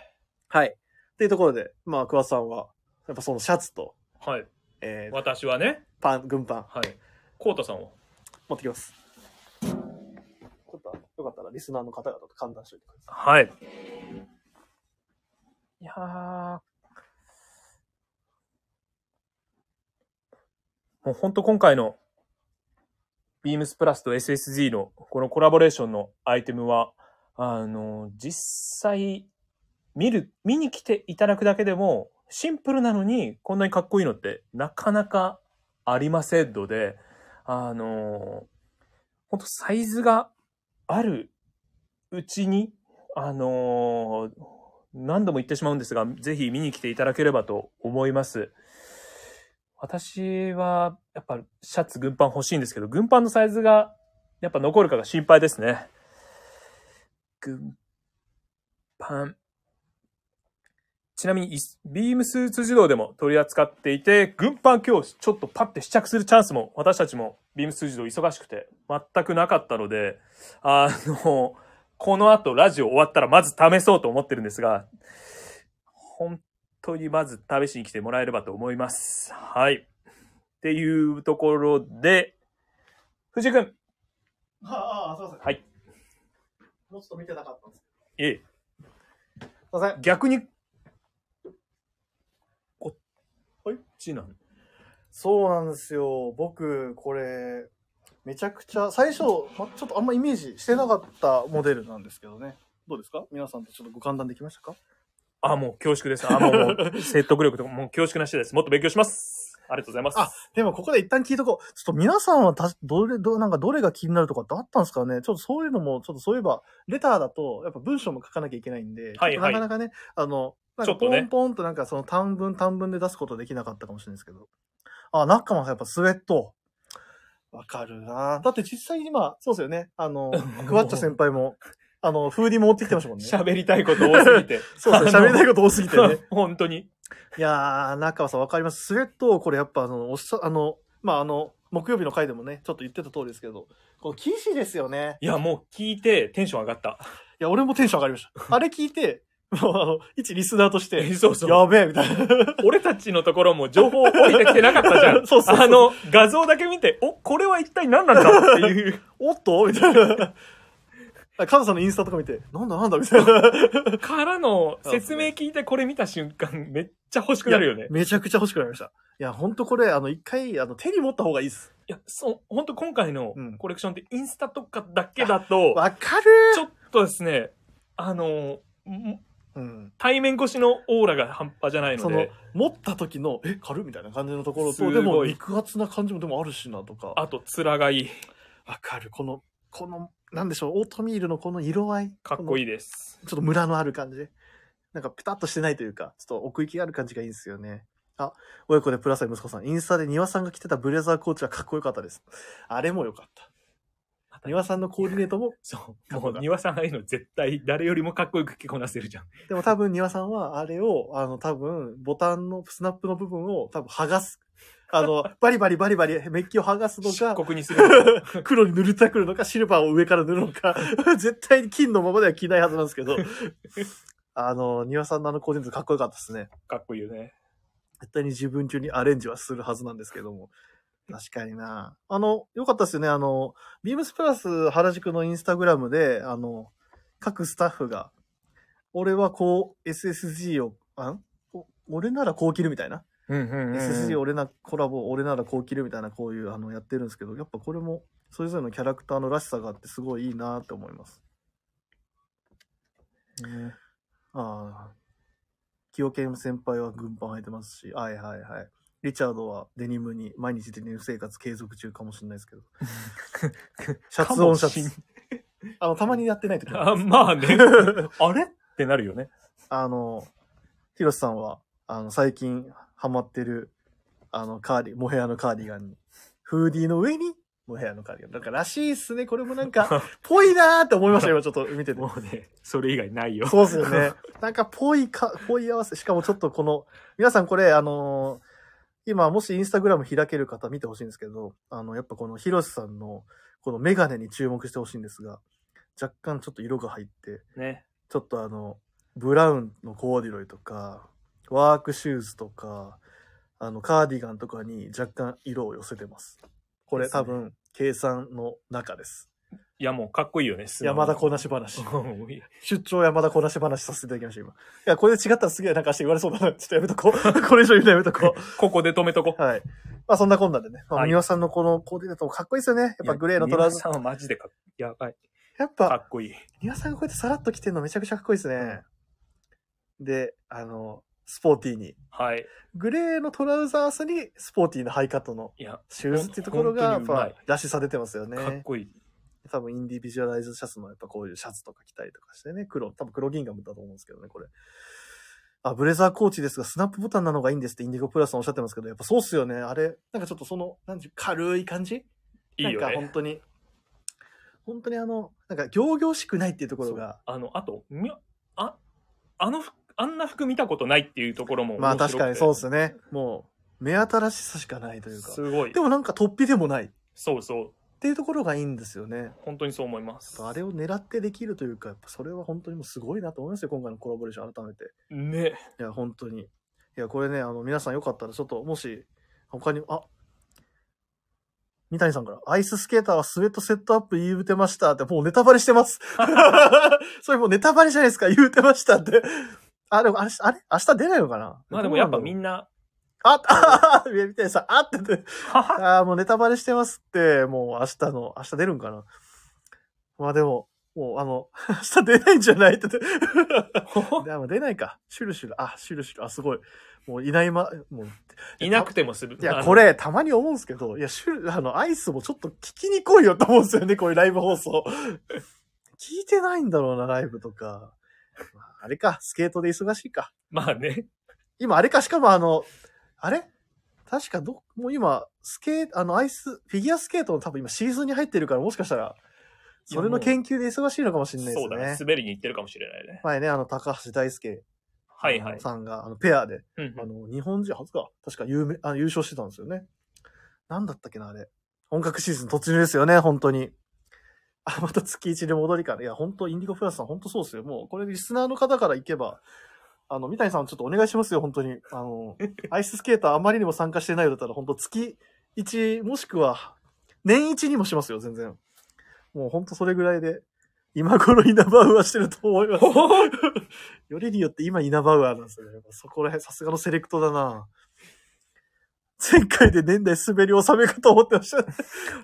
S1: はい。っていうところで、まあ、桑田さんは、やっぱそのシャツと、
S2: はい。
S1: えー、
S2: 私はね、
S1: パン、軍パン、
S2: はい。コウタさんは
S1: 持ってきます。ちょっと、よかったらリスナーの方々と勘談しておいてくださ
S2: はい。いやーもう本当今回のビームスプラスと SSG のこのコラボレーションのアイテムは、あの、実際見る、見に来ていただくだけでも、シンプルなのに、こんなにかっこいいのって、なかなかありませんので、あの本当サイズがあるうちに、あのー何度も言ってしまうんですが、ぜひ見に来ていただければと思います。私は、やっぱシャツ、軍パン欲しいんですけど、軍パンのサイズが、やっぱ残るかが心配ですね。軍パン。ちなみに、いビームスーツ自動でも取り扱っていて、軍パン今日ちょっとパッて試着するチャンスも、私たちもビームスーツ自動忙しくて、全くなかったので、あの、この後ラジオ終わったらまず試そうと思ってるんですが、本当にまず試しに来てもらえればと思います。はい。っていうところで、藤井君、
S1: あああ、すいません。
S2: はい。
S1: もうちょっと見てなかったんです。
S2: ええ
S1: すいません。
S2: 逆に、こっちなの
S1: そうなんですよ。僕、これ、めちゃくちゃ、最初、ま、ちょっとあんまイメージしてなかったモデルなんですけどね。どうですか皆さんとちょっとご勘談できましたか
S2: あ、もう恐縮です。あ、もうも *laughs* う説得力とか、もう恐縮なしです。もっと勉強します。ありがとうございます。
S1: あでもここで一旦聞いとこう。ちょっと皆さんはたどれ、ど、なんかどれが気になるとかってあったんですかねちょっとそういうのも、ちょっとそういえば、レターだと、やっぱ文章も書かなきゃいけないんで、
S2: はいは
S1: ちょっ
S2: い
S1: となかなかね、あの、なん
S2: ち
S1: か
S2: ょっと
S1: ポ
S2: ね
S1: ンポンとなんかその短文短文で出すことできなかったかもしれないですけど。あ、中間さんやっぱスウェット。わかるなだって実際今、そうですよね。あ
S2: *laughs*
S1: の、クワッチャ先輩も、あの、フーディー持ってきてましたもんね。
S2: 喋りたいこと多すぎて。 *laughs*
S1: そうですね。喋りたいこと多すぎてね。
S2: 本当に。
S1: いやー、中はさんわかります。スウェットをこれやっぱ、あの、おっしゃ、あの、まあ、あの、木曜日の回でもね、ちょっと言ってた通りですけど、この生地ですよね。
S2: いや、もう聞いてテンション上がった。
S1: いや、俺もテンション上がりました。あれ聞いて、もうあの、一リスナーとして、
S2: *laughs* そうそう。
S1: やべえ、みたいな。 *laughs*
S2: 俺たちのところも情報降りてきてなかったじゃん。
S1: そうそうそう
S2: あの、画像だけ見て、お、これは一体何なんだっていう。
S1: おっとみたいな。あカズさんのインスタとか見て、なんだなんだみたいな。
S2: からの説明聞いてこれ見た瞬間、めっちゃ欲しくなるよね。
S1: めちゃくちゃ欲しくなりました。いや、ほんとこれ、あの、一回、あの、手に持った方がいいです。
S2: いや、そう、本当今回の
S1: うん
S2: コレクションってインスタとかだけだと、
S1: わかる
S2: ちょっとですね、あの、も
S1: うん。
S2: 対面越しのオーラが半端じゃないの
S1: その
S2: で、、
S1: 持った時の、え、軽っみたいな感じのところ
S2: す
S1: と、
S2: ごい
S1: でも、肉厚な感じもでもあるしな、とか。
S2: あと、面がいい。
S1: わかる。この、この、なんでしょう、オートミールのこの色合い。
S2: かっこい
S1: い。
S2: いです。
S1: ちょっとムラのある感じ。なんか、ピタッとしてないというか、ちょっと奥行きがある感じがいいんですよね。あ、親子でプラス息子さん。インスタで庭さんが着てたブレザーコーチはかっこよかったです。あれもよかった。庭さんのコーディネートも、
S2: そう。もう、庭さんああいうの絶対誰よりもかっこよく着こなせるじゃん。
S1: でも多分庭さんはあれを、あの多分ボタンの、スナップの部分を多分剥がす。あの、バリバリバリバリメッキを剥がすの
S2: 漆
S1: か、
S2: 黒にする。
S1: 黒に塗りたくるのか、シルバーを上から塗るのか、 *laughs* 絶対に金のままでは着ないはずなんですけど、あの、庭さんのあのコーディネートかっこよかったですね。
S2: かっこいいよね。
S1: 絶対に自分中にアレンジはするはずなんですけども。確かになあの、よかったですよね。あの、ビームスプラス原宿のインスタグラムで、あの、各スタッフが、俺はこう SSG を、あんお俺ならこう着るみたいな。
S2: うんうんうん
S1: SSG 俺な、コラボ俺ならこう着るみたいな、こういう、あの、やってるんですけど、やっぱこれも、それぞれのキャラクターのらしさがあって、すごいいいなって思います。
S2: ね
S1: ああ。清健先輩は軍パン履いてますし、はいはいはい。リチャードはデニムに、毎日デニム生活継続中かもしれないですけ
S2: *laughs*
S1: ど。シャツオンシ
S2: かも
S1: ャツ
S2: し。
S1: あの、たまにやってないとき
S2: あま
S1: *laughs*
S2: あね。あれってなるよね。
S1: あの、ヒロシさんは、あの、最近ハマってる、あの、カーディ、モヘアのカーディガンに、フーディーの上に、モヘアのカーディガン。なんからしいっすね。これもなん
S2: *laughs*
S1: か、ぽいなーって思いました。今ちょっと見てて。
S2: もうね、それ以外ないよ。
S1: そうですよ
S2: *laughs*
S1: ね。なんか、ぽいか、ぽい合わせ。しかもちょっとこの、皆さんこれ、あのー今、もしインスタグラム開ける方見てほしいんですけど、あの、やっぱこのヒロシさんの、このメガネに注目してほしいんですが、若干ちょっと色が入って、
S2: ね。
S1: ちょっとあの、ブラウンのコーディロイとか、ワークシューズとか、あの、カーディガンとかに若干色を寄せてます。これ
S2: ですね
S1: 多分、計算の中です。
S2: いや、もうかっこいいよね、素直に
S1: 山田こなし話。
S2: うんい
S1: 出張山田こなし話させていただきました、今。いや、これで違ったらすげえなんかして言われそうだな。ちょっとやめとこ
S2: *laughs*
S1: う。これ以上言うのやめとこ
S2: ここで止めとこ
S1: う。はい。まあそんなこんなんでね。まあ、
S2: はい
S1: 三輪さんのこのコーディネートもかっこいいですよね。やっ
S2: う。
S1: ぱグレーのトラウザ
S2: さんはマジでかっやばい。
S1: ー。やっ
S2: か
S1: ぱ、
S2: っこいい。
S1: 三輪さんがこうやってさらっと着てるのめちゃくちゃかっこいいですね。で、あの、スポーティーに。
S2: はい。
S1: グレーのトラウザースにスポーティーのハイカットの
S2: いや、
S1: シューズっていうところが、やっ
S2: 本当にうまい
S1: ぱ、らしさ出てますよね。
S2: かっこいい。
S1: 多分インディビジュアライズシャツのやっぱこういうシャツとか着たりとかしてね、黒、多分黒銀ガムだと思うんですけどね、これ。あ、ブレザーコーチですが、スナップボタンなのがいいんですってインディゴプラスさんおっしゃってますけど、やっぱそうっすよね。あれ、なんかちょっとその、なんていう軽い感じ
S2: いいよ
S1: なんか
S2: ね
S1: 本。当に、本当にあの、なんか行々しくないっていうところが、
S2: あの、あと、みあ、あの服、あんな服見たことないっていうところも面
S1: まあ
S2: 白くて。
S1: 確かにそうですね。もう、目新しさしかないというか。
S2: すごい
S1: で。もなんか突飛でもないっ
S2: そうそう。
S1: ていうところがいいんですよね。
S2: 本当にそう思います。
S1: あれを狙ってできるというか、やっぱそれは本当にもうすごいなと思いますよ、今回のコラボレーション改めて。
S2: ね。
S1: いや、本当に。いや、これね、あの、皆さんよかったら、ちょっと、もし、他に、あ、三谷さんから、アイススケーターはスウェットセットアップ言うてましたって、もうネタバレしてます。
S2: *laughs*
S1: それもうネタバレじゃないですか、言うてましたって。あ、でも、あれ、あれ明日出ないのかな
S2: まあでもやっぱみ
S1: な。
S2: んな、
S1: あ、あ、三谷さん、あってて、
S2: はは
S1: あーもうネタバレしてますって、もう明日の、明日出るんかな。まあでも、もうあの、 *laughs* 明日出ないんじゃないって言って。でも出ないか。シュルシュル。あ、シュルシュル。あ、すごい。もういないま、もう。
S2: *laughs* いなくてもする。
S1: い
S2: あ
S1: や、
S2: の
S1: こ。れ、たまに思うんですけど、いや、シュル、あの、アイスもちょっと聞きに来いよと思うんですよね、こういうライブ放送。 *laughs* 聞いてないんだろうな、ライブとか。まああれか、スケートで忙しいか。
S2: まあね。
S1: 今、あれか、しかもあの、あれ確かど、もう今、スケート、あの、アイス、フィギュアスケートの多分今シーズンに入ってるから、もしかしたら、それの研究で忙しいのかもしれないで
S2: そ
S1: す
S2: うだね
S1: ね。。
S2: 滑りに行ってるかもしれないね。
S1: 前ね、あの、高橋大輔
S2: はいはい。
S1: さんが、あの、ペアで、
S2: うんう
S1: あ
S2: ん
S1: の、日本人初か、確か有名あの優勝してたんですよね。なんだったっけな、あれ。本格シーズン突入ですよね、本当に。あ、また月一で戻りから。いや、本当インディゴフランスさん、本当そうですよ。もう、これ、リスナーの方から行けば、あの、三谷さん、ちょっとお願いしますよ、本当に。あ
S2: *laughs*
S1: の、アイススケーターあまりにも参加してないようだったら、本当月一、もしくは、年一にもしますよ、全然。もう、本当それぐらいで、今頃稲葉ウアしてると思います。よりによって今稲葉ウアなんですよね。そこら辺、さすがのセレクトだな前回で年代滑り収めかと思ってました。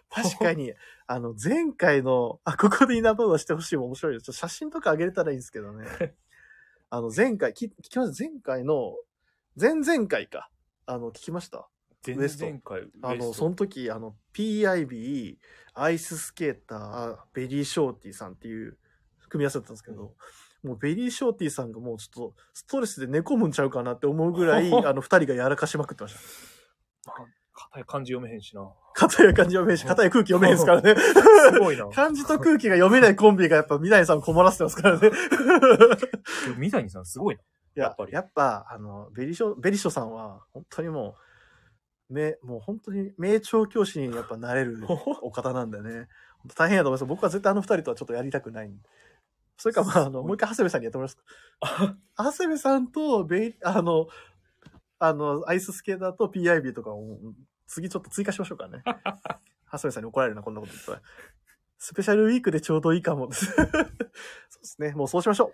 S1: 確かに、あの、前回の、あ、ここで稲葉ウアしてほしいも面白いです。ちょっと写真とか上げれたらいいんですけどね。あの、前回、き聞きました前回の、前々回か。あの、聞きました
S2: 前
S1: ウエスト
S2: 々回、ウエスト
S1: あの、その時、あの、PIB、アイススケーター、ベリーショーティーさんっていう組み合わせだったんですけど、もうベリーショーティーさんがもうちょっとストレスで寝込むんちゃうかなって思うぐらい、あの、二人がやらかしまくってました。
S2: 硬い漢字読めへんしな。
S1: 片や漢字読めんし、片や空気読めへんですからね。
S2: *laughs* すごいな。
S1: 漢字と空気が読めないコンビがやっぱ未来さん困らせてますからね。
S2: でも三谷さんすごいな。
S1: いや、
S2: や
S1: や
S2: っ
S1: っ
S2: ぱ
S1: ぱ、
S2: り
S1: あの、ベリショ、ベリショさんは、本当にもう、め、もう本当に名調教師にやっぱなれ
S2: *laughs*
S1: るお方なんでね。本当大変やと思います。僕は絶対あの二人とはちょっとやりたくないんで。それか、まあ、あの、もう一回、長谷部さんにやってもらいます長谷部さんと、ベリ、あの、あの、アイススケーターと PIB とかを、次ちょっと追加しましょうかね。 *laughs* 長谷部さんに怒られるな、こんなこと言ったら。スペシャルウィークでちょうどいいかも。 *laughs* そうですね。もうそうしましょ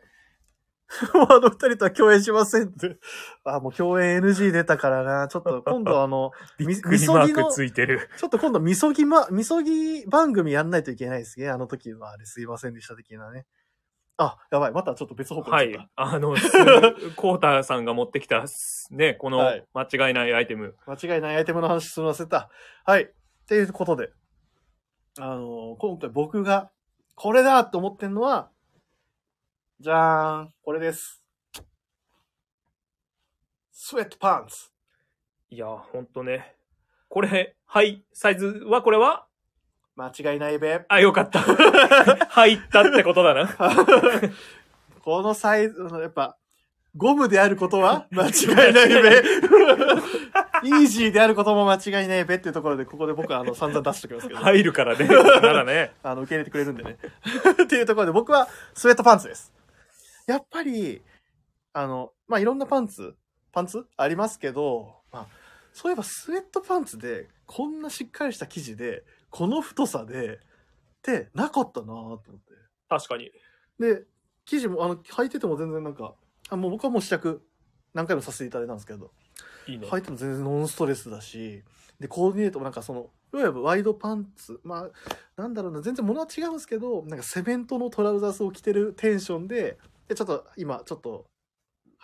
S1: う。 *laughs* もうあの二人とは共演しませんって。あ、もう共演 NG 出たからな。ちょっと今度あ
S2: *laughs*
S1: の、みみ
S2: クリ
S1: そ
S2: マ
S1: ぎ
S2: ー
S1: の
S2: ク、ついてる。
S1: ちょっと今度、みそぎま、みそぎ番組やんないといけないですね。あの時のあれ、すいませんでした的なね。あ、やばい。またちょっと別方向に
S2: は
S1: 行っちゃ
S2: い
S1: っ。
S2: あ
S1: *laughs*
S2: の、すコーターさんが持ってきた、ね、この
S1: はい
S2: 間違いないアイテム。
S1: た間違いないアイテムの話すみませんた。はい。っていうことで、あのー今回僕が、これだと思ってんのは、じゃーん、これです。スウェットパンツ。
S2: いや、ほんとね。これ、はい、サイズはこれは
S1: 間違いないべ。
S2: あ、よかった。 *laughs* 入ったってこと
S1: *laughs*
S2: だな。
S1: このサイズ、やっぱ、ゴムであることは間違いないべ。イージーであることも間違いないべっていうところで、ここで僕はあの散々出しておきますけど、
S2: *laughs* 入るからね。ならね。
S1: あの受け入れてくれるんでね。 *laughs* っていうところで、僕はスウェットパンツです。やっぱり、あの、まあ、いろんなパンツ、パンツありますけど、まあ、そういえばスウェットパンツで、こんなしっかりした生地で、この太さで、ってなかったなぁと思って。
S2: 確かに。
S1: で、生地も、あの、履いてても全然なんか、あもう僕はもう試着、何回もさせていただいたんですけど、
S2: いいね。
S1: 履いても全然ノンストレスだし、で、コーディネートもなんかその、いわゆるワイドパンツ、まあ、なんだろうな、全然物は違うんですけど、なんかセメントのトラウザースを着てるテンションで、で、ちょっと今、ちょっと、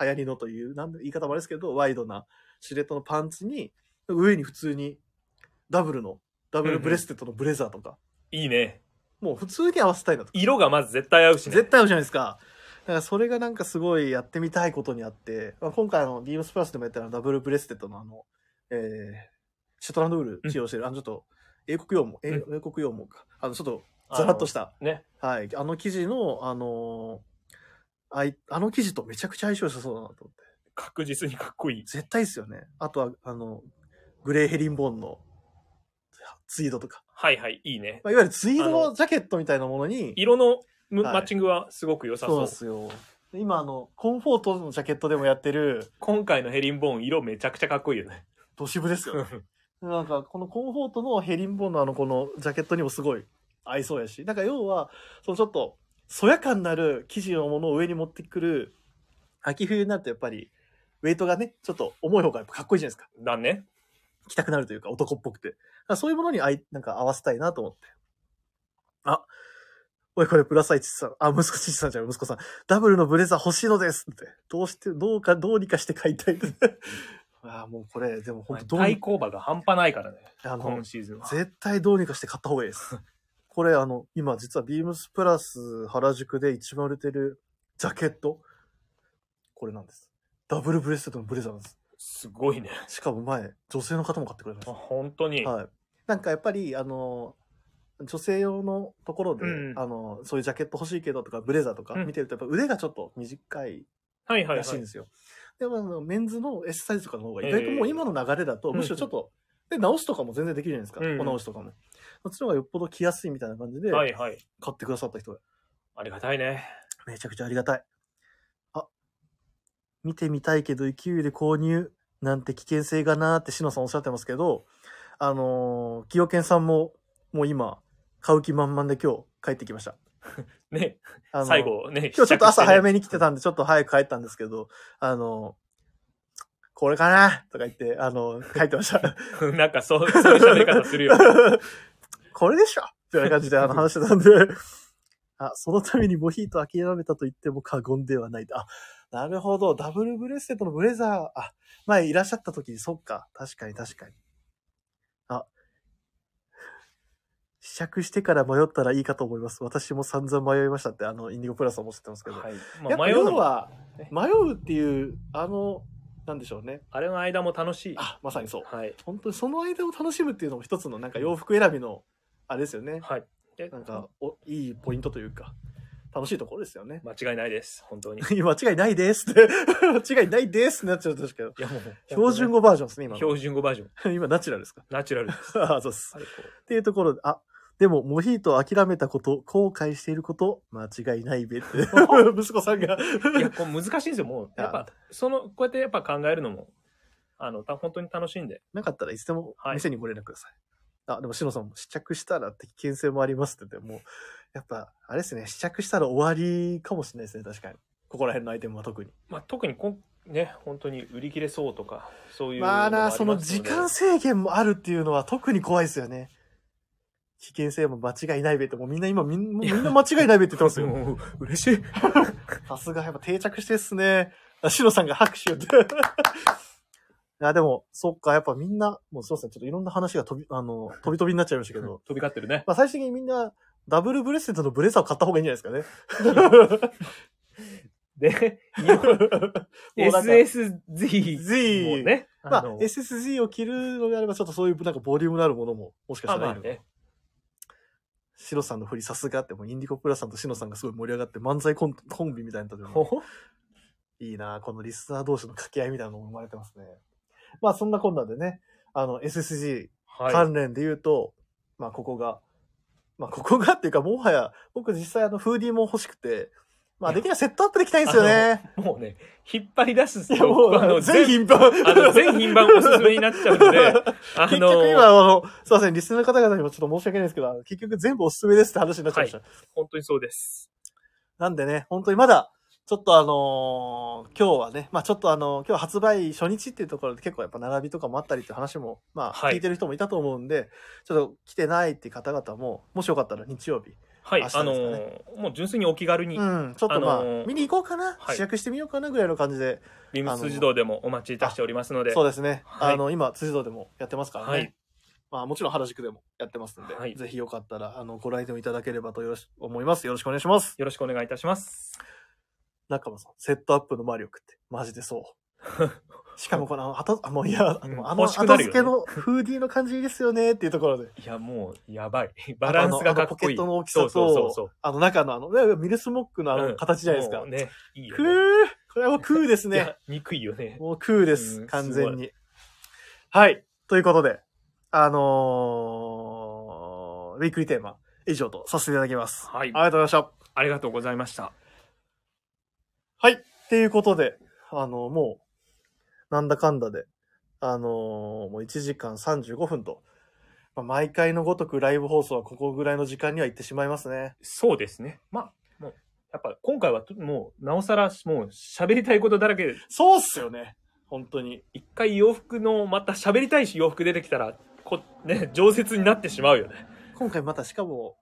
S1: 流行りのという、なんで言い方もあれですけど、ワイドなシルエットのパンツに、上に普通にダブルの、ダブルブレステッドのブレザーとか、
S2: いいね。
S1: もう普通に合わせたいなと。
S2: 色がまず絶対合うしね。
S1: 絶対合うじゃないですか。だからそれがなんかすごいやってみたいことにあって、まあ、今回あの、ビームスプラスでもやったあのダブルブレステッドのあの、えー、シュトランドウール使用してる、あのちょっと、英国羊毛、英英国羊毛か。あの、ちょっと、ザラッとした。
S2: あの。ね。
S1: はい。あの記事の、あのーあい、あの記事とめちゃくちゃ相性良さそうだなと思って。
S2: 確実にかっこいい。
S1: 絶対ですよね。あとは、あの、グレーヘリンボーンのツイードとか。
S2: はいはい、いいね。
S1: まあ、いわゆるツイード
S2: あ
S1: のジャケットみたいなものに、
S2: 色のむ
S1: はい
S2: マッチングはすごく良さ
S1: そうな
S2: そう。
S1: んですよ。で今、あの、コンフォートのジャケットでもやってる、
S2: 今回のヘリンボーン、色めちゃくちゃかっこいいよね。
S1: 都市部です *laughs* よね。なんか、このコンフォートのヘリンボーンのあの、このジャケットにもすごい合いそうやし、なんか要は、そのちょっと、そやかになる生地のものを上に持ってくる、秋冬になるとやっぱり、ウェイトがね、ちょっと重い方がやっぱかっこいいじゃないですか。
S2: だね。
S1: 着たくなるというか、男っぽくて。だからそういうものにあい、なんか合わせたいなと思って。あ、おい、これ、プラスイチさん、あ、息子、チチさんじゃん、息子さん。ダブルのブレザー欲しいのですって。どうして、どうか、どうにかして買いたい *laughs* です。あもうこれ、でも本当どう
S2: 対
S1: に
S2: 抗馬が半端ないからね。
S1: あの
S2: 今、シーズンは。
S1: 絶対どうにかして買った方がいいです。これあの、今実はビームスプラス原宿で一番売れてるジャケット。これなんです。ダブルブレステッドのブレザーなんです。
S2: すごいね。
S1: しかも前、女性の方も買ってくれま
S2: あ
S1: し
S2: 本当に。
S1: た。はい。なんかやっぱり、あの、女性用のところで、
S2: うん
S1: あの、そういうジャケット欲しいけどとか、ブレザーとか
S2: うん
S1: 見てると、やっぱ腕がちょっと短い
S2: はいはいは
S1: らしいん
S2: い
S1: で。すよ。でもあの、メンズの S サイズとかの方が意外ともう今の流れだと、
S2: ええ
S1: むしろちょっと、で、直しとかも全然できるじゃないですか。
S2: うん
S1: お直しとかも。そっちの方がよっぽど着やすいみたいな感じで、
S2: は
S1: 買
S2: いはい。
S1: ってくださった人が、
S2: ありがたいね。
S1: めちゃくちゃありがたい。あ、見てみたいけど、勢いで購入なんて危険性がなーって、しのさんおっしゃってますけど、あのー、清健さんも、もう今、買う気満々で今日帰ってきました。
S2: ね。
S1: あのー
S2: 最後ね。
S1: 今日ちょっと朝早め
S2: に。
S1: に来てたんで、ちょっと早く帰ったんですけど、あの、これかなとか言って、あの、書いてました。
S2: *laughs* なんかそう、そういう喋り方するよ。
S1: *laughs* これでしょみたいな感じであの話してたんで、 *laughs* あ、そのためにモヒート諦めたと言っても過言ではない。あ、なるほど。ダブルブレステッドのブレザー、あ、前いらっしゃった時に、そっか。確かに確かに。あ、試着してから迷ったらいいかと思います。私も散々迷いましたって、あの、インディゴプラスさんもおっしゃってますけど。
S2: はい。
S1: やっ
S2: まあ
S1: ぱ
S2: 迷うの
S1: 要
S2: も、
S1: は迷うっていうあのなんでしょうね
S2: あれの間も楽しい。
S1: あまさにそう
S2: はい。
S1: 本当にその間を楽しむっていうのも一つのなんか洋服選びのあれですよね
S2: はい。で
S1: なんかおいいポイントというか楽しいところですよね
S2: 間違いないです。本当に。い
S1: 今間違いないですって *laughs* 間違いないですってなっちゃうんですけど
S2: やもう。
S1: 標準語バージョンですね今の
S2: 標準語バージョ
S1: *laughs*
S2: ン。
S1: 今ナチュラルですか
S2: ナチュラルです。
S1: あそうです
S2: 最高
S1: っていうところであでも、モヒートを諦めたこと、後悔していること、間違いない *laughs* べって。息子さんが。
S2: いや、こう難しいんですよ。もう、
S1: や
S2: やっぱ、その、こうやってやっぱ考えるのも、あの、た本当に楽しいんで。
S1: なかったらいつでも店にご連絡ください。あ、でも、しのさんも試着したらって危険性もありますって言って、もう、やっぱ、あれですね、試着したら終わりかもしれないですね、確かに。ここら辺のアイテムは特に。
S2: まあ、特にこん、ね、本当に売り切れそうとか、そういうのも
S1: まあな、
S2: り
S1: そ
S2: す
S1: の
S2: で
S1: 時間制限もあるっていうのは特に怖いですよね。危険性も間違いないべって、もうみんな今みんもうみんな間違いないべって言ってますよ。
S2: もう嬉しい。
S1: *laughs* さすがやっぱ定着してっすね。あしのさんが拍手って。 *laughs* いや、でも、そっか、やっぱみんな、もうそうですね、ちょっといろんな話が飛び、あの、飛び飛びになっちゃいましたけど、
S2: 飛び交ってるね。
S1: まあ、最終的にみんな、ダブルブレステッドのブレザーを買った方がいいんじゃないですかね。 *laughs*
S2: で、
S1: もうなんか
S2: SSZ
S1: Z
S2: もね、
S1: ま
S2: *laughs* あ
S1: あ
S2: の、、
S1: SSG を着るのであれば、ちょっとそういうなんかボリュームのあるものも、もしかし
S2: あ
S1: たら
S2: ま
S1: い
S2: あ
S1: いのかな
S2: ね、
S1: シロさんの振りさすがって、もうインディコプラさんとシノさんがすごい盛り上がって、漫才コンコンビみたいなところ
S2: ほ
S1: も
S2: ほ
S1: いいなあこのリスナー同士の掛け合いみたいなのも生まれてますね。まあそんなこんなでね、あの SSG
S2: はい。
S1: 関連で言うと、まあここが、まあここがっていうか、もはや、僕実際あのフーディーも欲しくて、まあできればセットアップできたいんですよね。
S2: もうね、引っ張り出す
S1: いやも
S2: と、あの、
S1: う、全品
S2: 全、
S1: 版。
S2: あの、全品番おすすめになっちゃ
S1: *laughs*
S2: うので、あ
S1: 結
S2: の
S1: 局、今、あの、すいません、リスナーの方々にもちょっと申し訳ないですけど、あの結局全部おすすめですって話になっちゃいました。
S2: 本当にそうです。
S1: なんでね、本当にまだ、ちょっとあのー今日はね、まあちょっとあの今日発売初日っていうところで結構やっぱ並びとかもあったりっていう話も、まあ
S2: はい
S1: 聞いてる人もいたと思うんで、ちょっと来てないっていう方々も、もしよかったら日曜日、
S2: はい、
S1: 明日です
S2: あ
S1: か
S2: の
S1: ね
S2: ーもう純粋にお気軽に、
S1: うん、ちょっとまあ、
S2: あのー
S1: 見に行こうかな、
S2: はい
S1: 試着してみようかなぐらいの感じで、
S2: ビームス児童でもお待ちいたしておりますので、
S1: そうですね、
S2: はい
S1: あの今辻堂でもやってますからね、
S2: はい
S1: まあ、もちろん原宿でもやってますので、
S2: はい
S1: ぜひよかったらあのご来店いただければとよろし思いますよろしくお願いします
S2: よろしくお願いいたします。
S1: 中間さんセットアップの魔力ってマジで
S2: *laughs*
S1: そうしかもこのあの後あもういやあ
S2: うん
S1: のあの
S2: 欲しくな
S1: 後
S2: るよ
S1: 付
S2: ね
S1: けのフーディーの感じいいですよねっていうところで
S2: いや、もう、
S1: *laughs*
S2: やばい。バランスがかっこいい。
S1: あとあのあのポケットの大きさと
S2: そうそうそう
S1: あの中のあのねミルスモックのあ
S2: そう。
S1: の形じゃないですか、
S2: もうね、いいよ
S1: ク
S2: ね。
S1: ーこれはもうクーです
S2: い
S1: ね
S2: や憎いよね。
S1: もう空で
S2: う
S1: す。
S2: ん
S1: 完全に。はい。ということで、あのー、ウィークリーテーマ、以上とさせていただきます。
S2: は
S1: あ
S2: い
S1: り。がとうございました。
S2: ありがとうございました。
S1: はい。っていうことで、あのもう、なんだかんだで、あのーもう1時間35分と、まあ、毎回のごとくライブ放送はここぐらいの時間には行ってしまいますね。
S2: そうですね。まあ、もう、やっぱ今回はともう、なおさら、もう喋りたいことだらけで、
S1: そうっすよね。本当に。
S2: 一回洋服の、また喋りたいし洋服出てきたら、こ、ね、常設になってしまうよね。
S1: 今回またしかも、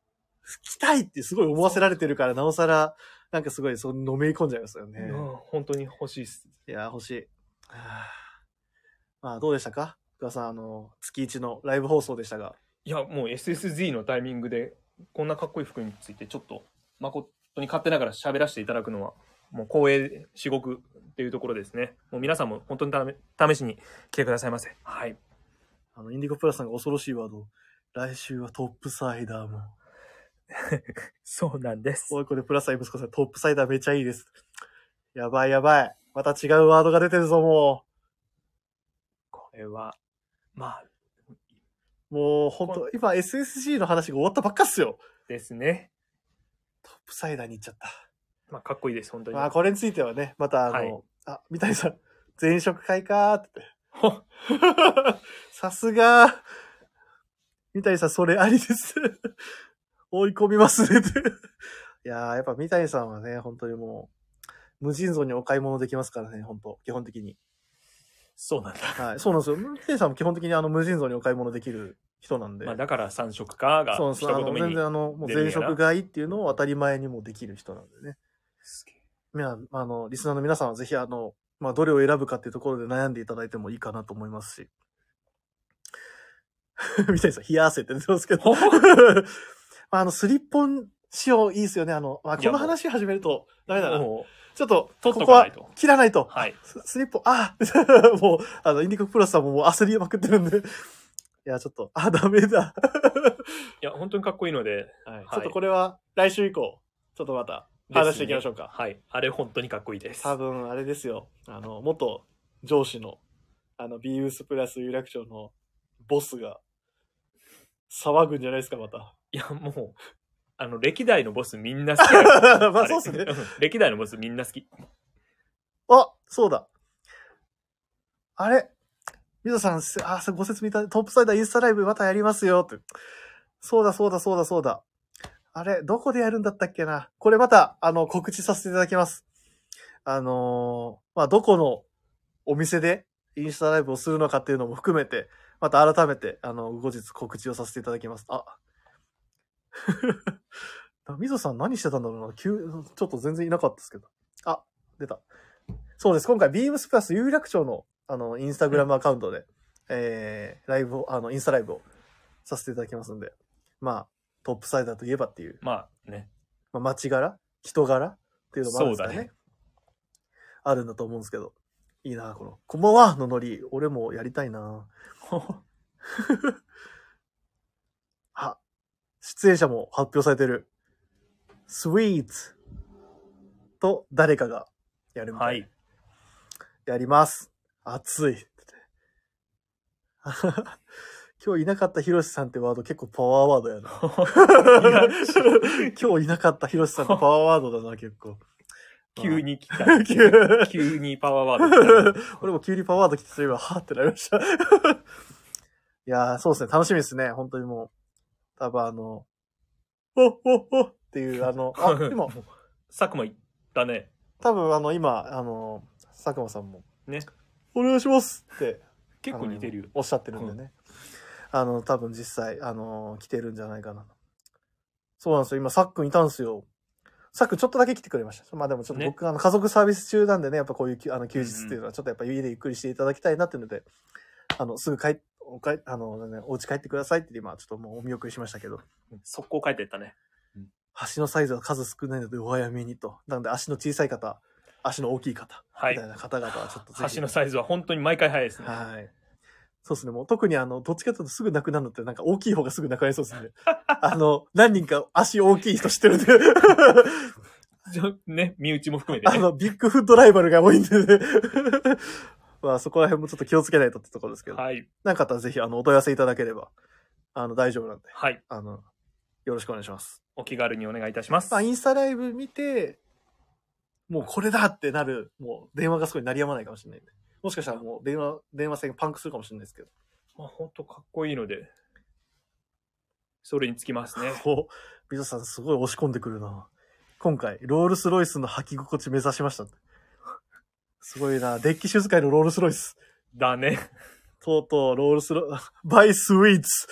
S1: 着たいってすごい思わせられてるから、なおさら、なんかすごい、そう、のめり込んじゃいますよね。
S2: うん本当に欲しいです。
S1: いやー、欲しい。はあまあ、どうでしたか福田さん、あの、月一のライブ放送でしたが。
S2: いや、もう SSG のタイミングで、こんなかっこいい服について、ちょっと、誠に勝手ながら喋らせていただくのは、もう光栄、至極っていうところですね。もう皆さんも本当にため試しに来てくださいませ。はい。
S1: あの、インディゴプラスさんが恐ろしいワード。来週はトップサイダーも。
S2: そうなんです。
S1: おい、これプラスさん、息子さん、トップサイダーめちゃいいです。やばいやばい。また違うワードが出てるぞ、も
S2: これは、まあ、
S1: う。もう、ほんと、今 SSG の話が終わったばっかっすよ。
S2: ですね。
S1: トップサイダーに行っちゃった。
S2: まあ、かっこいいです、本当に。
S1: まあ、これについてはね、またあの、
S2: はい
S1: あ、三谷さん、前職会かーって。
S2: ほっ *laughs*
S1: さすが、三谷さん、それありです。追い込みますね。いやー、やっぱ三谷さんはね、本当にもう、無尽蔵にお買い物できますからね、本当基本的に。
S2: そうなんだ。
S1: はい、そうなんですよ。三谷さんも基本的にあの、無尽蔵にお買い物できる人なんで。
S2: まあ、だから三色かが、
S1: そうなん
S2: 一
S1: ですよ。あの、
S2: 言目
S1: 全
S2: に
S1: 然。あの、もう
S2: 出るん
S1: 前
S2: やな
S1: 職買いっていうのを当たり前にもうできる人なんでね。
S2: すげえ
S1: いや、あの、リスナーの皆さんはぜひ、あの、まあ、どれを選ぶかっていうところで悩んでいただいてもいいかなと思いますし。 *laughs* みたいにさん、冷や汗って出て *laughs* ますけど。まあ、あの、スリッポン仕様いいですよね。あの、まあ、
S2: い
S1: こ
S2: や
S1: の話始めると、ダメだな。
S2: も
S1: ちょっと、
S2: 取
S1: こ
S2: っと
S1: こ
S2: かない
S1: は
S2: と
S1: 切らないと
S2: う。はい。
S1: ススリッポン、あ *laughs* もう、あの、インディコプラスさんももう焦りまくってるんで。いや、ちょっと、あ、ダメだ。 *laughs*
S2: いや、本当にかっこいいので、
S1: はい
S2: い
S1: ちょっとこれは、来週以降、ちょっとまた、 *laughs* 話していきましょうか。
S2: はい。あれ、本当にかっこいいです。
S1: 多分あれですよあの元上司のあのビーウスプラス有楽町のボスが騒ぐんじゃないですかまた
S2: いや、もう、あの、歴代のボスみんな好きやから。
S1: まあそうっすね
S2: れ。ん歴代のボスみんな好き。
S1: あそうだあれみぞさんせあそうご説明いただトップサイダーインスタライブまたやりますよってそうだそうだそうだそうだあれどこでやるんだったっけなこれまたあの告知させていただきますあのーまあどこのお店でインスタライブをするのかっていうのも含めて、また改めて、あの、後日告知をさせていただきます。あ。 *laughs* みぞさん何してたんだろうな急、ちょっと全然いなかったですけど。あ、出た。そうです。今回、ビームスプラス有楽町の、あの、インスタグラムアカウントで、えー、ライブを、あの、インスタライブをさせていただきますんで、まあ、トップサイダーといえばっていう、
S2: まあね。
S1: まあ、街柄人柄っていうのもあるんですかね。
S2: そうだね
S1: あるんだと思うんですけど。いいな、この、こんばんはのノリ、俺もやりたいな。
S2: *laughs*
S1: あ、出演者も発表されてる。スイーツと誰かがやるみた。
S2: は
S1: *laughs*
S2: いい。
S1: やります。熱い。 *laughs* 今日いなかったヒロシさんってワード結構パワーワードやな。今日いなかったヒロシさんってパワーワードだな、結構。
S2: *laughs* 急に来た。
S1: 急
S2: 急にパワーワード来
S1: 俺も急にパワード来てすれば、はーってなりました。い *laughs* やー、そうですね。楽しみですね。本当にもう。多分あの、おっおっおっっていう、あの、あ、
S2: た。 *laughs*
S1: 今、
S2: もう、佐久間行ったね。
S1: 多分あの、今、あの、佐久間さんも、
S2: ね。
S1: お願いしますって、
S2: 結構似てるよ
S1: あの。おっしゃってるんでね。あの、多分実際、あの、来てるんじゃないかな。そうなんですよ。今、さっくんいたんですよ。さっくんちょっとだけ来てくれました。まあでもちょっと
S2: ね
S1: 僕、あの、家族サービス中なんでね、やっぱこういうきあの休日っていうのは、ちょっとやっぱ家でゆっくりしていただきたいなっていうので、あの、すぐ帰っ、おかえあのね、お家帰ってくださいって今、ちょっともうお見送りしましたけど、
S2: 速攻帰っていったね。
S1: 足のサイズは数少ないのでお早めにと。なんで足の小さい方、足の大きい方、
S2: はい
S1: みたいな方々はちょっとぜひ
S2: 橋のサイズは本当に毎回早いですね。
S1: はい。そうですね。もう特にあの、どっちかというとすぐなくなるのって、なんか大きい方がすぐなくなりそうで
S2: *laughs*
S1: すね。あの、何人か足大きい人知ってるんで、
S2: ね、身内も含めて
S1: あ *laughs*
S2: ね。
S1: の、ビッグフットライバルが多いんでね。 *laughs* まあ、そこら辺もちょっと気をつけないとってところですけど、
S2: はい。
S1: なんかあったらぜひ、あの、お問い合わせいただければ、あの、大丈夫なんで、
S2: はい。
S1: あの、よろしくお願いします。
S2: お気軽にお願いいたします。
S1: まあ、インスタライブ見て、もうこれだってなる、もう電話がすごい鳴りやまないかもしれないんで。もしかしたらもう電話、電話線がパンクするかもしれないですけど。
S2: まあ、本当かっこいいので、それにつきますね。
S1: こう、水野さんすごい押し込んでくるな。今回、ロールスロイスの履き心地目指しましたって。すごいな。デッキシューズ界のロールスロイス。
S2: だね。
S1: とうとう、ロールスロ、 *laughs* バイスウィーツ。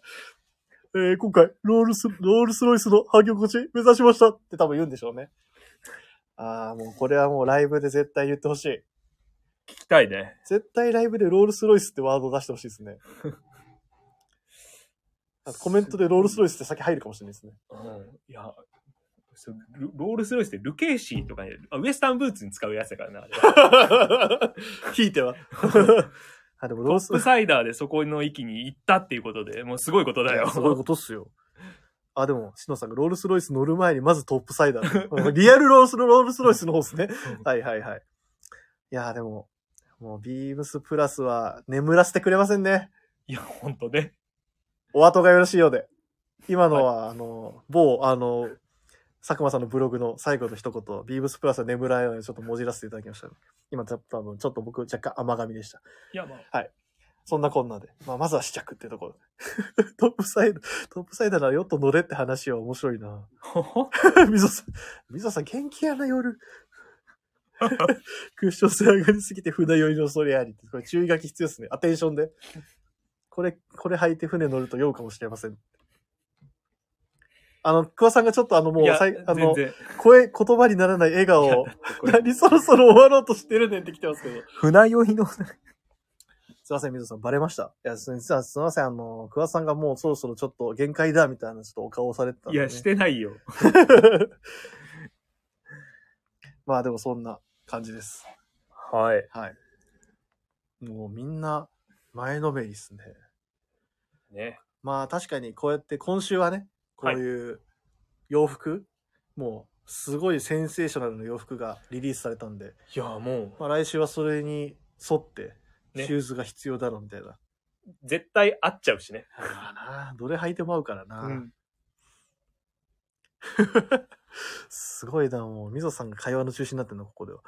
S1: *laughs* えー今回、ロールス、ロールスロイスの履き心地目指しましたって多分言うんでしょうね。ああ、もうこれはもうライブで絶対言ってほしい。
S2: 聞きたいね。
S1: 絶対ライブでロールスロイスってワードを出してほしいですね。あとコメントでロールスロイスって先入るかもしれないですね。
S2: うん。いや、そうルロールスロイスってルケーシーとかにあウエスタンブーツに使うやつだからな。あれは
S1: *laughs* ひいては。あ、でもロース
S2: トップサイダーでそこの域に行ったっていうことで、もうすごいことだよ。
S1: すごいことっすよ。あ、でも、しのさんがロールスロイス乗る前にまずトップサイダー。 *laughs* リアルロールスロロールスロイスの方ですね。はいはいはい。いやーでも、もうビームスプラスは眠らせてくれませんね。
S2: いや、本当ね。
S1: お後がよろしいようで。今のは、あの、某、あの、佐久間さんのブログの最後の一言、ビームスプラスは眠らないようにちょっともじらせていただきました、今、た多分ちょっと僕若干甘噛みでした。
S2: いや、まあ、
S1: そんなこんなで。まあ、まずは試着ってところ。 *laughs* トップサイド、トップサイドならヨット乗れって話は面白いな。 *laughs*
S2: *laughs* ほほ
S1: みぞさん、みぞさん元気やな夜。クッション性上がりすぎて船酔いの恐れありって。これ注意書き必要ですね。アテンションで。これ、これ履いて船乗ると酔うかもしれません。あの、桑さんがちょっとあのも
S2: いうや、
S1: さい、あの
S2: 全、然。
S1: 声、言葉にならない笑顔を、
S2: これ
S1: 何そろそろ終わろうとしてるねんって来てますけ
S2: *laughs*
S1: ど。
S2: 船酔いの、
S1: すいません、水野さん、バレました。いや、す実はすいません、あの、桑田さんがもうそろそろちょっと限界だ、みたいな、ちょっとお顔をされてたん
S2: い
S1: で、ね。
S2: や、してないよ。
S1: *laughs* まあ、でもそんな感じです。
S2: はい。
S1: はい。もうみんな、前のめりですね。
S2: ね。
S1: まあ、確かにこうやって、今週はね、こういう洋服、もう、すごいセンセーショナルの洋服がリリースされたんで、
S2: いや、も
S1: まあ、来週はそれに沿って、シ
S2: ね
S1: ューズが必要だろ、みたいな。
S2: う、絶対会っちゃうしね。
S1: まあなどれ履いても合うからな。
S2: うん。
S1: すごいな、もう、みぞさんが会話の中心になってんの、ここでは。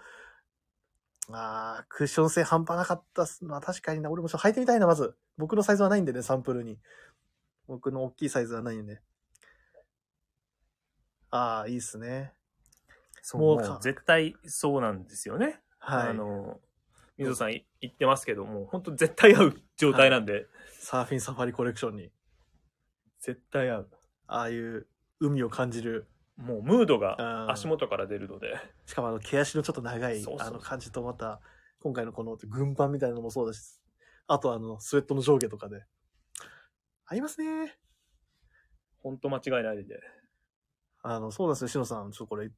S1: あークッション性半端なかったっす。まあ確かにな、俺もちょっと履いてみたいな、まず。僕のサイズはないんでね、サンプルに。僕の大きいサイズはないんで。ああ、いいっすね。
S2: そう、
S1: も
S2: も
S1: う
S2: う
S1: か
S2: 絶対そうなんですよね。
S1: はい。
S2: あの、みぞさんい言ってますけども、本当絶対会う状態なんで、
S1: サーフィンサファリコレクションに、
S2: 絶対会う。
S1: ああいう海を感じる。
S2: もうムード
S1: うん
S2: が足元から出るので、
S1: しかもあの、毛足のちょっと長い、
S2: そうそうそう
S1: あの感じとまた、今回のこの軍パンみたいなのもそうだし、あとあの、スウェットの上下とかで。合いますね
S2: 本当間違いないで。
S1: あの、そうなんですよ、しのさん。ちょっとこれ、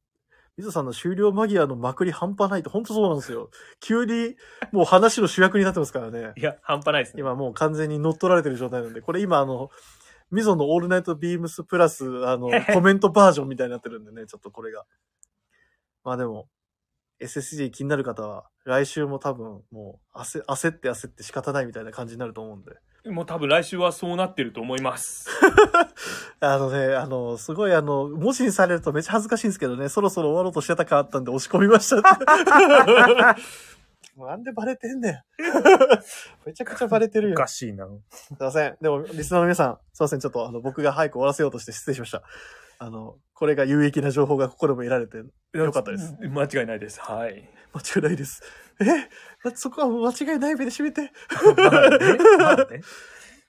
S1: 水野さんの終了間際のまくり半端ないって、ほんとそうなんですよ。急に、もう話の主役になってますからね。
S2: いや、半端ないですね。
S1: 今もう完全に乗っ取られてる状態なんで、これ今あの、ミゾのオールナイトビームスプラス、あの、コメントバージョンみたいになってるんでね、ちょっとこれが。まあでも、SSG 気になる方は、来週も多分、もう焦、焦って焦って仕方ないみたいな感じになると思うんで。
S2: もう多分来週はそうなってると思います。
S1: あのね、あの、すごいあの、文字にされるとめっちゃ恥ずかしいんですけどね、そろそろ終わろうとしてたかあったんで押し込みましたって。なんでバレてんねん。めちゃくちゃバレてるよ。
S2: しいな。
S1: すいません。でも、リスナーの皆さん、すいません。ちょっとあの、僕が早く終わらせようとして失礼しました。あの、これが有益な情報がここでも得られて、よかったです。。
S2: 間違いないです。はい。
S1: 間違いないです。え *laughs* だってそこはもう間違いない目で締めて。
S2: まあねまあね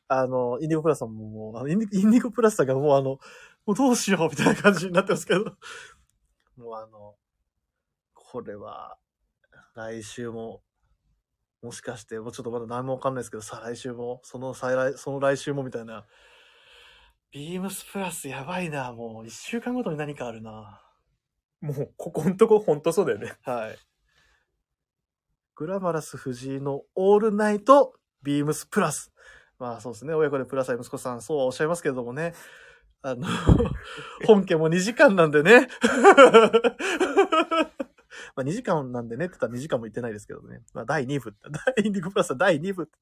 S1: あの、インディゴプラスさんももう、あのインディインディゴプラスさんがもうあの、もうどうしようみたいな感じになってますけど。 *laughs* もうあの、これは、来週も、もしかして、もうちょっとまだ何もわかんないですけど、再来週も、その再来、その来週もみたいな。ビームスプラスやばいな、もう一週間ごとに何かあるな。
S2: もう、ここんとこほんとそうだよね。
S1: はい。グラマラス藤井のオールナイトビームスプラス。まあそうですね。親子でプラスは息子さん、そうはおっしゃいますけれどもね。あ *laughs* の、本家も2時間なんでね。 *laughs* まあ2時間なんでねって言ったら2時間も言ってないですけどね。まあ第2部って、第2部プラスは第2部って。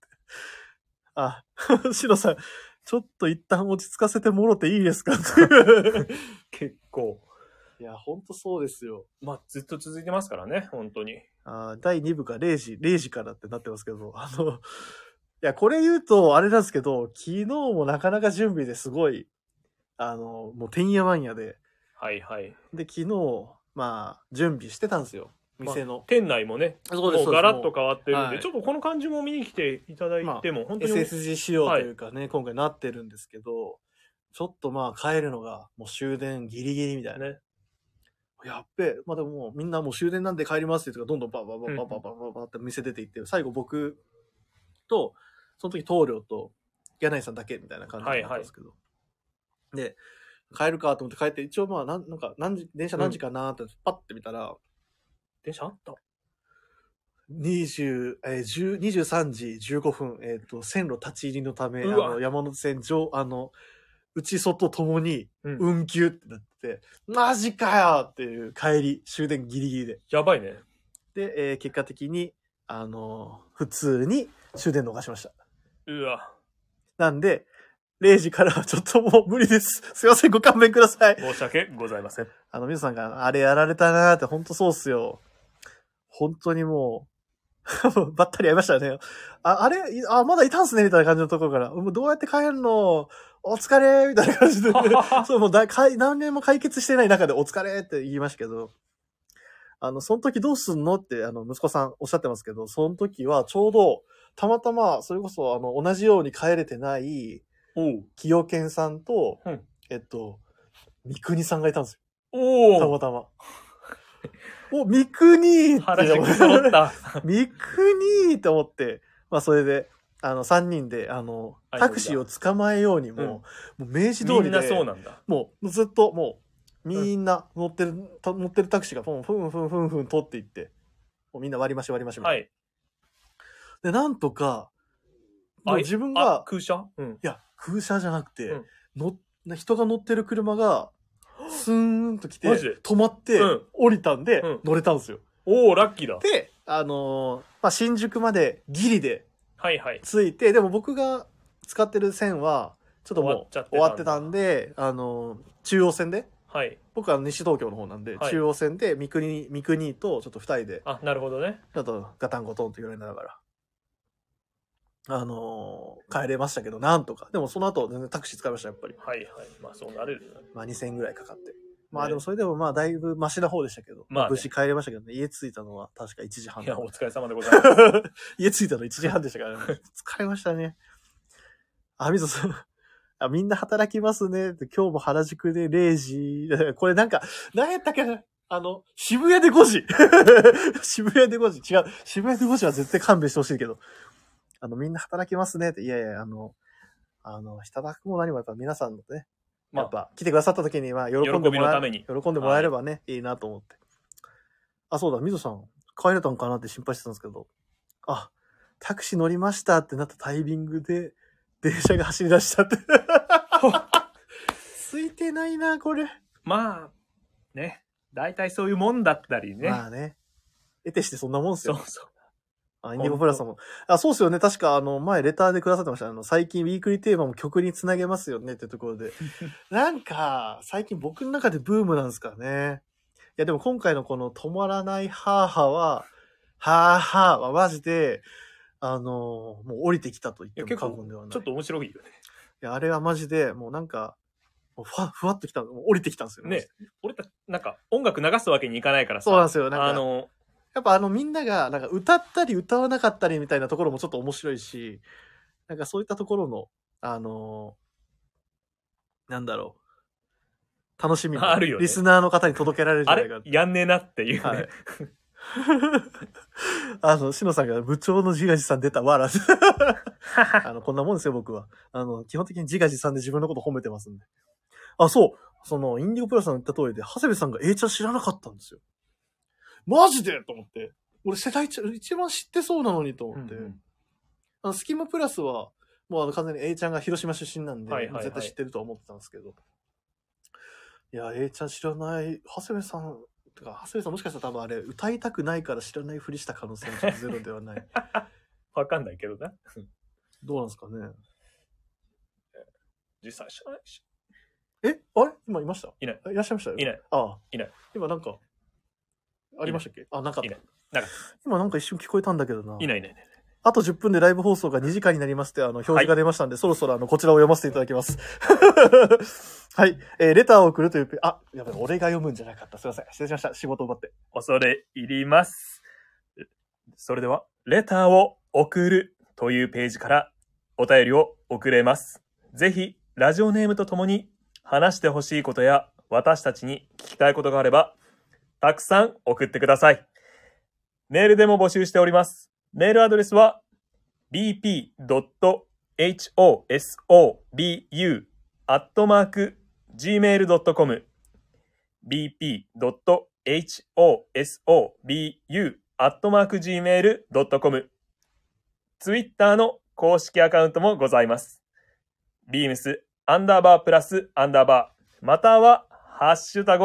S1: あ、 *laughs* シロさん、ちょっと一旦落ち着かせてもろていいですかって *laughs* いう。
S2: 結構。
S1: いや、ほんとそうですよ。
S2: まあ、ずっと続いてますからね、本当に。
S1: あー第2部が0時、0時からってなってますけど、あの、いや、これ言うと、あれなんですけど、昨日もなかなか準備ですごい、あの、もうてんやわんやで、
S2: はいはい。
S1: で、昨日、まあ、準備してたんですよ、店の。
S2: 店内もね、
S1: そ
S2: もうガラッと
S1: も
S2: 変わってるん
S1: は
S2: で、
S1: い
S2: ちょっとこの感じも見に来ていただいても、本
S1: う
S2: 当に。
S1: SSG 仕様というかね、今回なってるんですけど、ちょっとまあ、帰るのが、もう終電ギリギリみたいな。
S2: ね。
S1: やっべえ、まあでももうみんなもう終電なんで帰りますって言うとか、どんどんバーバーバーバーバーバーバーバーって店出て行って、最後僕と、その時棟梁と柳井さんだけみたいな感じだったんですけど。で、帰るかと思って帰って、一応まあなん、なんか何時、電車何時かなーってパッて見たら、
S2: 電車あった
S1: 20、えー、10 23時15分、えっ、と、線路立ち入りのため、あ
S2: うわ
S1: の、山手線上、あの、内外ともに
S2: うん
S1: 運休ってなってて、マジかよっていう帰り、終電ギリギリで。
S2: やばいね。
S1: で、えー結果的に、あのー普通に終電逃しました。
S2: うわ。
S1: なんで、0時からはちょっともう無理です。すいません、ご勘弁ください。
S2: 申し訳ございません。
S1: あの、皆さんが、あれやられたなーって、ほんとそうっすよ。本当にもう、 *laughs* ばったり会いましたね。あ、あれいあ、まだいたんすねみたいな感じのところから。もうどうやって帰るのお疲れみたいな感じで、そう、もうだかい何年も解決してない中でお疲れって言いましたけど、あの、その時どうすんのって、あの、息子さんおっしゃってますけど、その時はちょうど、たまたま、それこそ、あの、同じように帰れてない、
S2: おう。
S1: 清健さんと、
S2: うん
S1: えっと、三国さんがいたんですよた
S2: お
S1: ま
S2: お。
S1: たま。お、三国って
S2: 原宿
S1: *laughs*
S2: 揃 *laughs* った。
S1: 三国って思って、まあそれで、あの、三人で、あの、
S2: あ
S1: タクシーを捕まえようにも、もう明示通りで、
S2: みんなそうなんだ。
S1: もうずっともう、みんな乗ってる、た乗ってるタクシーが、ふんふんふんふんふん通っていって、もうみんな割り増し割り増しみた
S2: はいい。
S1: な。で、なんとか、
S2: あ
S1: もう自分
S2: あ、
S1: が、
S2: 空車うん。
S1: いや、空車じゃなくて、
S2: うん
S1: 乗っ人が乗ってる車
S2: *gasps*
S1: が、スーンと来て、
S2: マジで
S1: 止まって、
S2: うん
S1: 降りたんで、
S2: うん
S1: 乗れたんですよ。
S2: おお、ラッキーだ。
S1: で、あのーまあ、新宿までギリで
S2: はいはい。
S1: 着いて、でも僕が使ってる線は、ちょっと
S2: 終わっ
S1: も
S2: ちゃっ
S1: う
S2: てたんだ
S1: 終わってたんで、あのー中央線で、
S2: はい。
S1: 僕は西東京の方なんで、
S2: はい
S1: 中央線で三国、三国とちょっと二人で、
S2: あ、なるほどね。
S1: ちょっとガタンゴトンと揺られながら、あのー帰れましたけど、なんとか。でもその後全然タクシー使いました、やっぱり。
S2: はいはい。まあ、そうなれるよね。
S1: まあ2000円ぐらいかかって。まあ
S2: ね
S1: でもそれでもまあだいぶマシな方でしたけど、
S2: まあね
S1: 無事帰れましたけどね、家着いたのは確か1時半
S2: い
S1: と
S2: や、
S1: か
S2: お疲れ様でござ
S1: *laughs*
S2: います。
S1: 家着いたの1時半でしたから、ね、疲れましたね。あ、みぞさん。あ、みんな働きますね。って今日も原宿で0時。これなんか、何やったっけなあの、渋谷で5時。 *laughs* 渋谷で5時。違う。渋谷で5時は絶対勘弁してほしいけど。あの、みんな働きますね。っていやいや、あの、あの、いただくも何もやっぱ皆さんのね、
S2: まあ
S1: やっぱ来てくださった時に、まあ、喜んで
S2: 喜び
S1: も
S2: の
S1: ら
S2: た
S1: え
S2: めに
S1: 喜んでもらえればね、いいなと思って。あ、そうだ、みぞさん、帰れたんかなって心配してたんですけど、あ、タクシー乗りましたってなったタイミングで、電車が走り出したって。 *laughs* ついてないな、これ。
S2: まあ、ね。大体そういうもんだったりね。
S1: まあね。得てしてそんなもんっす
S2: そう
S1: よ。
S2: そう。
S1: あ、インディゴプラスさんも。あ、そうっすよね。確か、あの、前、レターでくださってました。あの、最近、ウィークリーテーマも曲につなげますよねってところで。 *laughs* なんか、最近僕の中でブームなんですかね。いや、でも今回のこの、止まらないハーハーは、ハーハーはマジで、あの、もう降りてきたと言って
S2: いや
S1: も
S2: 結
S1: 過
S2: 構
S1: 言ではない。
S2: ちょっと面白いよ
S1: いや、あれはマジで、もうなんか、もうふわ、ふわっときた、もう降りてきたんですよ
S2: ね。ね。俺たち、なんか音楽流すわけにいかないから
S1: そ
S2: さ。
S1: うなんですよ。なんか、
S2: あの、
S1: やっぱあのみんながなんか歌ったり歌わなかったりみたいなところもちょっと面白いし、なんかそういったところの、あのーなんだろう、楽しみが
S2: あるよね
S1: リスナーの方に届けられるんじゃ
S2: あ
S1: ないか
S2: れ
S1: って
S2: やんねえなっていうね。
S1: はいあの、しのさんが部長の自画自賛出たわら。 *laughs* あの、こんなもんですよ、僕は。あの、基本的に自画自賛で自分のこと褒めてますんで。あ、そう。その、インディゴプラスさんの言った通りで、長谷部さんが A ちゃん知らなかったんですよ。マジでと思って。俺世代ちゃ一番知ってそうなのにと思って。
S4: うんうん
S1: あの、スキマプラスは、もうあの完全に A ちゃんが広島出身なんで、
S2: はいはいはい
S1: 絶対知ってるとは思ってたんですけど。いや、A ちゃん知らない、長谷部さん、てか、長谷部さんもしかしたら多分あれ、歌いたくないから知らないふりした可能性もちょっとゼロでは
S2: *laughs*
S1: ない。
S2: わかんないけどな。
S1: どうなんですかね。
S2: 実際知らないし。
S1: えあれ今いました
S2: いない。
S1: あいらっしゃいましたよ
S2: いない。
S1: ああ。
S2: いない。
S1: 今なんか、ありましたっけあ、なかった。
S2: いないなかっ
S1: 今なんか一瞬聞こえたんだけどな。
S2: いないいないいない。
S1: あと10分でライブ放送が2時間になりまして、あの、表示が出ましたんで、そろそろあの、こちらを読ませていただきます。 *laughs* はい。えーレターを送るというペ、あ、やばい、俺が読むんじゃなかった。すいません。失礼しました。仕事を奪って。
S2: 恐れ入ります。それでは、レターを送るというページからお便りを送れます。ぜひ、ラジオネームとともに話してほしいことや私たちに聞きたいことがあれば、たくさん送ってください。メールでも募集しております。メールアドレスは bp.hosobu.gmail.com bp.hosobu.gmail.com ツイッターの公式アカウントもございます。beams アンダーバープラスアンダーバー、またはハッシュタグ、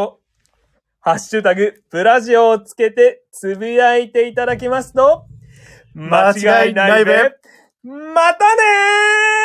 S2: ハッシュタグプラジオをつけてつぶやいていただきますと、間違いないべ。またねー